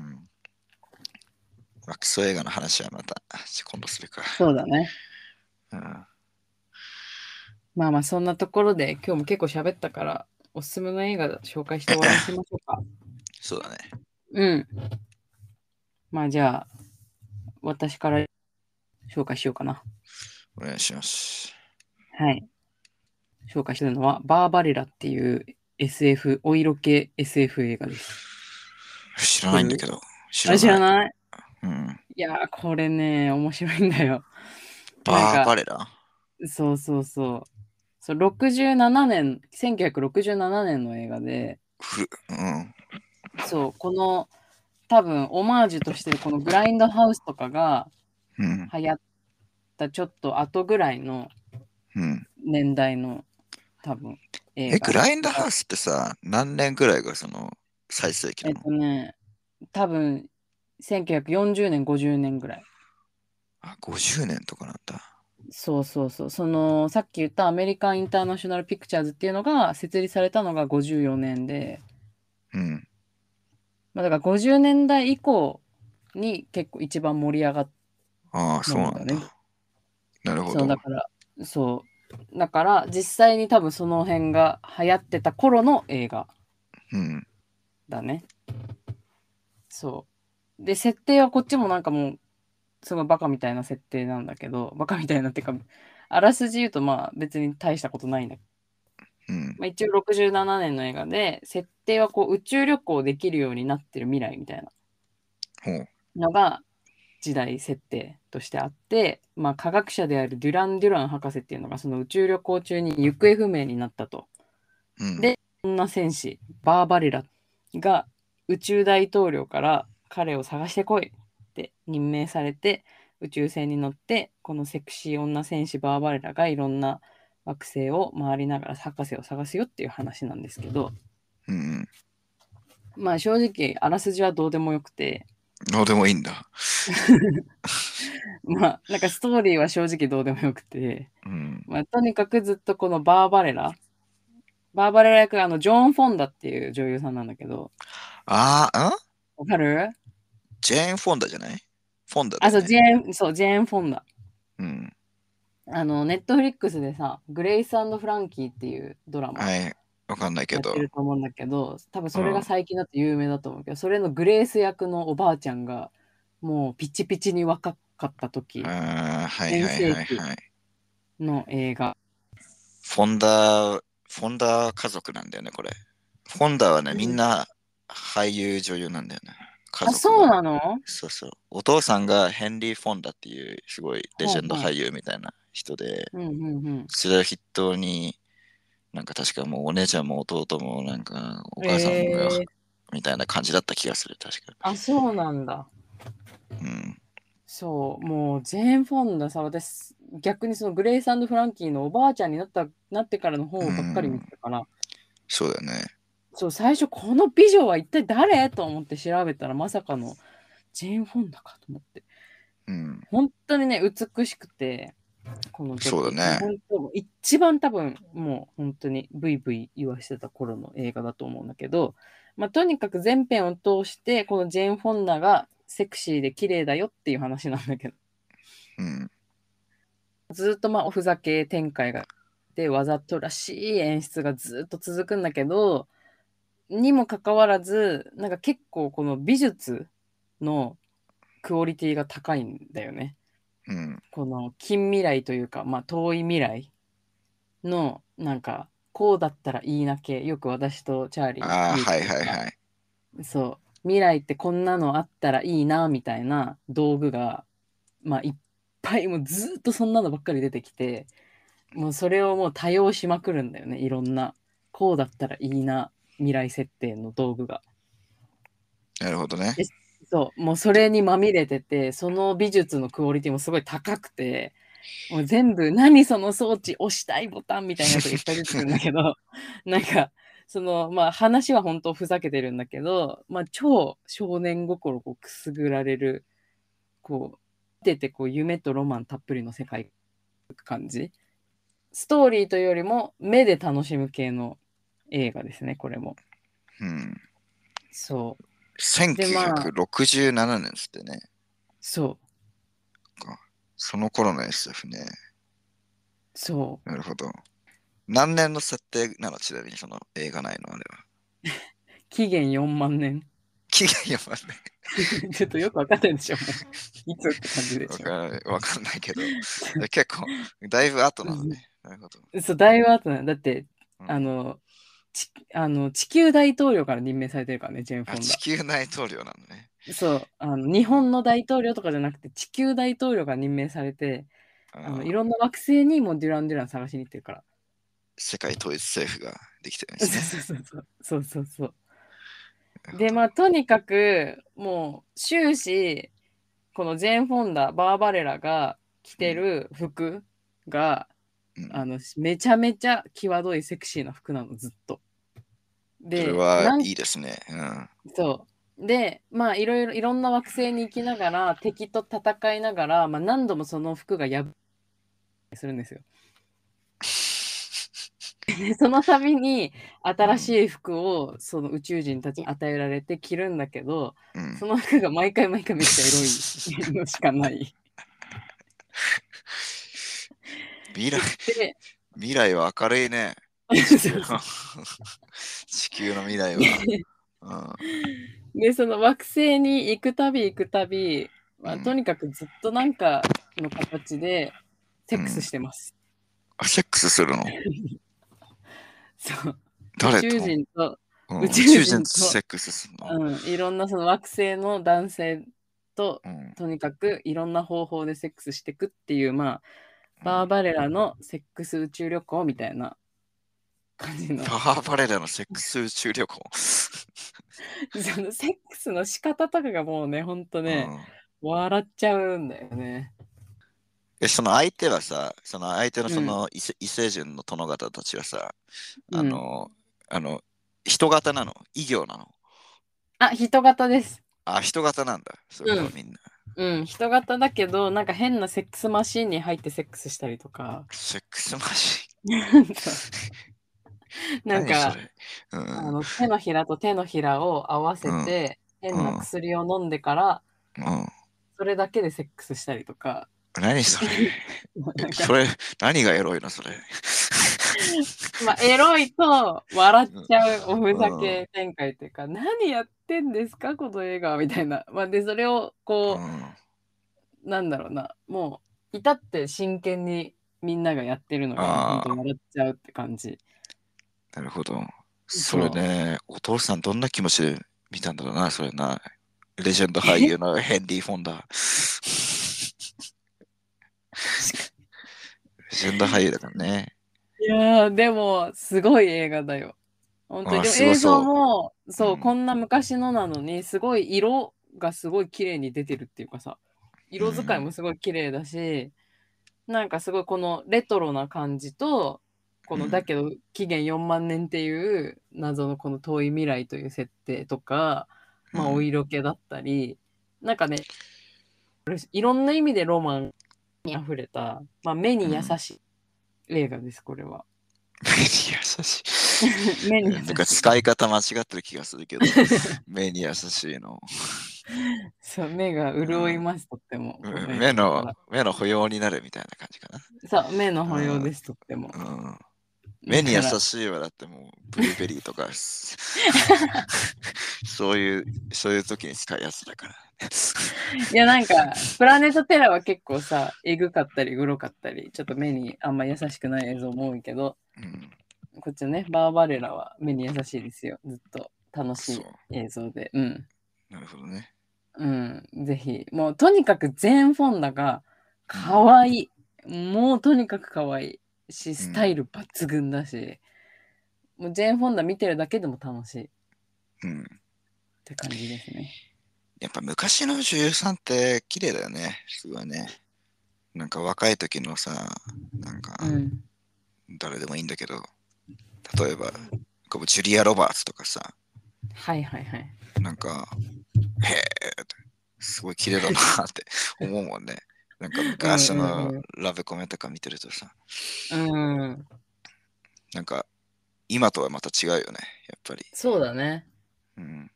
まあ、クソ映画の話はまた今度するか。そうだね。うん。まあまあ、そんなところで、今日も結構喋ったから、おすすめの映画紹介して終わりにしましょうか。そうだね。うん。まあじゃあ、私から紹介しようかな。お願いします。はい。紹介してるのは、バーバレラっていう SF、お色系 SF 映画です。知らないんだけど。知あ知らい。ないうん。いやー、これね、面白いんだよ。バなんーかバレラそうそうそう。そう67年、1967年の映画で、ふうん。そう、この多分オマージュとしてこのグラインドハウスとかがうん。流行ったちょっと後ぐらいのうん。年代の多分映画。え、グラインドハウスってさ、何年ぐらいがその最盛期えなっとのね、多分1940年、50年ぐらい。あ、50年とかなんだ。そうそうそう。そのさっき言ったアメリカン・インターナショナル・ピクチャーズっていうのが設立されたのが54年で。うん。まあ、だから50年代以降に結構一番盛り上がっああ、そうなんなだるほど。なるほそうどだ。からそうだから実際に多分その辺が流行ってた頃の映画うん。だねそうで設定はこっちもなんかもうすごいバカみたいな設定なんだけどバカみたいなっていうかあらすじ言うとまあ別に大したことないんだけどうん。まあ、一応67年の映画で設定はこう宇宙旅行できるようになってる未来みたいなほう。のが時代設定としてあって、まあ、科学者であるデュラン・デュラン博士っていうのがその宇宙旅行中に行方不明になったとうん。で女戦士バーバレラが宇宙大統領から彼を探してこいって任命されて宇宙船に乗ってこのセクシー女戦士バーバレラがいろんな惑星を回りながら博士を探すよっていう話なんですけど、うんまあ正直、あらすじはどうでもよくて、うん。どうでもいいんだ。まあなんかストーリーは正直どうでもよくて、うん。まあとにかくずっとこのバーバレラ、バーバレラ役、あの、ジョーン・フォンダっていう女優さんなんだけど、ああ、んわかるジェーン・フォンダじゃないフォンダだあ、そよね、う、ジェーン、そう、ジェーン・フォンダ。うん。あの、ネットフリックスでさ、グレイスフランキーっていうドラマやはい。わかんないけっどて。ると思うんだけど、多分それうがん最近だと有名だと思うけど、それのグレイス役のおばあちゃんが、もうピチピチに若かった時ああ、はいはいはい全はい。の映画。フォンダ、フォンダ家族なんだよね、これ。フォンダはね、うんみんな俳優、女優なんだよね。家あ、族がそうなのそうそう。お父さんがヘンリー・フォンダっていうすごいレジェンド俳優みたいな人で、うんうんうん。それを筆頭に、なんか確かもうお姉ちゃんも弟もなんかお母さんえがーみたいな感じだった気がする、確か。あ、そうなんだ。うん。そう、もうジェーン・フォンダさ、私、逆にそのグレイスフランキーのおばあちゃんになったなってからの方ばっかり見てたから、そうだよね。そう、最初この美女は一体誰と思って調べたらまさかのジェーン・フォンダかと思って。うん。本当にね、美しくて、この女そうだね本当一番多分もう本当にブイブイ言わしてた頃の映画だと思うんだけど、まあ、とにかく全編を通してこのジェーン・フォンダがセクシーで綺麗だよっていう話なんだけど、うん。ずっとまあおふざけ展開がでわざとらしい演出がずっと続くんだけどにもかかわらずなんか結構この美術のクオリティが高いんだよね。うん。この近未来というか、まあ、遠い未来のなんかこうだったらいいな系よく私とチャーリーああ、言うけはいどさはいはい。そう未来ってこんなのあったらいいなみたいな道具が、まあ、いっぱいもうずっとそんなのばっかり出てきてもうそれをもう多用しまくるんだよねいろんなこうだったらいいな未来設定の道具が。なるほどね。そう、もうそれにまみれてて、その美術のクオリティもすごい高くて、もう全部、何その装置押したいボタンみたいなやつがいっぱい出てくるんだけ ど、なんか、その、まあ話は本当ふざけてるんだけど、まあ超少年心をこうくすぐられる、こう、見ててこう夢とロマンたっぷりの世界感じ。ストーリーというよりも目で楽しむ系の映画ですね、これも。うん。そう、まあ1967年ですってね。そう、その頃の SF ね。そう。なるほど。何年の設定なのちなみにその映画内のあれは。期限4万年。期限やばい ね。ちょっとよくわかんないでしょ。もういつって感じでわしょ。かんないわかんない けど。結構、だいぶ後なのね。なるほど。そう、だいぶ後なんだ。だって、うんあの、ちあの地球大統領から任命されてるからね、ジェーン・フォあン地球大統領なのね。ダ。そうあの、日本の大統領とかじゃなくて、地球大統領が任命されて、ああののいろんな惑星にもうデュラン・デュラン探しに行ってる から。世界統一政府ができてるんでそうすそね。うそうそうそうそうそう。な でるほどまあとにかくもう終始このジェーン・フォンダバーバレラが着てる服が、うんあのめちゃめちゃ際どいセクシーな服なのずっと。でそれなはんいいですね。うん。そうでまあいろいろいろんな惑星に行きながら敵と戦いながら、まあ、何度もその服が破するんですよ。でその度に新しい服をその宇宙人たちに与えられて着るんだけどうんその服が毎回毎回めっちゃエロいのしか ない。未来、で未来は明るいね。 地球の未来 は。でその惑星に行くたび行くたび、まあ、うんとにかくずっとなんかの形でセックスしてます。うん、セックスするのそう宇誰と宙人と、うん宇宇宙宙人と人とセックスするの、うん、いろんなその惑星の男性とうんとにかくいろんな方法でセックスしていくっていうまあバーバレラのセックス宇宙旅行みたいな感じのバーバレラのセックス宇宙旅行。 そのセックスの仕方とかがもうねほんとね、笑っちゃうんだよね。えその相手はさ、その相手のそうんの異,、異星人の殿方たちはさ、あの、あの、人型なの異形なのあ人型ですあ、人型なんだ。そういうことうんみんな。うん人型だけどなんか変なセックスマシーンに入ってセックスしたりと かセックスマシン。なん何かそれうんあの手のひらと手のひらを合わせて、変な薬を飲んでからうん。それだけでセックスしたりとか何それなんかそれ、何がエロいのそれ。まあ、エロいと笑っちゃうおふざけ展開っていうか、何やってんですかこの映画はみたいな、まあ、でそれをうこんう、なんだろうなもう至って真剣にみんながやってるのがあー本当笑っちゃうって感じなるほど。そそうれね、お父さんどんな気持ちで見たんだろうな、それな。レジェンド俳優のヘンリー・フォンダ。レジェンド俳優だからね。いやーでもすごい映画だよ本当にあーでもすご映そう像もそう、うんこんな昔のなのにすごい色がすごい綺麗に出てるっていうかさ色使いもすごい綺麗だし、なんかすごいこのレトロな感じとこうのんだけど期限4万年っていう謎のこの遠い未来という設定とか、まあ、うんお色気だったり、なんかねいろんな意味でロマンにあふれた、まあ、目に優しい映画ですこれは。目に優し目 い。に 優しいなんか使い方間違ってる気がするけ ど、目に優しいの。そう目が潤います、とっても。うんこれ目の、目の保養になるみたいな感じかそう、目の保養です、とっても。な。うん、目に優だかしいはだってもう、ブルーベリー とか、そういう、そういう時に使うやつだから。らいや、なんか、プラネットテラは結構さ、えぐかったり、グロかったり、ちょっと目にあんま優しくない映像も多いけど、うん、こっちのね、バーバレラは目に優しいですよ。ずっと楽しそうい。映像で。うん。なるほどね。うん。ぜひ。もう、とにかく全フォンダが、可愛いもう、とにかく可愛いし、スタイル抜群だし、もう、ジェーン・フォンダ見てるだけでも楽しい。うん。って感じですね。やっぱ昔の女優さんって綺麗だよね。すごいね。なんか若い時のさ、なんかうん。誰でもいいんだけど、例えば、こうジュリア・ロバーツとかさ、はいはいはい。なんか、へえ、すごい綺麗だなって思うもんね。なんか昔うんうんのラブコメとか見てるとさ、うん。なんか今とはまた違うよね、やっぱり。そうだね。うん、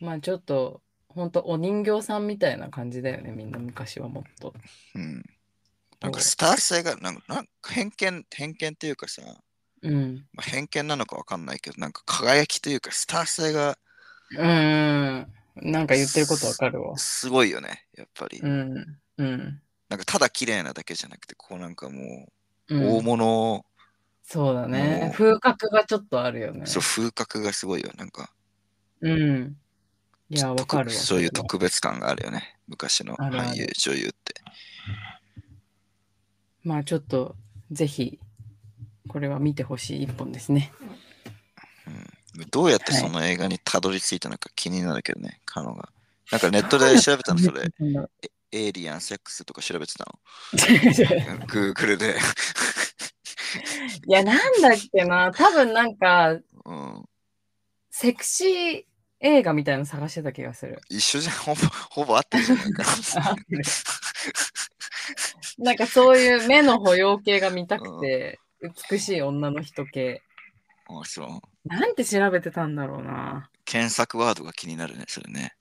まあちょっと、ほんとお人形さんみたいな感じだよね、みんな昔はもっと。うん。なんかスター性が、なんかなんか偏見、偏見っていうかさ、うん。まあ、偏見なのかわかんないけど、なんか輝きというか、スター性がうん。なんか言ってることわかるわ。すごいよね、やっぱり。うん。うん。なんかただ綺麗なだけじゃなくて、こうなんかもうう、大ん、物を、そうだもうね。風格がちょっとあるよね。そう、風格がすごいよ。なんか、うん。いや、わかるわ。そういうれは特別感があるよね。昔のあるある俳優、女優って。まあちょっと、ぜひ、これは見てほしい一本ですね。どうやってはいその映画にたどり着いたのか気になるけどね、カノが。なんかネットで調べたの、それ。なんだ。エイリアン、セックスとか調べてた違う違うの。 グーグルで。 いや、なんだっけな。多分なんか、うん。セクシー映画みたいなの探してた気がする。 一緒じゃん、ほぼ、ほぼ合ってるじゃないか。なんかそういう目の保養系が見たくて、美しい女の人系。あそう。なんて調べてたんだろうな。検索ワードが気になるね、それね。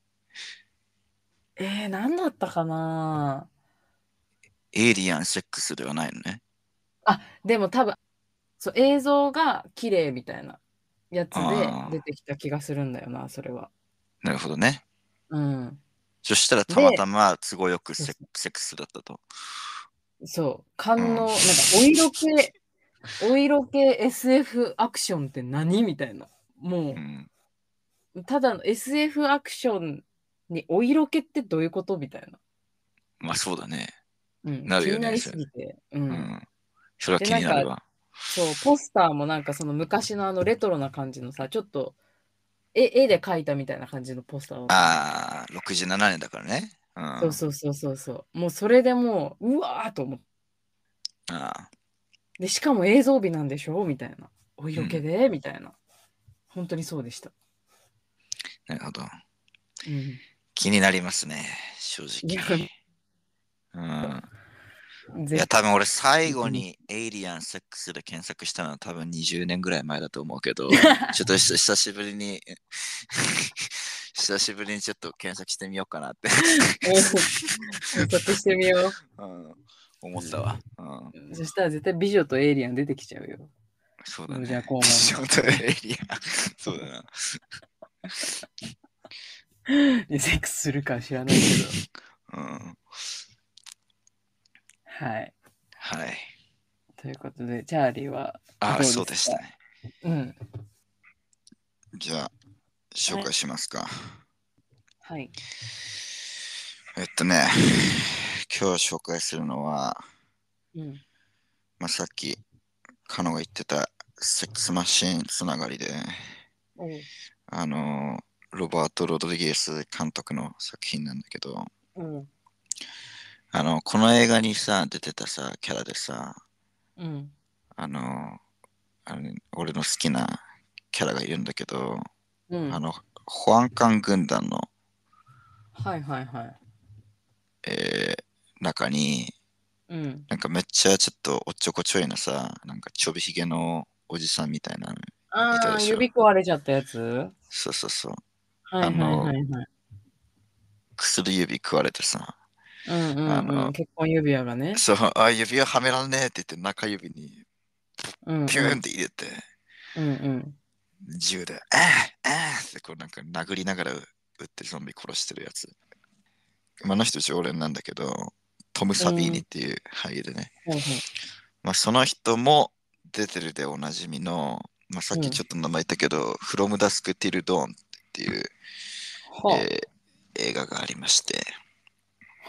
えー、なんだったかな。エイリアン、セックスではないのね。でも多分、そう映像が綺麗みたいなやつあーで出てきた気がするんだよな、それは。なるほどね。うん。そしたらたまたま都合よくセセックスだったと。そう。感うん能、なんかお色系、お色系 SF アクションって何みたいな。もう。うん。ただの SF アクションにお色気ってどういうことみたいな。まあそうだね。うん、なる気よねになりすぎて、ううんん。それは気になるわ。そう。ポスターもなんかその昔のあのレトロな感じのさ、ちょっと絵絵で描いたみたいな感じのポスターだったああ、67年だからね。うん、そうそうそうそうそうもうそれでもううわーと思ってあでしかも映像美なんでしょみたいなお色気で、みたいな本当にそうでした、あなるほど。うん、気になりますね、正いや直。うん、いぜや、多分俺最後にエイリアンセックスで検索したのは多分20年ぐらい前だと思う けど、ちょっと久久しぶりに、久しぶりにちょっと検索してみようかなって、検索してみようん、思ったわ。うん、うそしたら絶対美女とエイリアン出てきちゃうよそうだね。じゃあ こうなるショートエイリアン。そうだな。でセックスするか知らないけどうん。はいはい。ということでチャーリーはどうああ、ですかそうでしたね。うんじゃあ、紹介しますか。はいえっとね、今日紹介するのは、うんまあ、さっき、カノが言ってたセックスマシーンつながりで、おうあのー、ロバート・ロドリゲス監督の作品なんだけど、うんあの、この映画にさ、出てたさ、キャラでさ、うんあのー、あれ俺の好きなキャラがいるんだけど、うんあの、保安官軍団の、はいはいはいえー中に、うんなんかめっちゃちょっとおっちょこちょいなさ、なんかちょびひげのおじさんみたいな。あたあでしょ指壊れちゃったやつはそうそうそう。いはいはいはい薬指食われてさ。うんうあんうのん結婚指輪がねそう、あ、指輪はめらんねえって言って中指にうんうんピューンって入れて、うんうん銃で、えー、えー、ってこうなんか殴りながら撃ってゾンビ殺してるやつ。まああの人常連なんだけど、トム・サビーニっていう俳優でね。はいはいまあその人も出てるでおなじみの、まあさっきちょっと名前言ったけど、From Dusk Till Dawn っていう、はえー映画がありまして、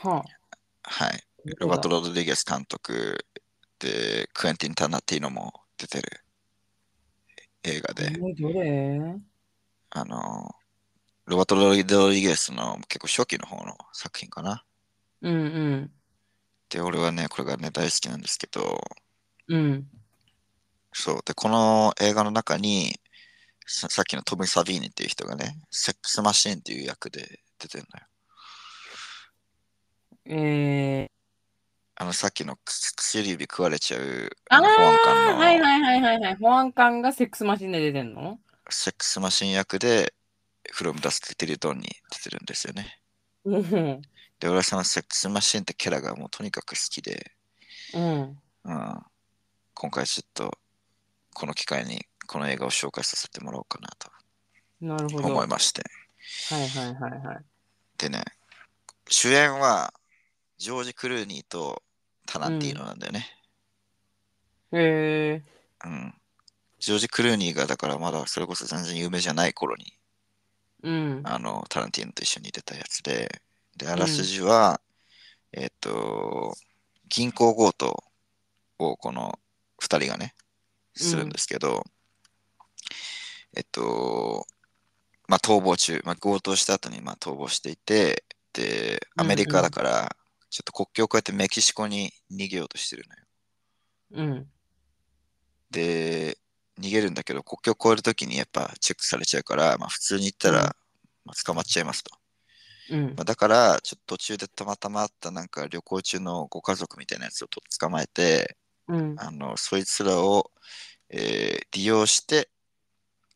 あはあはい。ロバート・ロドリゲス監督で、クエンティン・タナティーノも出てる映画で、えどれあの、ロバート・ロドリゲスの結構初期の方の作品かな。うんうんで、俺はね、これがね、大好きなんですけど、うんそう。で、この映画の中に、ささっきのトム・サビーニっていう人がね、セックス・マシーンっていう役で出てるのよ。えー、あの、さっきの薬指食われちゃう、ああの保安官あの、はいはいはいはいはい。保安官がセックスマシンで出てんのセックスマシン役で、フロムダスクティルドンに出てるんですよね。うん。で、俺はそのセックスマシンってキャラがもうとにかく好きで、うん。うん、今回ちょっと、この機会にこの映画を紹介させてもらおうかななるほとど。思いはいまして。はいはいはい。でね、主演は、ジョージ・クルーニーとタランティーノなんだよね。えうん。ジョージ・クルーニーが、だからまだそれこそ全然有名じゃない頃にー、うん。あの、タランティーノと一緒に出たやつで、で、あらすじは、えっと、銀行強盗をこの二人がね、するんですけど、えっと、まあ、逃亡中、まあ、強盗した後にまあ逃亡していて、で、アメリカだから、ちょっと国境を越えてメキシコに逃げようとしてるのうよ。ん。で、逃げるんだけど、国境を越えるときにやっぱチェックされちゃうから、まあ、普通に行ったうんら、まあ、捕まっちゃいますと。うんま。あ、だから、ちょっと途中でたまたま会ったなんか旅行中のご家族みたいなやつをと捕まえて、うん。あの、そいつらを、えー利用して、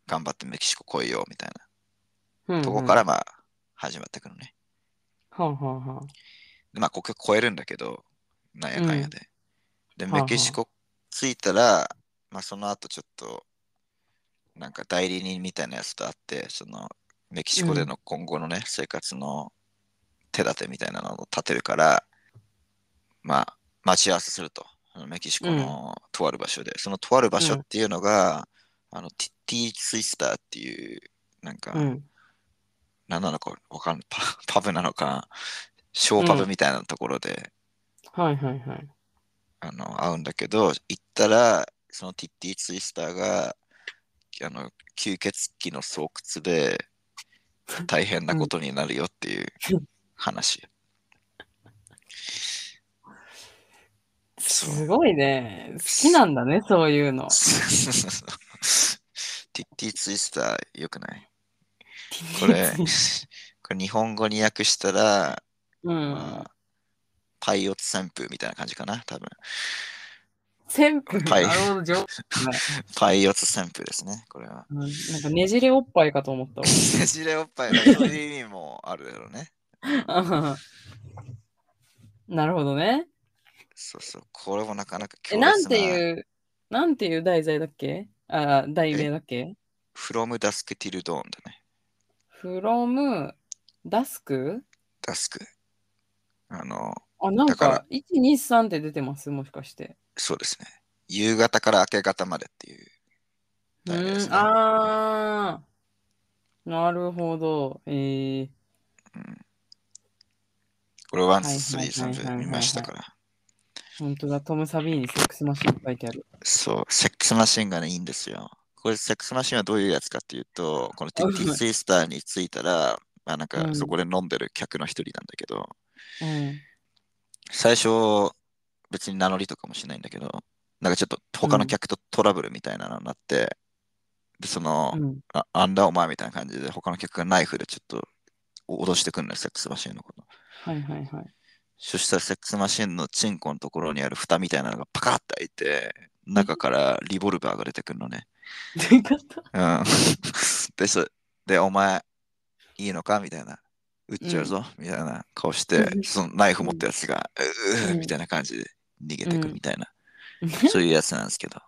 頑張ってメキシコ来いよみたいうん。なとこから、まあ、始まってくのね。はんはんはん。でまあ、国境越えるんだけど、なんやかんやで。で、はあはあメキシコ着いたら、まあ、その後ちょっと、なんか代理人みたいなやつと会って、その、メキシコでの今後のね、生活の手立てみたいなのを立てるから、まあ、待ち合わせすると。あのメキシコのとある場所で。そのとある場所っていうのが、あの、ティティ・ツイスターっていう、なんか、うん。何なのかわかんない。パ パブなのか、小パブみたいなところで、はいはいはい。あの、会うんだけど、行ったら、そのティッティ・ツイスターが、あの、吸血鬼の巣窟で大変なことになるよっていう話。そうすごいね。好きなんだね、そういうの。ティッティツイスターよくないこれ、これ日本語に訳したら、うんま。あパイオツ旋風みたいな感じかな、多分。旋風、はいなるほど、上手だねパイオツ旋風ですね、これは。 うんなんかねじれおっぱいかと思ったねじれおっぱいのそういう意味もあるだろうね。わ。 なるほどね。そうそう、これもなかなか強え、烈な。なんていう、なんていう題材だっけあ、題名だっけ From Dusk Till Dawn だね。 ?from dusk? Dusk。あの、あ、なんだかか、1、2、3って出てます、もしかして。そうですね。夕方から明け方までっていうう題名ですーん、ね。あー。なるほど。えー、これワン、はいはいスリー、はい全はい部はい見ましたから。本当だ、トム・サビーにセックスマシンって書いてある。そう、セックスマシンがね、いいんですよ。これ、セックスマシンはどういうやつかっていうと、このティッティツイスターに着いたら、まあなんうかんそこで飲んでる客の一人なんだけど、うん。最初、別に名乗りとかもしないんだけど、なんかちょっと他の客とトラブルみたいなのになって、で、その、うん、ああんだお前みたいな感じで、他の客がナイフでちょっと脅してくんのよ、セックスマシンのこと。はいはいはい。 そしたらセックスマシンのチンコのところにある蓋みたいなのがパカッて開いて、中からリボルバーが出てくるのね。どういうことうん。 で、そで、お前、いいのかみたいな。撃っちゃうぞ、みたいな顔してう、んそのナイフ持ったやつが、ううーんみたいな感じで逃げてくみたいな、うんそういうやつなんですけど。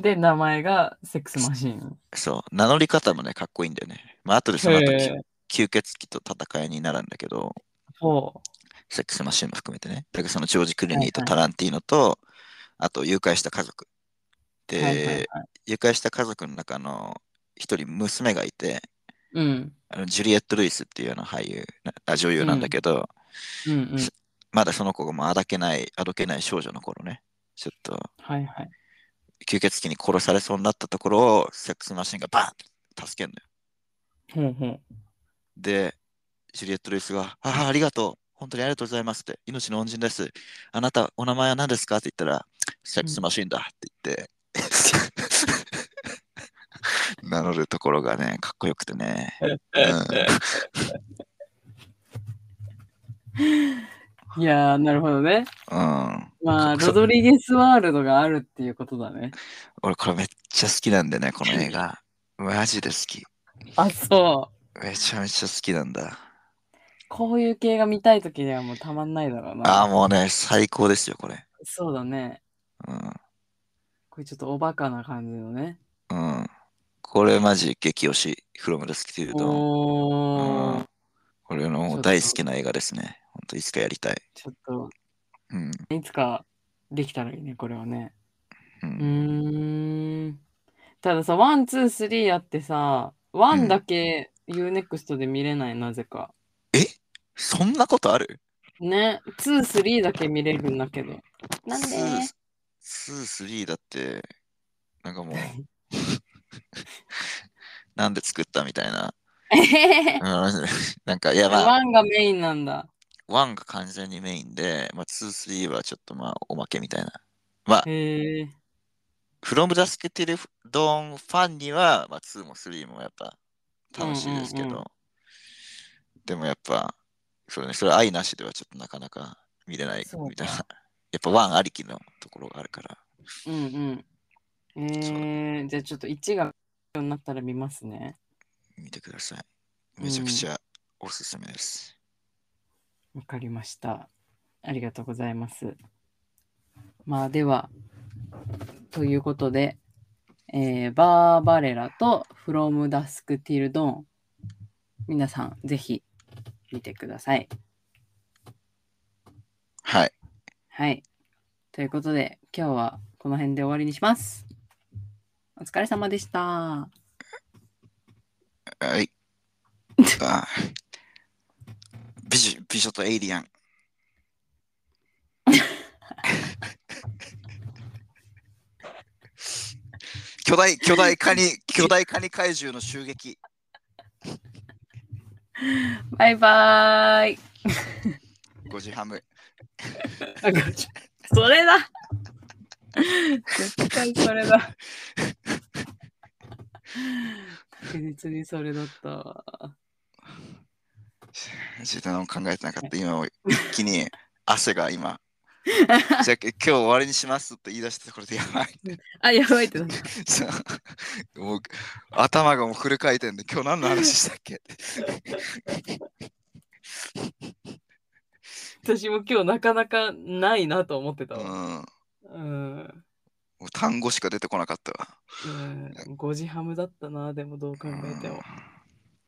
で、名前がセックスマシン。そう、名乗り方もね、かっこいいんだよね。まあ、後でその後、へー吸血鬼と戦いになるんだけど、ほセックスマシンも含めてね。だからそのジョージ・クルーニーとタランティーノと、あと誘拐した家族。う。で、はいはいはい。誘拐した家族の中の一人娘がいて、うん。あのジュリエット・ルイスっていうような俳優なあ、女優なんだけど、うんうん。まだその子がもうあだけない、あどけない少女の頃ね、ちょっとはいはい。吸血鬼に殺されそうになったところを、セックスマシンがバーン助けんのよ。ほうほう。で、ジュリエット・ルイスが、ああ、ありがとう。本当にありがとうございますって。命の恩人です。あなた、お名前は何ですかって言ったら、セックスマシンだって言って、 名乗るところがね、かっこよくてね。うんいやー、なるほどね。うん。まあ、そうロドリゲスワールドがあるっていうことだね。俺、これめっちゃ好きなんでね、この映画。マジで好き。あ、そう。めちゃめちゃ好きなんだ。こういう系が見たいときにはもうたまんないだろうああ、な。もうね、最高ですよ、これ。そうだね。うこれちょっとおバカな感じのね。ん。うん。これマジ激推し、フロムダスキティルドン。おーうん。これの大好きな映画ですね。本当いつかやりたい。ちょっと、うん。いつかできたらいいね、これはね。ううんーん。たださ、ワン、ツー、スリーやってさ、ワンだけ UNEXT で見れない、なぜか。そんなことあるね、ツー、スリーだけ見れるんだけど。なんで ?2、3だって、なんかもう、 なんで作ったみたいな。うんなんか、いやまあ、ワンがメインなんだ。 1が完全にメインで、まあ、2、3はちょっとまあ、おまけみたいな。まあ、へえ。フロムダスケティルドンファンには、まあ、2も3もやっぱ楽しいですけど、うんうんうでもやっぱ、そうね、それは愛なしではちょっとなかなか見れないそうかみたいな。やっぱ1ありきのところがあるから。うんうん。えー、じゃあちょっと1が必要になったら見ますね。見てください。めちゃくちゃおすすめです。わかりました。ありがとうございます。まあでは、ということで、えーバーバレラと From Dusk Till Dawn 皆さんぜひ見てください。はい。はい。ということで、今日はこの辺で終わりにします。お疲れ様でした。はい。あ美女美女とエイリアン。巨大巨大カニ巨大カニ怪獣の襲撃。バイバーイ。 5時ハム。あガチそれだ絶対それだ確実にそれだったわちょっと何も考えてなかった。今も一気に汗が今。じゃあ今日終わりにしますって言い出したところでやばい。あやばいってなったそうもう頭がもうフル回転で今日何の話したっけって私も今日なかなかないなと思ってたうん。わもうん、う単語しか出てこなかったわ。うん、5時ハムだったなでもどう考えてもうん